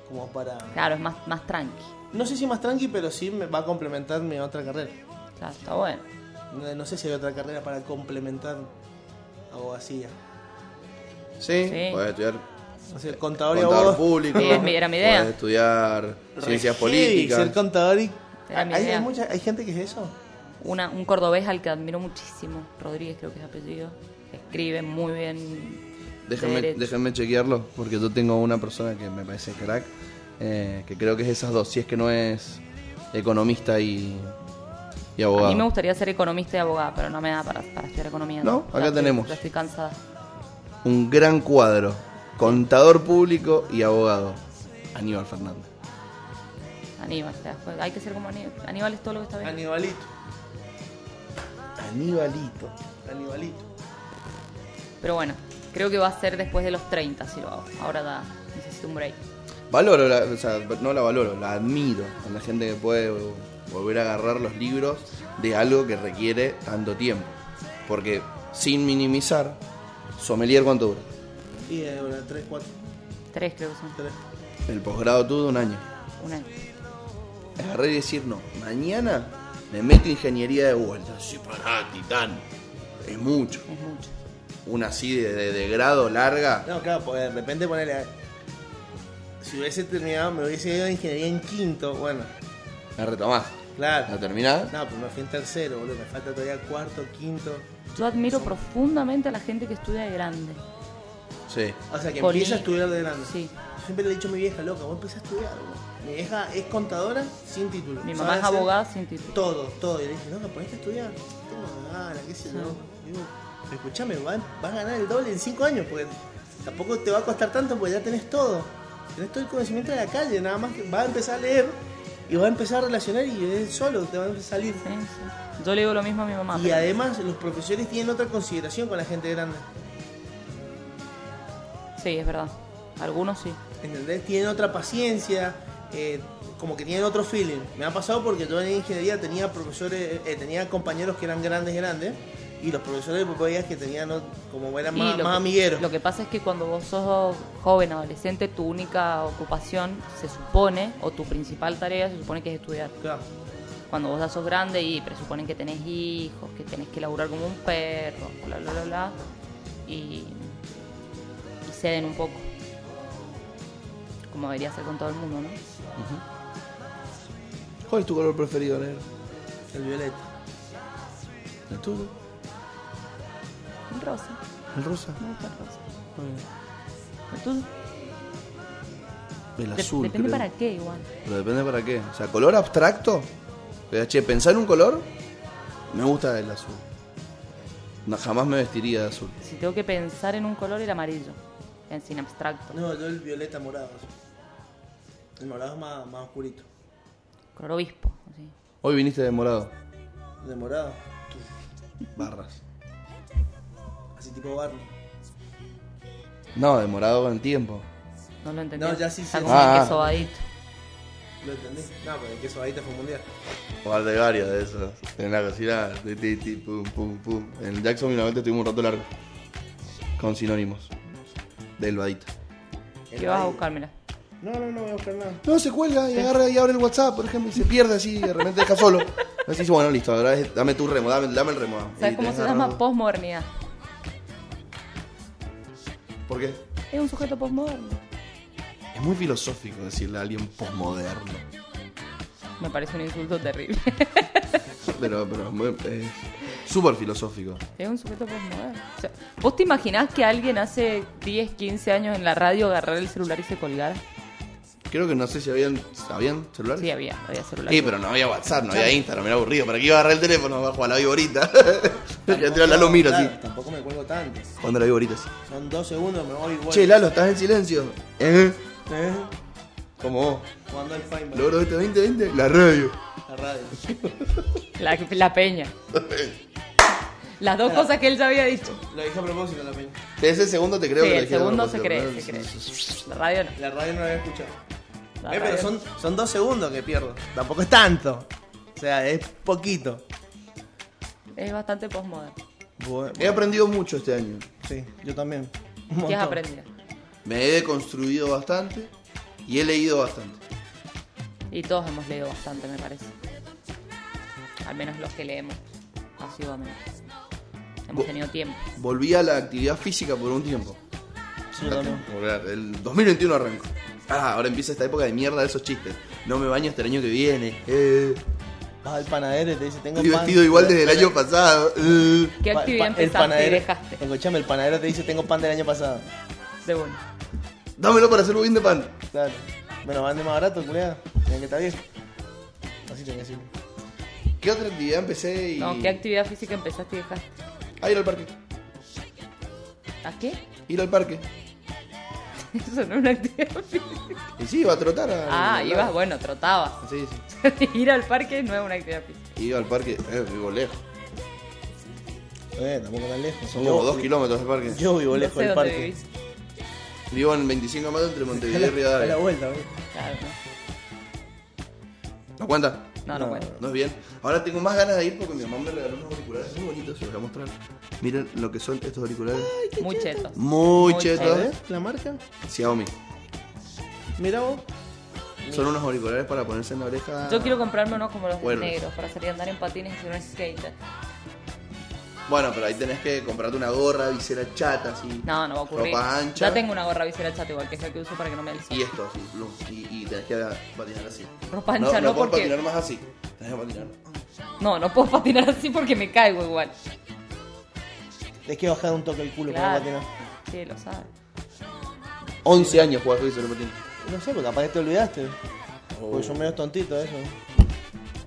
Como para... Claro, es más, más tranqui. No sé si más tranqui, pero sí me va a complementar mi otra carrera. Claro, está bueno. No, no sé si hay otra carrera para complementar abogacía. ¿no? Sí, Sí. podés estudiar O sea, contador y contador abogado. público. Sí, es mi- era mi idea. Podés estudiar ciencias Re heavy, políticas. Ser contador y... Era mi Hay, idea. hay mucha- hay gente que es eso. Una, un cordobés al que admiro muchísimo, Rodríguez creo que es apellido. Escribe muy bien. Déjenme, derecho. déjenme chequearlo, porque yo tengo una persona que me parece crack, eh, que creo que es esas dos, si es que no es economista y, y abogado. A mí me gustaría ser economista y abogada, pero no me da para, para estudiar economía. No, acá Ya estoy- tenemos. ya estoy cansada. Un gran cuadro, contador público y abogado, Aníbal Fernández. Aníbal, te das cuenta. Hay que ser como Aníbal. Aníbal es todo lo que está bien. Anibalito. Aníbalito. Anibalito. Pero bueno, creo que va a ser después de los 30 si lo hago. Ahora da, necesito un break. Valoro, la- o sea, no la valoro, la admiro a la gente que puede volver a agarrar los libros de algo que requiere tanto tiempo. Porque sin minimizar, sommelier cuánto dura. Y eh, ahora 3, 4, Tres creo que son. 3. El posgrado tuvo un año. Un año. agarrar y decir, no, mañana me meto ingeniería de vuelta. Sí, pará, titán. Es mucho. Es mucho. Una así de, de- de grado larga. No, claro, porque de repente ponerle a... Si hubiese terminado, me hubiese ido a ingeniería en quinto, bueno, La retomás. claro. La terminás. No, pero me fui en tercero, boludo. Me falta todavía cuarto, quinto. Yo admiro profundamente a la gente que estudia de grande. Sí. O sea, que Poli- empieza a estudiar de grande. Sí. Yo Siempre le he dicho a mi vieja, loca, vos empezás a estudiar, boludo. Mi vieja es contadora sin título. Mi Sabe mamá es hacer abogada sin título. Todo, todo. Y le dije, no, ponete a estudiar. Tengo ganas, qué sé yo. Digo, escuchame, vas a ganar el doble en cinco años, porque tampoco te va a costar tanto porque ya tenés todo. Tenés todo el conocimiento de la calle, nada más que vas a empezar a leer y vas a empezar a relacionar y él solo te va a salir. Sí, sí. Yo le digo lo mismo a mi mamá. Y además los profesores tienen otra consideración con la gente grande. Sí, es verdad. Algunos sí. ¿Entendés? Tienen otra paciencia, eh, como que tienen otro feeling. Me ha pasado porque yo en ingeniería tenía profesores, eh, tenía compañeros que eran grandes, grandes, y los profesores pues, veías que tenían, o- como eran Y más, lo más que- amigueros. Lo que pasa es que cuando vos sos joven, adolescente, tu única ocupación se supone, o tu principal tarea se supone que es estudiar. Claro. Cuando vos ya sos grande y presuponen que tenés hijos, que tenés que laburar como un perro, bla, bla, bla, bla, y, y ceden un poco. Como debería ser con todo el mundo, ¿no? ¿Cuál es tu color preferido, negro? El violeta. ¿El tuyo? El rosa, ¿El rosa? me gusta el rosa. ¿El tuyo? El De- azul, depende creo. para qué igual. Pero depende para qué. O sea, color abstracto. O sea, che, pensar en un color, me gusta el azul. No, jamás me vestiría de azul. Si tengo que pensar en un color, el amarillo, en sin abstracto. No, yo el violeta morado. El morado es más, más oscurito. Color obispo, así. Hoy viniste de morado. El de morado. Barras. Así tipo Barney. No, demorado con el tiempo. No lo entendí. No, ya sí, sí. Está como Ah, el ah. queso badito. ¿Lo entendés? No, porque el queso badita fue un mundial. O de varios de esos. En la cocina, ti, ti, ti, pum, pum, pum. En Jackson finalmente tuvimos un rato largo. Con sinónimos. Del vadito. Ah. ¿Qué vas a buscar, mira? No, no, no voy a buscar nada. No, se cuelga y agarra y abre el WhatsApp, por ejemplo, y se pierde así y de repente deja solo. Así dice, bueno, listo, ahora es- dame tu remo, dame, dame el remo. ¿Sabes Y cómo tenés se que llama? agarrar- Postmodernidad. ¿Por qué? Es un sujeto postmoderno. Es muy filosófico decirle a alguien posmoderno. Me parece un insulto terrible. Pero, pero muy- es súper filosófico. es un sujeto postmoderno. O sea, ¿Vos te imaginás que alguien hace 10, 15 años en la radio agarrar el celular y se colgara? Creo que no sé si habían, ¿habían celulares. Sí, había, había celular. Sí, pero no había WhatsApp, no había Instagram, era aburrido. ¿Para qué iba a agarrar el teléfono? Bajo a la viborita. Ya te lo miro así. Claro, Tampoco me cuelgo tanto. Cuando la viborita así. Son dos segundos, me voy y vuelvo. Che, Lalo, ¿estás en silencio? ¿Eh? ¿Eh? Como vos. Jugando al Fine Bar, ¿Logro este 2020? La radio. La radio. La, la peña. Las dos cosas que él ya había dicho. Lo dije a propósito la peña. Ese segundo te creo Sí, que lo el dijiste, segundo ¿no? se cree, se cree. La radio no. La radio no la había escuchado. La Eh, pero radio son, son dos segundos que pierdo. Tampoco es tanto. O sea, es poquito. no. Es bastante postmoderno. Bueno, He aprendido mucho este año. sí, yo también. Un Eh. ¿Qué has montón. aprendido? Me he deconstruido bastante y he leído bastante. Y todos hemos leído bastante, me parece. Al menos los que leemos asiduamente. Hemos Vos- tenido tiempo. Volví a la actividad física por un tiempo. Sí, yo también. Volver, El 2021 arranco. Ah, ahora empieza esta época de mierda de esos chistes. No me baño hasta el año que viene. Eh, Vas al panadero y te dice, tengo estoy pan. vestido igual desde el año pasado. Eh. ¿Qué Pa- actividad pa- el empezaste y panadero- dejaste? Escuchame, el panadero te dice, tengo pan del año pasado. De bueno. Dámelo para hacer budín de pan. Claro. Me lo mandé más barato, culiado. Tienen que estar bien. Así tengo que decirlo. ¿Qué otra actividad empecé y. No, ¿qué actividad física empezaste y dejaste? Ah, ir al parque. ¿A qué? Ir al parque. Eso no es una actividad física. Y sí, iba a trotar. al- Ah, al- ibas, bueno, trotabas. Sí, sí. Ir al parque no es una actividad física. Iba al parque. Eh, vivo lejos. Eh, tampoco tan lejos. Son Yo- como dos kilómetros del parque. Yo vivo No lejos sé del dónde parque. vivís. Vivo en 25 más entre A Montevideo y la, a la Rivadavia. vuelta, güey. Claro, ¿No cuenta? no. No, no, No. cuento. No es bien. Ahora tengo más ganas de ir porque mi mamá me regaló unos auriculares muy bonitos, se los voy a mostrar. Miren lo que son estos auriculares. Muy chetos. Muy Muy A chetos. ver, ¿Eh? la marca. Xiaomi. Mira vos. Son unos auriculares para ponerse en la oreja. Yo quiero comprarme unos como los Cuernos. negros para salir a andar en patines y ser un skater. Bueno, pero ahí tenés que comprarte una gorra, visera chata, así. No, no va a ocurrir. Ropa ancha. Ya tengo una gorra visera chata igual, que es la que uso para que no me dé el sol. Y esto, así. blum, Y, y tenés que patinar así. Ropa ancha, no, no, puedo porque- patinar más así. Tenés que patinar. No, no puedo patinar así porque me caigo igual. Es que bajar un toque el culo Claro. para patinar. Sí, lo sabes. 11 años jugás hoy solo patín. No sé, porque capaz que te olvidaste. Uh. Pues Porque son medio tontitos eso.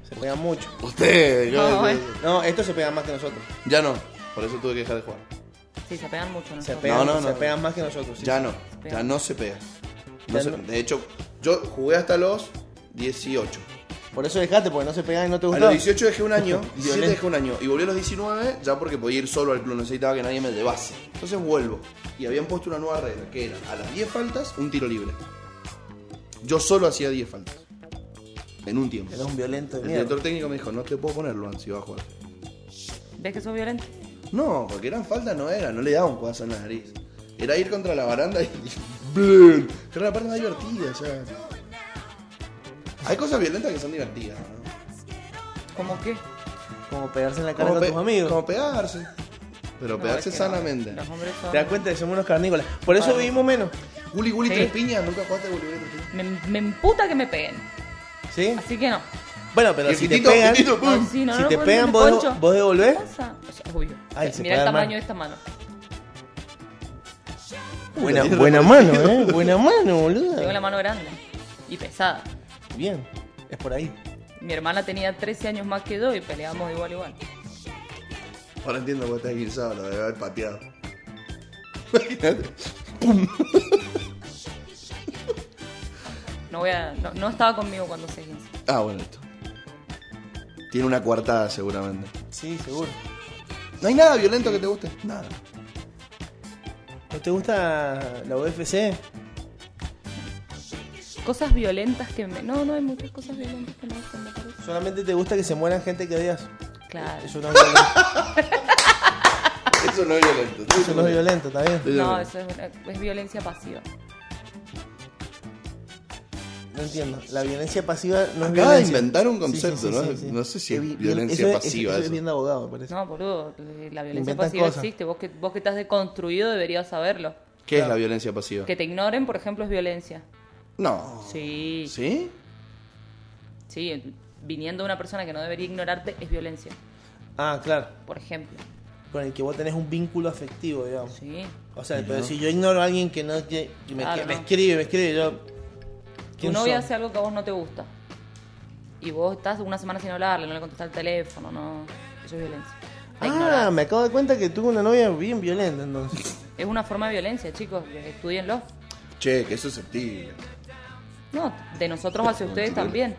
Se pegan mucho. Usted, yo- No, yo- eh. No, estos se pegan más que nosotros. Ya no. Por eso tuve que dejar de jugar. Sí, se pegan mucho, ¿no? Se pegan, no, no. se pegan más que nosotros. sí. Ya no, pega. ya no se pega. No Ya se- no. De hecho, yo jugué hasta los 18. Por eso dejaste, porque no se pegan y no te A gustó. los 18 dejé un año, 17 Violento. dejé un año y volví a los 19 ya porque podía ir solo al club, no necesitaba que nadie me llevase. Entonces vuelvo y habían puesto una nueva regla que era a las 10 faltas un tiro libre. Yo solo hacía 10 faltas en un tiempo. Eres un violento de El mierda. director técnico me dijo, no te puedo poner Luan si vas a jugar. ¿Ves que sos violento? No, porque eran faltas, no era, no le daba un cuazo en la nariz. Era ir contra la baranda y. ¡Blum! Pero era la parte más divertida, o sea. Hay cosas violentas que son divertidas, ¿no? ¿Cómo qué? Como pegarse en la cara con pe- tus amigos. como pegarse. Pero No, pegarse es que no. sanamente. Los hombres son... Te das cuenta que somos unos carnícolas. Por eso vivimos menos. Guli Guli Sí. Tres Piñas, nunca jugaste Guli Guli Tres Piñas. Me, me emputa que me peguen. ¿Sí? Así que no. Bueno, pero Y el si pitito, te pegan. pitito, pum. No, sí, no, si no, te pues, pegan, me vos, poncho. vos ¿Qué devolvés. pasa? O sea, obvio. Ay, se Mira el puede tamaño armar. de esta mano. Buena, Uy, buena re- mano, eh. Buena mano, boludo. Tengo la mano grande y pesada. Bien. Es por ahí. Mi hermana tenía 13 años más que yo y peleábamos igual igual. Ahora entiendo por qué estás guisado, lo debe haber pateado. No voy a... No, no estaba conmigo cuando se hizo. Ah, bueno, esto. Tiene una coartada seguramente. Sí, seguro. No hay nada violento que te guste. Nada. ¿No te gusta la UFC? Cosas violentas que me... No, no hay muchas cosas violentas que me gustan, me parece. Solamente te gusta que se mueran gente que odias. Claro. Eso no es violento, Eso no es violento. eso no es violento está bien. No, eso es, una- es violencia pasiva. No entiendo. La violencia pasiva no es Acaba de violencia. inventar un concepto, ¿no? No sé si es Qué Eh, vi- violencia eso es- pasiva Eso, es eso. bien de abogado, me parece. No, boludo, eh, la violencia Inventan pasiva cosas. existe. Vos que, vos que estás deconstruido deberías saberlo. ¿Qué es la violencia pasiva? Que te ignoren, por ejemplo, es violencia. No. Sí, sí, ¿Sí? Viniendo una persona que no debería ignorarte es violencia, Ah, claro. por ejemplo. Con el que vos tenés un vínculo afectivo, digamos. Sí. O sea, pero si yo ignoro a alguien que no que que me, Claro, que me no. escribe, me escribe, yo. Tu ¿quién novia sos? hace algo que a vos no te gusta. Y vos estás una semana sin hablarle, no le contestás el teléfono, no. Eso es violencia. Ah, La ignorancia. me acabo de dar cuenta que tuve una novia bien violenta entonces. Es una forma de violencia, chicos. Estudienlo. Che, que es susceptible. No, de nosotros hacia ustedes también.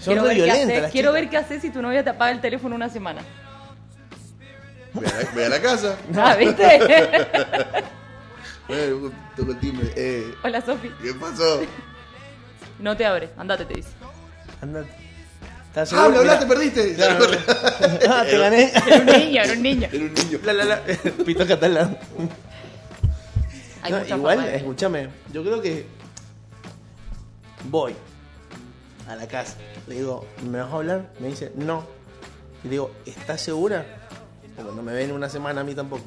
Son Quiero re ver, qué violentas haces, las quiero chicas. ver qué haces si tu novia te apaga el teléfono una semana. Ve a la, ve a la casa. Ah, ¿viste? Eh, toco el timbre. Eh, Hola, Sofi. ¿Qué pasó? No te abres, andate, te dice. Andate. ¿Estás Ah, me seguro? hablaste, Mira. perdiste. Ah, te gané. Era un niño, era un niño. Era un niño. La, la, la. Pito catalán. Hay No, mucha igual, forma de- escúchame, yo creo que voy a la casa, le digo, ¿me vas a hablar? Me dice, no. Y le digo, ¿estás segura? Porque no me ven una semana a mí tampoco.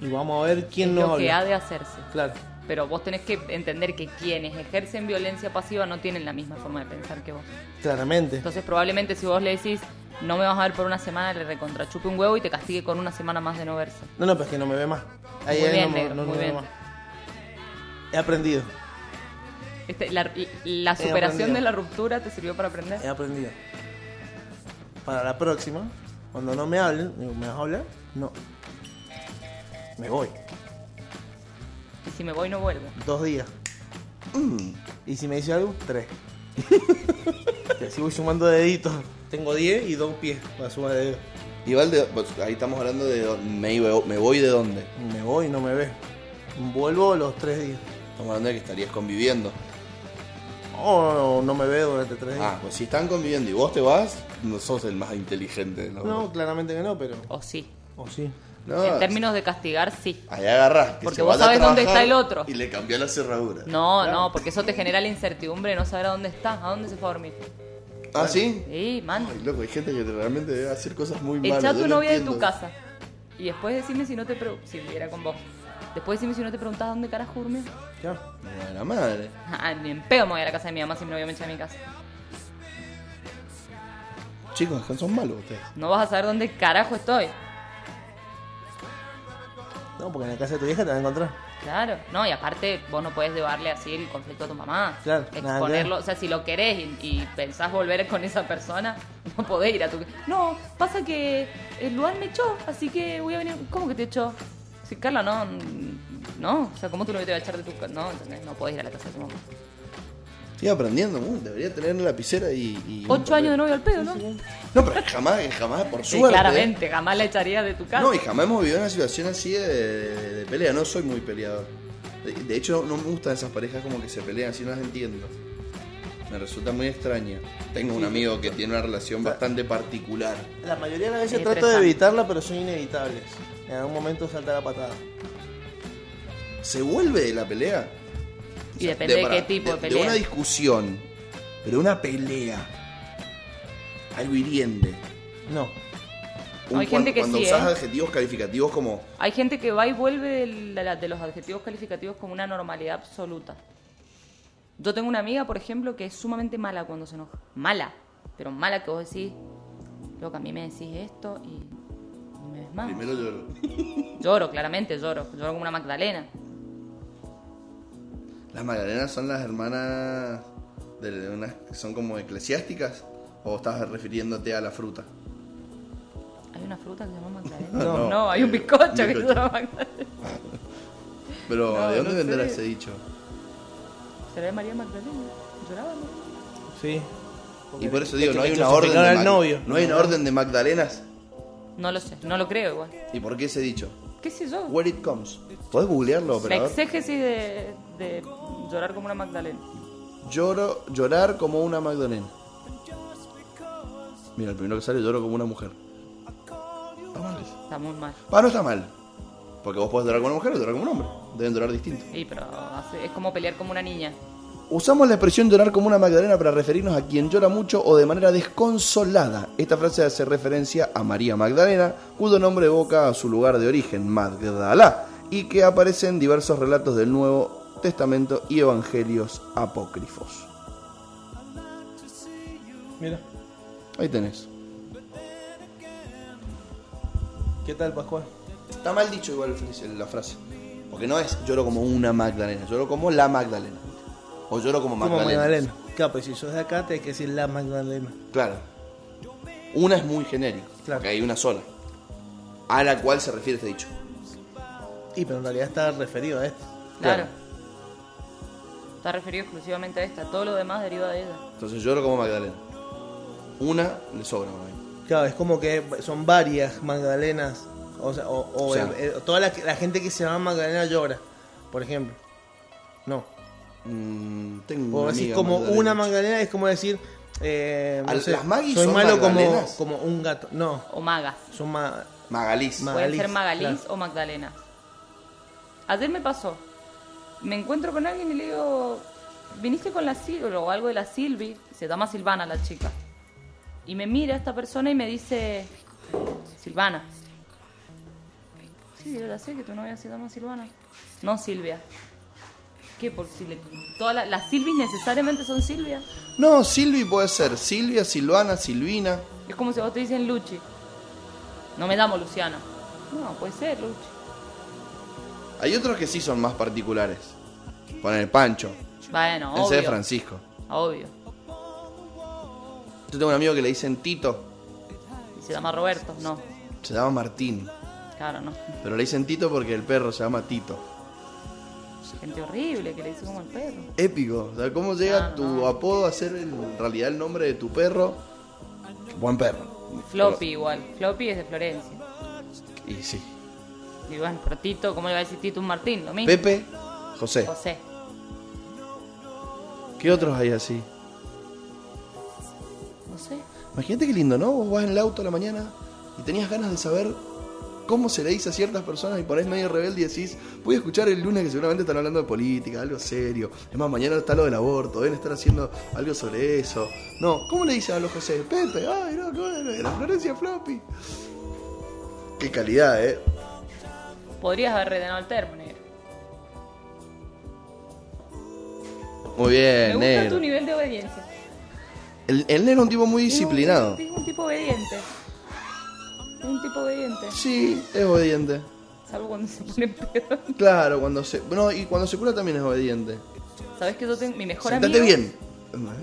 Y vamos a ver quién no lo que ha habla. de hacerse. Claro. Pero vos tenés que entender que quienes ejercen violencia pasiva no tienen la misma forma de pensar que vos. Claramente. Entonces probablemente si vos le decís, no me vas a ver por una semana, le recontrachupe un huevo y te castigue con una semana más de no verse. No, no, pero es que no me ve más. Muy él bien, no me- negro, no, muy me ve bien. más. He aprendido, Este, la, la superación aprendido. de la ruptura te sirvió para aprender. he aprendido. Para la próxima, cuando no me hablen, digo, ¿me vas a hablar? No. Me voy. Y si me voy no vuelvo. Dos días. Y si me dice algo, tres. y así voy sumando deditos. Tengo diez y dos pies para sumar dedos. Igual de, pues, ahí estamos hablando de do- me, iba- me voy de dónde. Me voy y no me ve. Vuelvo los tres días. Estamos hablando de que estarías conviviendo. O Oh, no me ve durante tres días. Ah, pues si están conviviendo y vos te vas, no sos el más inteligente de los No, dos. claramente que no, pero. O sí. O sí. No, En términos de castigar, sí. Ahí agarrás. que Porque se vos vaya a sabés dónde trabajar está el otro. Y le cambiás la cerradura. No, no, porque eso te genera la incertidumbre de no saber a dónde está, a dónde se fue a dormir. ¿Ah, sí? Sí, man. Ay, loco, hay gente que realmente debe hacer cosas muy malas. Echá a yo tu no novia de entiendo. tu casa. Y después decime si no te pregu- si viviera con vos. Después decime si no te preguntás dónde carajo durmió. Ya. Me da la madre. Ah, ni en pedo me voy a la casa de mi mamá si mi novia me echa de mi casa. Chicos, son malos ustedes. No vas a saber dónde carajo estoy. No, porque en la casa de tu vieja te va a encontrar. Claro. No, y aparte vos no podés llevarle así el conflicto a tu mamá. Claro, nada que ver. Exponerlo, o sea, si lo querés y, y pensás volver con esa persona, no podés ir a tu... No, pasa que el lugar me echó, así que voy a venir... ¿Cómo que te echó? Si Carla, no... No, o sea, ¿cómo tú no te vas a echar de tu casa? No, ¿entendés? No podés ir a la casa de tu mamá. Estoy aprendiendo, uh, debería tener una lapicera y. y un Ocho papel. años de novio al pedo, ¿no? No, pero jamás, jamás, por Sí, suerte. ¿eh? claramente, jamás la echarías de tu casa. No, y jamás hemos vivido una situación así de, de- de pelea. No soy muy peleador. De, de hecho, no me gustan esas parejas como que se pelean, así no las entiendo. Me resulta muy extraña. Tengo un amigo que tiene una relación bastante particular. La mayoría de las veces Es trato de estresante. evitarla, pero son inevitables. En algún momento salta la patada. ¿Se vuelve de la pelea? Y depende de, para- qué tipo de, pelea. De una discusión, pero una pelea. Algo hiriente. No. Un- Hay gente cuando- que cuando sí, usás ¿eh? adjetivos calificativos como Hay gente que va y vuelve de, la- de los adjetivos calificativos como una normalidad absoluta. Yo tengo una amiga, por ejemplo, que es sumamente mala cuando se enoja. Mala, pero mala que vos decís, loca, a mí me decís esto y no me ves más. Primero lloro. Lloro, claramente, lloro. Lloro como una Magdalena. Las Magdalenas son las hermanas de de unas que son como eclesiásticas o estás refiriéndote a la fruta. ¿Hay una fruta que se llama Magdalena? No. No, hay un bizcocho que se bizcocho. llama Magdalena. Pero No, ¿de dónde no vendrá sé. ese dicho? ¿Será María Magdalena? Lloraba, ¿no? Sí. Y por eso digo, no que hay se una fijó orden de al Mag- novio. no hay una orden de Magdalenas. No lo sé, no lo creo igual. ¿Y por qué ese dicho? ¿Qué sé yo? Where it comes. ¿Podés googlearlo, La operador? exégesis de, de llorar como una Magdalena. Lloro, llorar como una Magdalena. Mira, el primero que sale lloro como una mujer. Está mal eso. Está muy mal. Ah, no está mal. Porque vos podés llorar como una mujer o llorar como un hombre. Deben llorar distinto. Sí, pero hace- es como pelear como una niña. Usamos la expresión llorar como una Magdalena para referirnos a quien llora mucho o de manera desconsolada. Esta frase hace referencia a María Magdalena, cuyo nombre evoca a su lugar de origen, Magdalá, y que aparece en diversos relatos del Nuevo Testamento y evangelios apócrifos. Mira. Ahí tenés. ¿Qué tal, Pascual? Está mal dicho igual el- la frase. Porque no es lloro como una Magdalena, lloro como la Magdalena. O lloro como Como Magdalena. Magdalena. Claro, pues si sos de acá, te hay que decir la Magdalena. Claro. Una es muy genérica, Claro. porque hay una sola. A la cual se refiere este dicho. Y pero en realidad está referido a esto. Claro. Claro. Está referido exclusivamente a esta. Todo lo demás deriva de ella. Entonces lloro como Magdalena. Una le sobra, mami. Claro, es como que son varias Magdalenas. O sea, o, o O sea. eh, eh, toda la, la gente que se llama Magdalena llora, por ejemplo. No. Mm, tengo O una decir amiga como Magdalena. una Magdalena es como decir. eh, no Al- sé, las Maggi soy son malo como, Magdalenas. como un gato. No, O magas. son ma- Magalís. Ma- Pueden ser Magalís, Magalís o Magdalena. Ayer me pasó. Me encuentro con alguien y le digo, viniste con la Silvi o algo de la Silvi. Se llama Silvana la chica. Y me mira esta persona y me dice, Silvana. Sí, yo ya sé que tu novia se llama Silvana. No, Silvia. ¿Qué? Por si le- todas la- las Silvis necesariamente son Silvia. No, Silvi puede ser. Silvia, Silvana, Silvina. Es como si vos te dicen Luchi. No me damos Luciana. No, puede ser Luchi. Hay otros que sí son más particulares. Con el Pancho. Bueno, Ese es obvio. Francisco. Obvio. Yo tengo un amigo que le dicen Tito. Y se llama Roberto, no. Se llama Martín. Claro, no. Pero le dicen Tito porque el perro se llama Tito. Gente horrible que le dice como el perro. Épico. O sea, ¿cómo llega Ah, tu no. apodo a ser en realidad el nombre de tu perro? Buen perro. Floppy igual. Floppy es de Florencia. Y sí. Y bueno, pero Tito, ¿cómo le va a decir Tito un Martín? Lo mismo. Pepe, José. José. ¿Qué otros hay así? No sé. Imagínate qué lindo, ¿no? Vos vas en el auto a la mañana y tenías ganas de saber cómo se le dice a ciertas personas y por ahí medio rebelde y decís, voy a escuchar el lunes que seguramente están hablando de política, algo serio. Es más, mañana está lo del aborto, deben estar haciendo algo sobre eso. No, ¿cómo le dicen a los José? Pepe, ay, no, qué bueno, de la Florencia Floppy. Qué calidad, ¿eh? Podrías haber rellenado el término. negro. Muy Me bien, gusta Eh, negro. tu nivel de obediencia. El, el negro es un tipo muy disciplinado. Es un tipo obediente. Es un tipo obediente. Sí, es obediente. Salvo cuando se pone en pedo. Claro, cuando se. No, y cuando se cura también es obediente. Sabes que yo tengo mi mejor Sentate amigo. bien.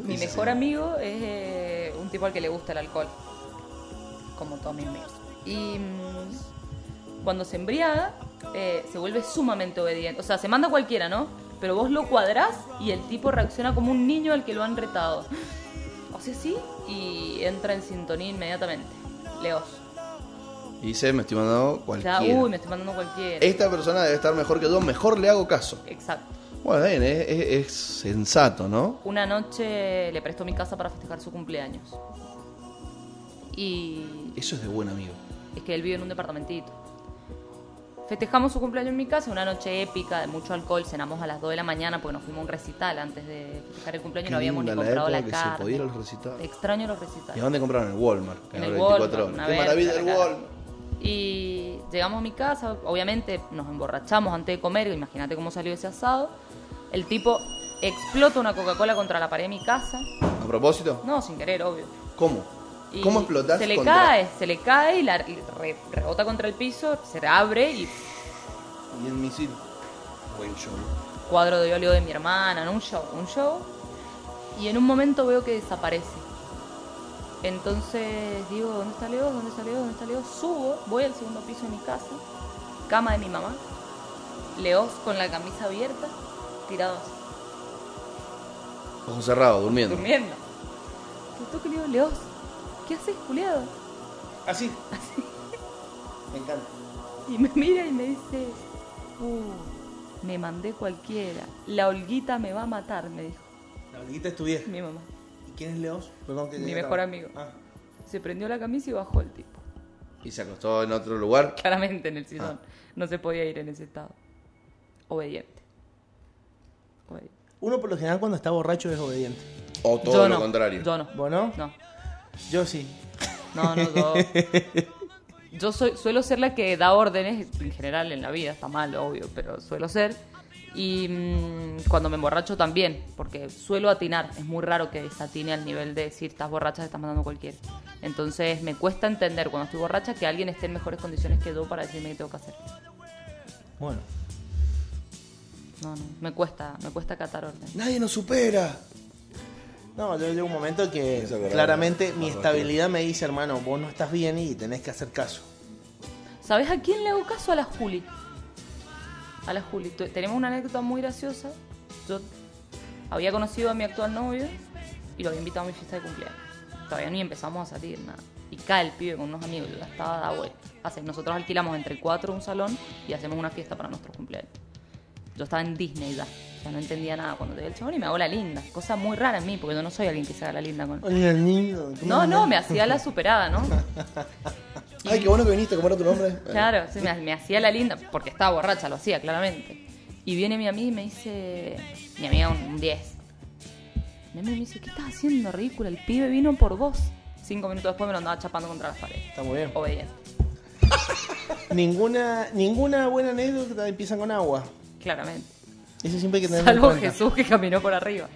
Mi mejor amigo es eh, un tipo al que le gusta el alcohol, como todos mis amigos. Y mm, cuando se embriaga, eh, se vuelve sumamente obediente. O sea, se manda cualquiera, ¿no? Pero vos lo cuadrás y el tipo reacciona como un niño al que lo han retado. O sea, sí, y entra en sintonía inmediatamente. Leos. Y se me estoy mandando O sea, cualquiera. uy, me estoy mandando cualquiera. Esta persona debe estar mejor que yo, mejor le hago caso. Exacto. Bueno, bien, es, es- es sensato, ¿no? Una noche le prestó mi casa para festejar su cumpleaños. Y Eso es de buen amigo. es que él vive en un departamentito. Festejamos su cumpleaños en mi casa, una noche épica, de mucho alcohol, cenamos a las 2 de la mañana porque nos fuimos a un recital antes de festejar el cumpleaños, Qué no habíamos ni linda la comprado la, época que se carne. podía ir a los recitales. Extraño los ¿Y a recitales. dónde compraron? En el Walmart. que En el abre Walmart, 24 horas. una Qué vez, maravilla la el cara. Walmart. Y llegamos a mi casa, obviamente nos emborrachamos antes de comer, imagínate cómo salió ese asado. El tipo explota una Coca-Cola contra la pared de mi casa. A propósito, No, sin querer, obvio. ¿cómo? Y ¿Cómo explotás Se le contra- cae, se le cae y la y re- rebota contra el piso, se abre y Y el misil. Buen show. cuadro de óleo de mi hermana, en un show, un show. Y en un momento veo que desaparece. Entonces digo, ¿dónde está Leo? ¿Dónde está Leo? ¿Dónde está Leo? Subo, voy al segundo piso de mi casa, cama de mi mamá, Leos con la camisa abierta, tirados, Ojos cerrados, durmiendo. durmiendo. Y toco y le digo, Leos, ¿qué haces, culiado? Así. Me encanta. Y me mira y me dice, "Uh, me mandé cualquiera. La Olguita me va a matar, me dijo La olguita es tu vieja. mi mamá. ¿Y quién es Leos? Perdón que Mi te- mejor amigo. Ah. Se prendió la camisa y bajó el tipo. Y se acostó en otro lugar. Claramente en el sillón. No se podía ir en ese estado. Obediente. Obediente. Uno por lo general cuando está borracho es obediente. O todo Yo lo no, contrario. Yo no. ¿Vos no? No, Yo sí. no, no, yo. Yo soy- suelo ser la que da órdenes en general en la vida, está mal, obvio, pero suelo ser. Y mm, cuando me emborracho también, porque suelo atinar. Es muy raro que desatine al nivel de decir, estás borracha, te estás mandando cualquiera. Entonces me cuesta entender cuando estoy borracha que alguien esté en mejores condiciones que yo para decirme qué tengo que hacer. Bueno. No, no, me cuesta, me cuesta catar orden. Nadie nos supera. No, yo llevo un momento que Eso es verdad. claramente mi Ah, estabilidad me dice, hermano, vos no estás bien y tenés que hacer caso. ¿Sabes a quién le hago caso? A la Juli. A la Juli. Tu- Tenemos una anécdota muy graciosa. Yo había conocido a mi actual novio y lo había invitado a mi fiesta de cumpleaños. Todavía ni empezamos a salir, nada. Y cae el pibe con unos amigos, yo ya estaba da vuelta. Hace- Nosotros alquilamos entre cuatro un salón y hacemos una fiesta para nuestros cumpleaños. Yo estaba en Disney ya. O sea, no entendía nada cuando te ve el chabón y me hago la linda. Cosa muy rara en mí, porque yo no soy alguien que se haga la linda con... Hola, niño. No, no, me hacía la superada, ¿no? Ay, qué bueno que viniste a comprar tu nombre. Claro, sí, me, me hacía la linda, porque estaba borracha, lo hacía claramente. Y viene mi amiga y me dice, mi amiga un un 10. Mi amiga me dice, ¿qué estás haciendo, ridícula? El pibe vino por vos. Cinco minutos después me lo andaba chapando contra las paredes. Está muy bien. Obediente. Ninguna, ninguna buena anécdota empieza con agua. Claramente. Eso siempre hay que tener Salvo Jesús que caminó por arriba.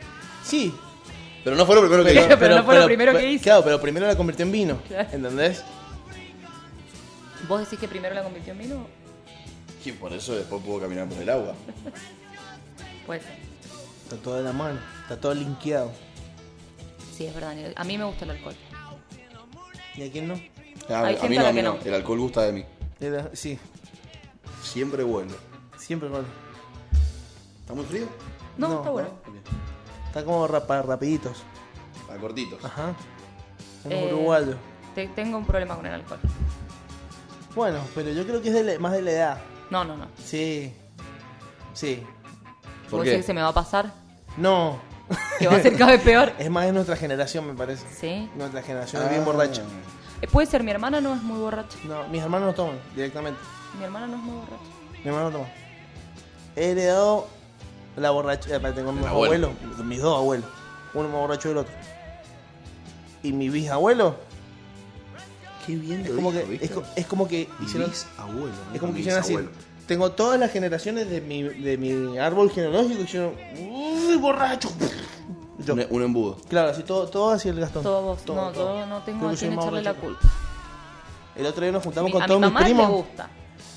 Sí. Pero no fue lo primero que Pero- hizo. no fue lo primero que pero- hizo. Claro, pero primero la convirtió en vino. Claro. ¿Entendés? ¿Vos decís que primero la convirtió en vino? Y por eso después pudo caminar por el agua. Puede ser. Está todo de la mano. Está todo linkeado. Sí, es verdad. Daniel. A mí me gusta el alcohol. ¿Y a quién no? Ah, Hay a gente mí a no, la a mí que no. no. El alcohol gusta de mí. Era- Sí, Siempre bueno. siempre bueno. ¿Está muy frío? No, No, está no. bueno. Está como rapa- rapiditos. Está cortitos. Ajá. Un Eh, uruguayo. Te- tengo un problema con el alcohol. Bueno, pero yo creo que es de la- más de la edad. No, no, no. Sí. Sí. ¿Por ¿Vos qué? decís que se me va a pasar? No. Que va a ser cada vez peor. Es más de nuestra generación, me parece. Sí. Nuestra generación Ah. es bien borracha. Eh, Puede ser, mi hermana no es muy borracha. No, mis hermanos no toman directamente. Mi hermana no es muy borracha. Mi hermano no toma. He heredado la borracha. eh, Tengo mis abuelo. abuelos, mis dos abuelos. Uno más borracho que el otro. Y mi bisabuelo Qué bien es como que, es, co- es como que hicieron. abuelo. Es como que hicieron así. Tengo todas las generaciones de mi, de mi árbol genealógico que hicieron. ¡Uy, borracho! Yo. Un, un embudo. Claro, así todo, todo hacia el Gastón. Todo vos. Todo, no, todo. yo no tengo Creo a que soy quién más echarle la borracho. culpa. El otro día nos juntamos Mi- con a todos mi mis mamá le primos. gusta.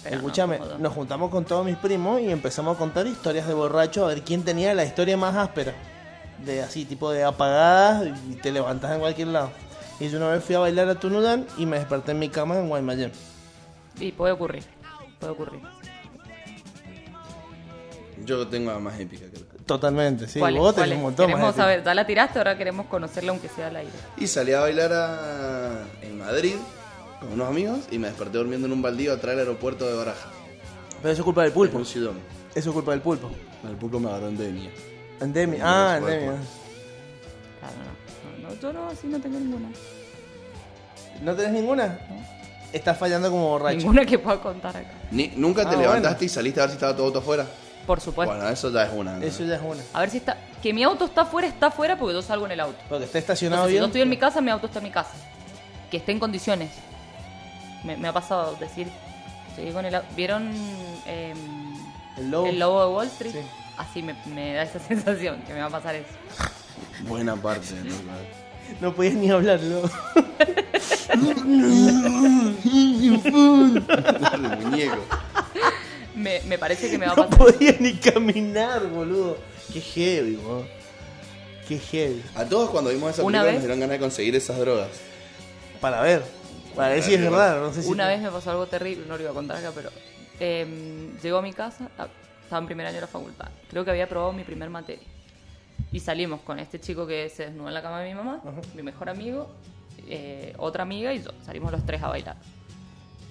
pero no, Escúchame, como yo. nos juntamos con todos mis primos y empezamos a contar historias de borracho, a ver quién tenía la historia más áspera. De así, tipo de apagadas y te levantas en cualquier lado. Y yo una vez fui a bailar a Tunudán y me desperté en mi cama en Guaymallén. Y puede ocurrir. Puede ocurrir. Yo tengo la más épica, creo. Totalmente, sí. ¿Cuál es? vos ¿Cuál tenés un es? montón más. Queremos de saber, ya la tiraste, ahora queremos conocerla aunque sea al aire. Y salí a bailar a... en Madrid con unos amigos y me desperté durmiendo en un baldío atrás del aeropuerto de Barajas. ti. Pero eso es culpa del En pulpo. un Eso sillón. es culpa del pulpo. El pulpo me agarró en Denia. Endemia. No, Ah, no es endemia. Claro, no. No, no, yo no, así no tengo ninguna. ¿No tenés ninguna? Estás fallando como borracho. Ninguna que pueda contar acá. Ni- ¿Nunca te Ah, levantaste bueno. y saliste a ver si estaba todo auto afuera? Por supuesto. Bueno, eso ya es una. ¿no? Eso ya es una. A ver si está. Que mi auto está afuera, está afuera porque yo salgo en el auto. Porque está No estacionado si yo bien. estoy en mi casa, mi auto está en mi casa. Que esté en condiciones. Me, me ha pasado decir. llegué con el au- ¿Vieron em, El lobo. el lobo de Wall Street? Sí. Así me, me da esa sensación que me va a pasar eso. Buena parte. ¿no? No podías ni hablarlo. El muñeco. Me, me parece que me va a No pasar. podía ni caminar, boludo. Qué heavy, boludo. Qué heavy. A todos cuando vimos esa Una película vez- nos dieron ganas de conseguir esas drogas. Para ver. Para ver si es verdad. No sé si. Una vez me pasó algo terrible, no lo iba a contar acá, pero em, llegó a mi casa, ah, estaba en primer año de la facultad. Creo que había probado mi primer materia. Y salimos con este chico que se desnudó en la cama de mi mamá, mi mejor amigo, eh, otra amiga y yo. Salimos los tres a bailar.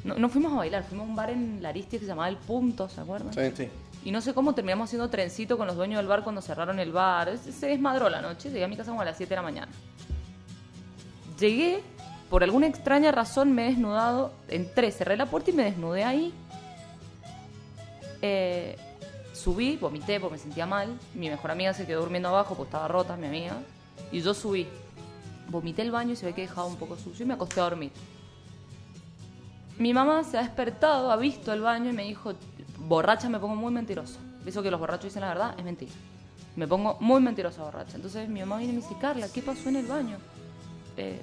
No, no fuimos a bailar, fuimos a un bar en la Aristia que se llamaba El Punto, ¿se acuerdan? Sí. Y no sé cómo terminamos haciendo trencito con los dueños del bar cuando cerraron el bar. Es- Se desmadró la noche, llegué a mi casa como a las 7 de la mañana. Llegué, por alguna extraña razón me he desnudado, entré, cerré la puerta y me desnudé ahí. Eh, subí, vomité porque me sentía mal. Mi mejor amiga se quedó durmiendo abajo porque estaba rota, mi amiga. Y yo subí. Vomité el baño y se ve que dejaba un poco sucio y me acosté a dormir. Mi mamá se ha despertado, ha visto el baño y me dijo, borracha me pongo muy mentirosa. Eso que los borrachos dicen la verdad es mentira. Me pongo muy mentirosa borracha. Entonces mi mamá viene y me dice, Carla, ¿qué pasó en el baño? Eh,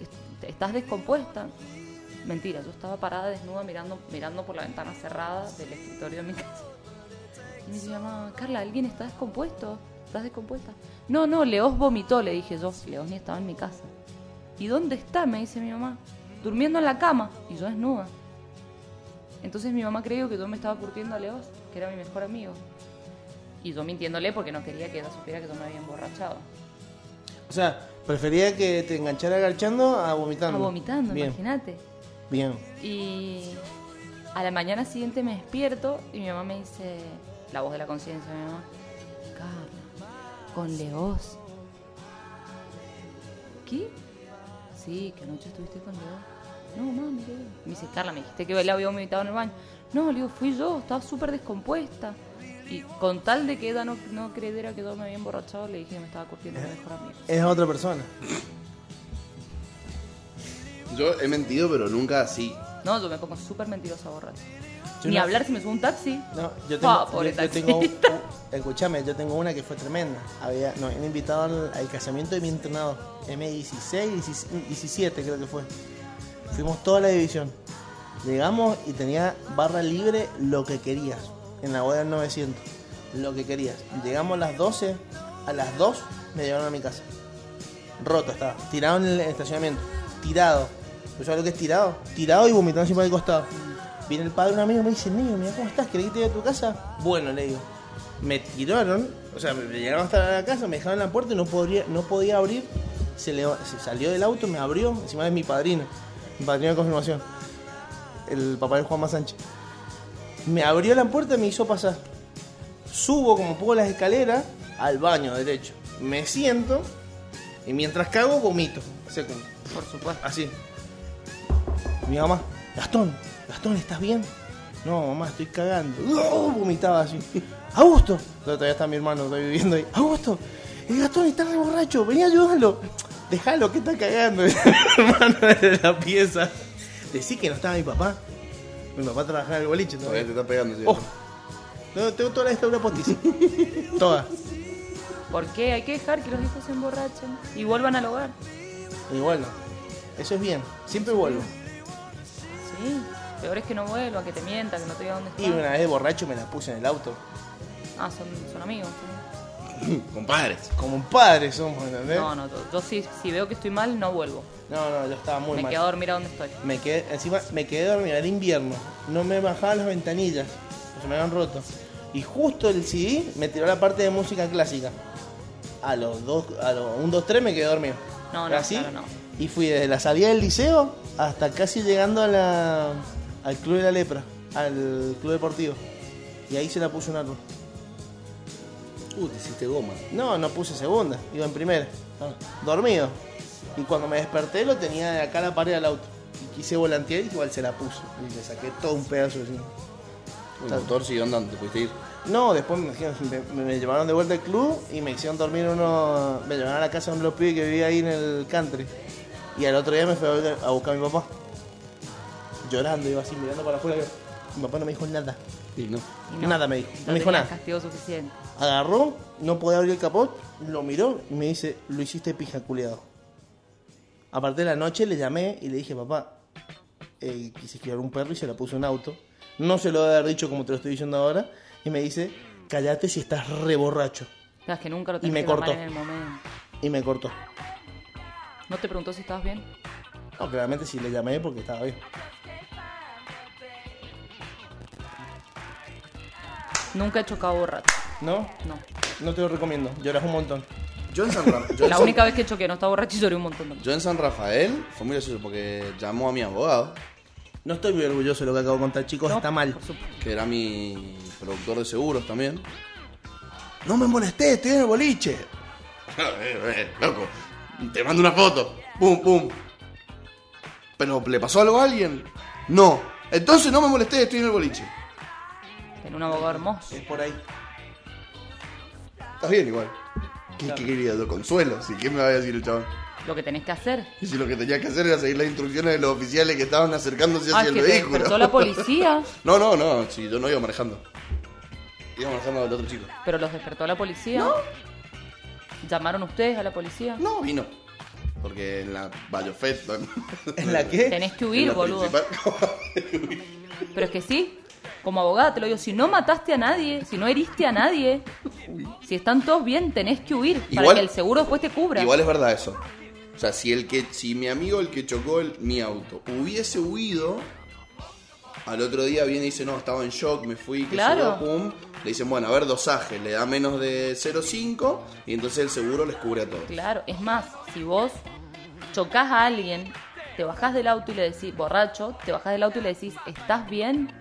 est- ¿Estás descompuesta? Mentira, yo estaba parada desnuda mirando, mirando por la ventana cerrada del escritorio de mi casa. Y me dice, mi mamá, Carla, ¿alguien está descompuesto? ¿Estás descompuesta? No, no, Leos vomitó, le dije yo. Leos ni estaba en mi casa. ¿Y dónde está? Me dice mi mamá. Durmiendo en la cama. Y yo desnuda. Entonces mi mamá creyó que yo me estaba curtiendo a Leos, que era mi mejor amigo. Y yo mintiéndole porque no quería que ella supiera que yo me había emborrachado. O sea, prefería que te enganchara garchando a vomitando. Estaba Ah, vomitando, Bien, imagínate. bien. Y a la mañana siguiente me despierto y mi mamá me dice, la voz de la conciencia, mi mamá, Carla, con Leos. ¿Qué? Sí, que anoche estuviste con Leos. No, mami, ¿qué? Me dice, Carla, me dijiste que la había vomitado en el baño. No, le digo, fui yo, estaba súper descompuesta. Y con tal de que ella no, no creyera que yo me había emborrachado, le dije que me estaba curtiendo a mi mejor amigo. Es otra persona. Yo he mentido, pero nunca así. No, yo me pongo súper mentirosa borracha. Yo Ni no- hablar si me subo a un taxi. No, yo tengo, Ah, pobre yo- yo tengo- taxista. escúchame, yo tengo una que fue tremenda. Había, nos han invitado al, al casamiento de mi entrenador, M16, 17, 17 creo que fue. Fuimos toda la división. Llegamos y tenía barra libre lo que querías, en la boda del 900, lo que querías. Llegamos a las 12, a las 2 me llevaron a mi casa. Roto estaba, tirado en el estacionamiento, tirado. ¿Tú sabes lo que es tirado? Tirado y vomitando encima del costado. Viene el padre de un amigo y me dice, niño, mira cómo estás, ¿querés que te lleve a tu casa? Bueno, le digo. Me tiraron, o sea, me llegaron hasta la casa, me dejaron en la puerta y no podía, no podía abrir. Se, le- se salió del auto, me abrió, encima es mi padrino, mi padrino de confirmación, el papá de Juanma Sánchez. Me abrió la puerta y me hizo pasar. Subo como puedo las escaleras al baño derecho. Me siento y mientras cago vomito. Segundo. Por supuesto. Así. Mi mamá, Gastón, Gastón, ¿estás bien? No, mamá, estoy cagando. ¡Oh! Vomitaba así. Augusto. No, todavía está mi hermano, estoy viviendo ahí. Augusto, el Gastón está re borracho, vení a ayudarlo. Déjalo, que está cagando. Mi hermano de la pieza. Decí que no estaba mi papá. Mi papá trabajaba en el boliche Todavía todavía. te está pegando, sí. Oh. No, tengo toda la estatura postiza. Todas. ¿Por qué? Hay que dejar que los hijos se emborrachen y vuelvan al hogar. Y bueno, eso es bien. Siempre vuelvo. Sí. Peor es que no vuelvan, que te mientan, que no te digan dónde Y están. una vez borracho me la puse en el auto. Ah, son, son amigos. sí. Compadres. Como un padre somos, ¿entendés? No, no, yo, yo sí- si veo que estoy mal, no vuelvo. No, no, yo estaba muy me mal. quedo a dormir a donde estoy. Me quedé, encima me quedé dormido, era invierno. No me bajaba las ventanillas, se me habían roto. Y justo el CD me tiró la parte de música clásica. A los dos, a los un, dos, tres me quedé dormido. No, no, Así, claro, no. Y fui desde la salida del liceo hasta casi llegando a la, al club de la lepra, al club deportivo. Y ahí se la puso un árbol. Uh, te hiciste goma. No, no puse segunda, iba en primera. Ah, Dormido. Y cuando me desperté lo tenía de acá a la pared al auto. Y quise volantear y igual se la puso. Y le saqué todo un pedazo de encima. El motor siguió andando, te pudiste ir. No, después me, dijeron- me- me llevaron de vuelta al club y me hicieron dormir uno. Me llevaron a la casa de uno de los pibes que vivía ahí en el country. Y al otro día me fue a- a buscar a mi papá. Llorando, iba así mirando para afuera. Mi papá no me dijo nada. Sí, no. Y no, Nada me dijo. yo No me dijo tenía nada. castigo suficiente. Agarró, no podía abrir el capot, lo miró y me dice, lo hiciste pija, culiado. Aparte de la noche le llamé y le dije, papá, eh, quise criar un perro y se la puse un auto. No se lo debe haber dicho como te lo estoy diciendo ahora. Y me dice, callate si estás re borracho. Pero es que nunca lo Y tenés me que tomar cortó. en el momento. Y me cortó. ¿No te preguntó si estabas bien? No, claramente sí le llamé porque estaba bien. Nunca he chocado borracho. No, No. no te lo recomiendo. Lloras un montón. Yo en San Ra- yo en La San- única vez que choqué, no estaba borracho y lloré un montón. Yo en San Rafael fue muy gracioso porque llamó a mi abogado No estoy muy orgulloso de lo que acabo de contar, chicos, No, está mal. por supuesto. que era mi productor de seguros también. No me molesté, estoy en el boliche. Eh, eh, Loco, te mando una foto. Pum, pum. ¿Pero le pasó algo a alguien? No. Entonces no me molesté, estoy en el boliche. Tiene un abogado hermoso. Es por ahí. Estás bien igual. ¿Qué, qué quería? Lo consuelo. Si, ¿Qué me va a decir el chabón? Lo que tenés que hacer. Y si lo que tenía que hacer era seguir las instrucciones de los oficiales que estaban acercándose Ah, hacia el es que te despertó vehículo. la policía. No, no, no. Si yo no iba manejando. Iba manejando al otro chico. Pero los despertó la policía. ¿Llamaron ustedes a la policía? No, vino. Porque en la Bayofet. ¿no? ¿En la qué? Tenés que En huir, la boludo. principal. Pero es que sí, como abogada te lo digo, si no mataste a nadie, si no heriste a nadie, si están todos bien, tenés que huir para Igual- que el seguro después te cubra. Igual es verdad eso. O sea, si el que, si mi amigo el que chocó el, mi auto hubiese huido, al otro día viene y dice, no, estaba en shock, me fui, que Claro. pum. Le dicen, bueno, a ver, dosaje, le da menos de 0,5 y entonces el seguro les cubre a todos. Claro, es más, si vos chocás a alguien, te bajás del auto y le decís, borracho, te bajás del auto y le decís, ¿estás bien?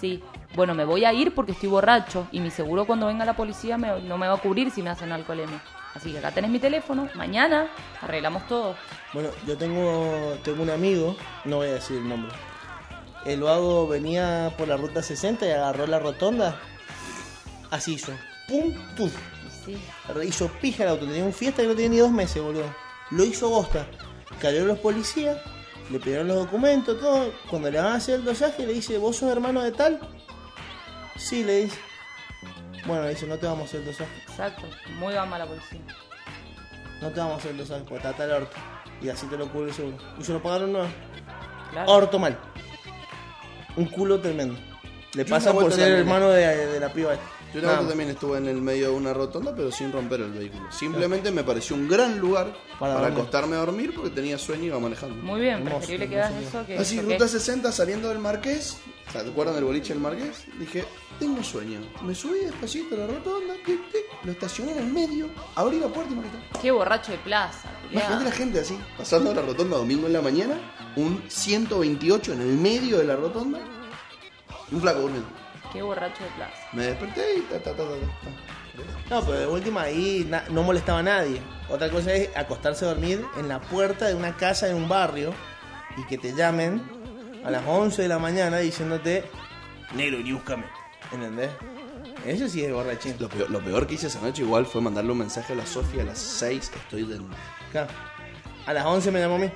Sí. Bueno, me voy a ir porque estoy borracho y mi seguro cuando venga la policía me- no me va a cubrir si me hacen alcoholemia. Así que acá tenés mi teléfono, mañana arreglamos todo. Bueno, yo tengo, tengo un amigo, no voy a decir el nombre. El vago venía por la ruta 60 y agarró la rotonda. Así hizo. Pum, pum. Y Sí, Hizo pija el auto. Tenía un fiesta que no tenía ni dos meses, boludo. Lo hizo bosta. Cayeron los policías, le pidieron los documentos, todo. Cuando le van a hacer el dosaje, le dice, ¿vos sos hermano de tal? Sí, le dice. Bueno, le dice, no te vamos a hacer el dosaje. exacto. Muy gama la policía. No te vamos a hacer el dosaje, porque está tal orto. Y así te lo cubre el seguro. Y se lo pagaron nueve. Claro. Orto mal. Un culo tremendo. Le Yo pasa una por vuelta ser también. hermano de, de la piba. Yo una Nada vez más. también estuve en el medio de una rotonda, pero sin romper el vehículo. Simplemente me pareció un gran lugar para, Para dormir. acostarme a dormir porque tenía sueño y iba manejando. Muy bien, Hermoso, preferible que hermoso hagas eso que. Así, eso ruta que- 60 saliendo del Marqués, ¿se acuerdan del boliche del Marqués? Dije, tengo sueño. Me subí despacito a la rotonda, tic, tic, lo estacioné en el medio, abrí la puerta y me acosté. Qué borracho de plaza, culiao. Imagínate la gente así, pasando la rotonda domingo en la mañana, un 128 en el medio de la rotonda, y un flaco durmiendo. Qué borracho de plaza. Me desperté y ta, ta, ta, ta, ta. No, pero de última ahí na- no molestaba a nadie. Otra cosa es acostarse a dormir en la puerta de una casa de un barrio y que te llamen a las 11 de la mañana diciéndote, negro, y búscame. ¿Entendés? Eso sí es borrachín. Lo peor, lo peor que hice esa noche igual fue mandarle un mensaje a la Sofía a las 6, estoy de nuevo. Acá. A las 11 me llamó a mí.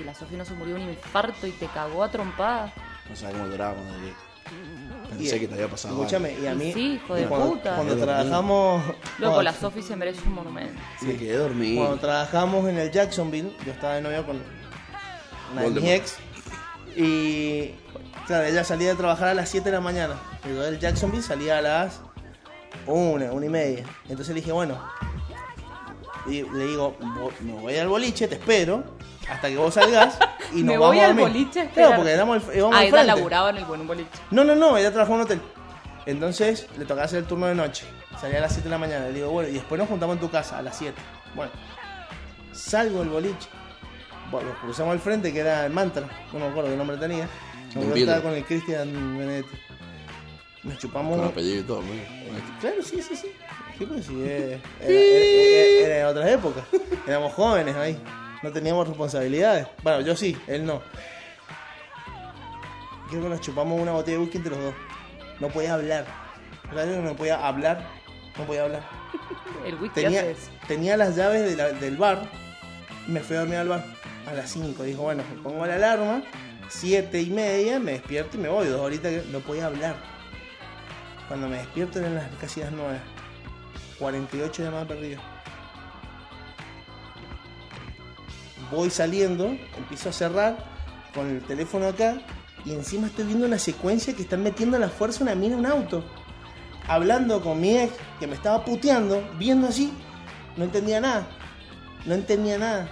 Y la Sofía no se murió de un infarto y te cagó a trompada. No sabía cómo duraba cuando llegué. Y- Pensé que te había pasado algo. Escúchame, y a mí. Sí, hijo de cuando, puta. Cuando trabajamos. Loco, cuando- la Sofi se merece un monumento. Me quedé dormido. Cuando trabajamos en el Jacksonville, yo estaba de novio con una de mis Voldemort. ex. Y claro, ella salía de trabajar a las 7 de la mañana. Y yo del Jacksonville salía a las 1, 1 y media. Entonces le dije, bueno, y le digo, "Vo- me voy al boliche, te espero, hasta que vos salgas. Y nos Me vamos voy a al dormir". boliche a Claro, esperar. porque éramos el, íbamos Ah, al ella frente. laburaba en el buen boliche. No, no, no, ella trabajó en un hotel. Entonces le tocaba hacer el turno de noche. Salía a las 7 de la mañana. Le digo, bueno, y después nos juntamos en tu casa a las 7. Bueno, salgo del boliche. Bueno, nos cruzamos al frente, que era el mantra. No me acuerdo qué nombre tenía. No, Don yo Pedro. estaba con el Cristian Benedetti. Nos chupamos. Con apellido y todo, muy- Claro, sí, sí, sí. Sí, pues sí, eh, era, era- era- era de otras épocas. Éramos jóvenes ahí. No teníamos responsabilidades. Bueno, yo sí, él no. Creo que nos chupamos una botella de whisky entre los dos. No podía hablar. Claro que no podía hablar. No podía hablar. El whisky hace Tenía, eso. tenía las llaves de la- del bar. y Me fui a dormir al bar. A las 5. Dijo, bueno, me pongo la alarma. Siete y media, me despierto y me voy. Dos horitas que no podía hablar. Cuando me despierto eran las, casi las 9. 48 llamadas perdidas. Voy saliendo, empiezo a cerrar con el teléfono acá y encima estoy viendo una secuencia que están metiendo a la fuerza una mina en un auto. Hablando con mi ex que me estaba puteando, viendo así, no entendía nada. No entendía nada.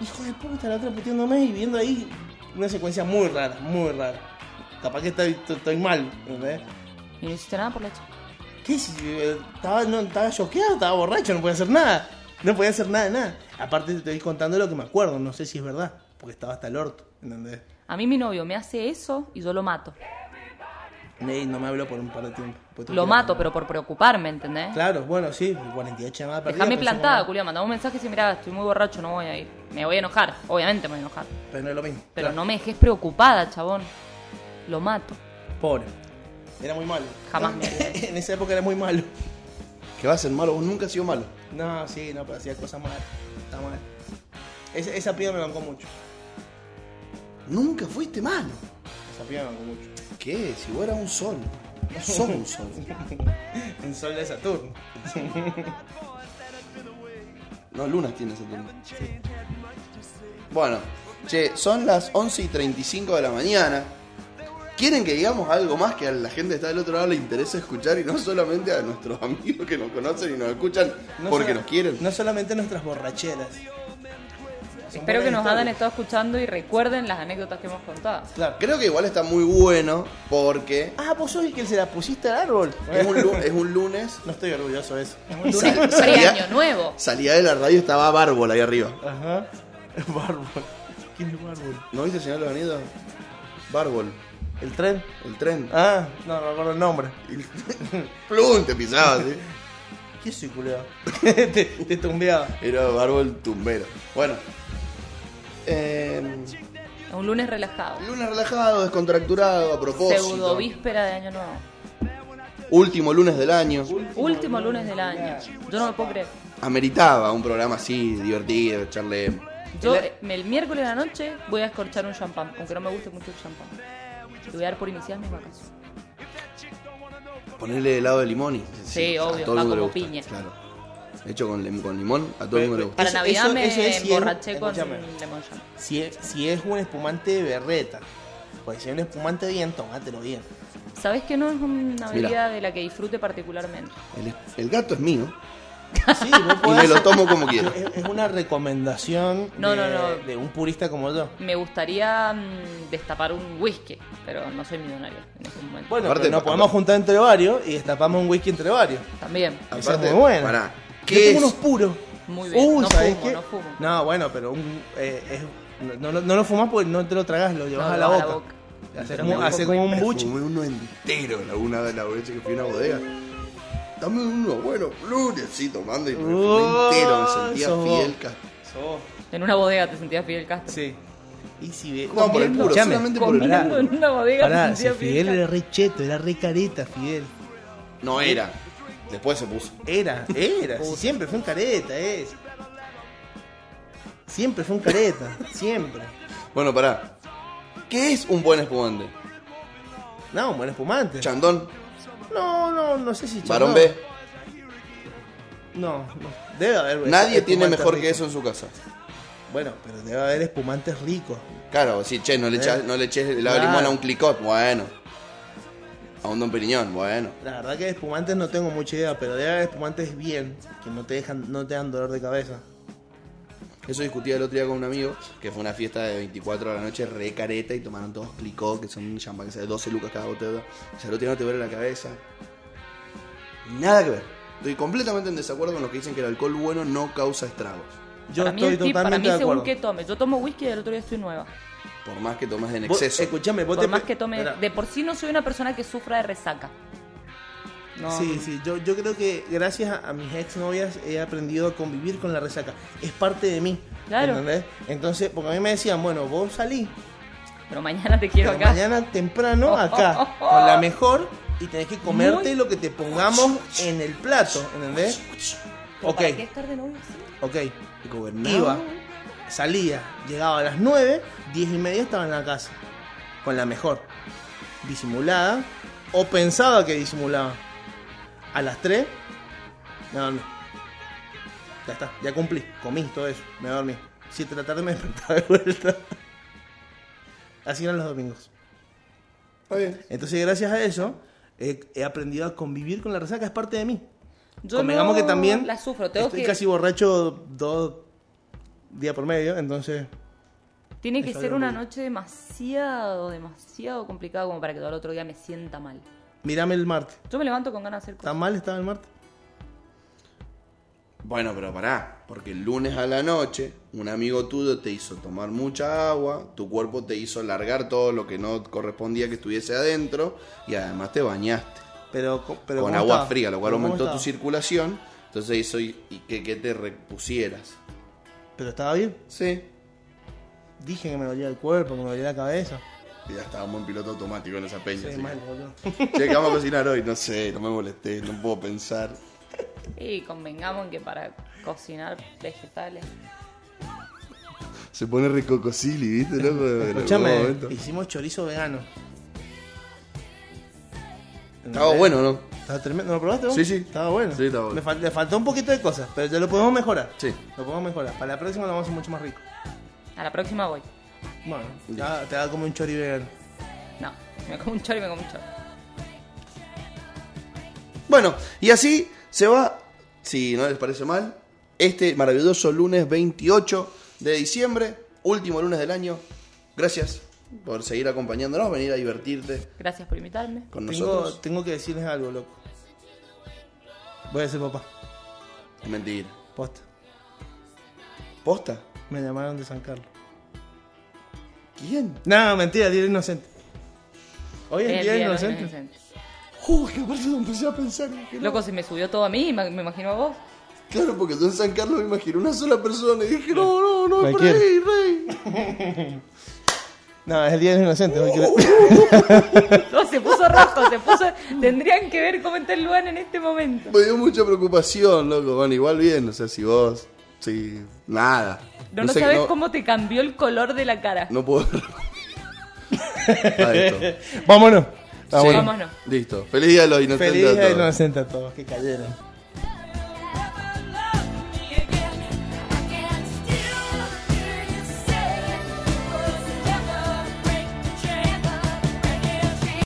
Hijo de puta, la otra puteándome y viendo ahí una secuencia muy rara, muy rara. Capaz que estoy, estoy mal, ¿entendés? Y no hiciste nada por la chica. ¿Qué? Si, eh, Estaba, no, estaba choqueado, estaba borracho, no podía hacer nada. No podía hacer nada, de nada. Aparte te estoy contando lo que me acuerdo, no sé si es verdad. porque estaba hasta el orto, ¿entendés? A mí mi novio me hace eso y yo lo mato. Ney no me habló por un par de tiempo. porque tú Lo quieras, mato, ¿no? pero por preocuparme, ¿entendés? Claro, bueno, sí, 48 llamadas perdidas. Dejame pero plantada, somos- Julián. Mandame un mensaje y dice, mirá, estoy muy borracho, no voy a ir. Me voy a enojar, obviamente me voy a enojar. Pero no es lo mismo. Pero Claro. no me dejes preocupada, chabón. Lo mato. Pobre. Era muy malo. Jamás me olvidé. en esa época era muy malo. Que va a ser malo, vos nunca has sido malo. No, sí, no, pero hacía cosas malas. Está mal. Esa, esa piba me bancó mucho. Nunca fuiste malo. Esa piba me bancó mucho. ¿Qué? Si vos eras un sol. No sos un sol. Un sol de Saturno. No, lunas tiene ese tiempo. Bueno, che, son las 11 y 35 de la mañana. ¿Quieren que digamos algo más que a la gente que está del otro lado le interese escuchar y no solamente a nuestros amigos que nos conocen y nos escuchan No porque sola- nos quieren? No solamente nuestras borracheras. Son Espero que buenas nos hayan historias. estado escuchando y recuerden las anécdotas que hemos contado. Claro. Creo que igual está muy bueno porque Ah, vos sos el que se la pusiste al árbol. es un, lu- es un lunes. No estoy orgulloso de eso. Sal- Pre-año salía, nuevo. salía de la radio estaba Bárbola ahí arriba. Ajá. Bárbol. ¿Quién es Bárbol? ¿No viste el señor Leonido? Bárbol, ¿El tren? el tren. Ah, no, no recuerdo el nombre. Plum, te pisaba así. ¿Qué soy, culeado? te, te tumbeaba. Era Bárbol tumbero. Bueno. Eh, Un lunes relajado. lunes relajado, descontracturado, a Pseudo propósito. víspera de año nuevo. Último lunes del año. Último lunes del año. Yo no me puedo creer. Ameritaba un programa así, divertido, charle. Yo eh, me- el miércoles de la noche voy a escorchar un champán, aunque no me guste mucho el champán. Le voy a dar por iniciar mis vacaciones. Ponerle helado de limón y. Sí, a obvio, todo el va mundo le como gusta, piña. Claro. Hecho con, lim- con limón, a todo el mundo le gusta. Para Eso- Navidad eso- me eso es si es- emborraché con escúchame. lemon champán. Si es, si es un espumante de berreta, pues si es un espumante bien, tomátelo bien. Sabes que no es una Mira. bebida de la que disfrute particularmente. El, el gato es mío Sí, vos Ah. y podés- me lo tomo como quiero. Es, es una recomendación No, de, no, no. de un purista como yo. Me gustaría mm, destapar un whisky, pero no soy millonario en este momento. Bueno, Aparte- pero nos podemos juntar entre varios y destapamos un whisky entre varios. También, Eso Aparte, es muy bueno. pará, Yo ¿qué tomo es? unos puros. muy bien. Uy, no, ¿sabés fumo, qué? no fumo, No, bueno, pero un, eh, es- no, no- no lo fumás porque no te lo tragás, lo llevas No, a lo la llevas boca. a la boca. Haces Pero como, me haces como un buche. Fumé uno entero la una de la noche que fui a una bodega. Dame uno, bueno, lunes, sí, tomando y me lo Oh, fumé entero, me sentía sos vos. fiel. ca- So, En una bodega te sentías Fidel Castro. sí. Y si ve- No, por el puro, Escuchame, solamente por el Comiendo puro. en una bodega Pará, te si sentías Fidel Fidel era Castro. re cheto, era re careta, Fidel. No era. Después se puso. Era, era. si siempre fue un careta, es. Siempre fue un careta, siempre. Bueno, pará. ¿Qué es un buen espumante? No, un buen espumante. Chandón, no, no, no sé si varón no. B. No, no, debe haber. Nadie espumantes tiene mejor que ricos. eso en su casa. Bueno, pero debe haber espumantes ricos. Claro, sí, che, no le, Eh. echas, no le eches el Claro. limón a un clicot, bueno. A un don Periñón, bueno. La verdad que de espumantes no tengo mucha idea, pero debe haber espumantes bien, que no te dejan, no te dan dolor de cabeza. Eso discutía el otro día con un amigo, que fue una fiesta de 24 de la noche, re careta, y tomaron todos clicó, que son un champán que sale 12 lucas cada botella. O sea, el otro día no te duele la cabeza. Nada que ver. Estoy completamente en desacuerdo con los que dicen que el alcohol bueno no causa estragos. Yo para mí, estoy el tip, para mí totalmente de según acuerdo. que tomes. Yo tomo whisky y el otro día estoy nueva. Por más que tomes en Vos- exceso. Escuchame, vos Por te más pe- que tome... Pará. De por sí no soy una persona que sufra de resaca. No. Sí, sí, yo, yo creo que gracias a, a mis exnovias he aprendido a convivir con la resaca. Es parte de mí. Claro. ¿entendés? Entonces, porque a mí me decían, bueno, vos salí, Pero mañana te quiero pero acá. mañana temprano Oh, acá, oh, oh, oh. con la mejor, y tenés que comerte Muy- lo que te pongamos en el plato, ¿entendés? Pero Ok, ¿Para qué estar de novio así? ok. Gobernado. Iba, salía, llegaba a las 9, 10 y media estaba en la casa, con la mejor. Disimulada, o pensaba que disimulaba. A las 3, me dormí. Ya está, ya cumplí, comí todo eso, me dormí. 7 de la tarde me despertaba de vuelta. Así eran los domingos. Está bien. Entonces, gracias a eso, he, he aprendido a convivir con la resaca, es parte de mí. Yo Convengamos no que también la sufro. Tengo estoy que... casi borracho dos días por medio, entonces... Tiene que Está ser bien, una muy bien. noche demasiado, demasiado complicada como para que todo el otro día me sienta mal. Mírame el martes. Yo me levanto con ganas de hacer cosas. ¿Tan mal estaba el martes? Bueno, pero pará. Porque el lunes a la noche, un amigo tuyo te hizo tomar mucha agua, tu cuerpo te hizo largar todo lo que no correspondía que estuviese adentro y además te bañaste Pero, co- pero con ¿cómo agua estaba? fría, lo cual ¿Pero cómo aumentó tu estaba? circulación. Entonces hizo y, y que, que te repusieras. Pero estaba bien. Sí. Dije que me dolía el cuerpo, que me dolía la cabeza. Y ya estábamos en piloto automático en esa Sí, peña. así que- mal, boludo. Che, ¿qué vamos a cocinar hoy? No sé, no me molesté, no puedo pensar. Y convengamos en que para cocinar vegetales. Se pone ricocosili, ¿viste? loco? En algún Escuchame, momento. hicimos chorizo vegano. Estaba Ah, bueno, ¿no? Estaba tremendo. ¿Lo probaste vos? Sí, sí. Estaba bueno. Sí, estaba bueno. Me fal- le faltó un poquito de cosas, pero ya lo podemos mejorar. Sí. Lo podemos mejorar. Para la próxima lo vamos a hacer mucho más rico. A la próxima voy. Bueno, te va- te haga como un chori vegano. No, me como un chori, me como un chori. Bueno, y así se va, si no les parece mal, este maravilloso lunes 28 de diciembre, último lunes del año. Gracias por seguir acompañándonos, venir a divertirte Gracias por invitarme. con Tengo, nosotros. tengo que decirles algo, loco. Voy a ser papá. Mentira. Posta. ¿Posta? Me llamaron de San Carlos. ¿Quién? No, mentira, día del inocente. Hoy es Es el el día del día de los inocente. inocentes. Uy, que aparte lo empecé a pensar. que no. Loco, se me subió todo a mí, me me imagino a vos. Claro, porque yo en San Carlos me imagino una sola persona y dije, no, no, no, Cualquiera. rey, rey. No, es el día del inocente. hoy creo- Uh. No, se puso rojo, se puso. Tendrían que ver cómo está el lugar en este momento. Me dio mucha preocupación, loco. Bueno, igual bien, o sea, si vos, si, nada. No, no sé, sabes cómo te cambió el color de la cara. No puedo. Ah, esto. Vámonos. Sí. bueno. Vámonos. Listo. Feliz día de los inocentes. Feliz a día del todos. inocente a todos que cayeron.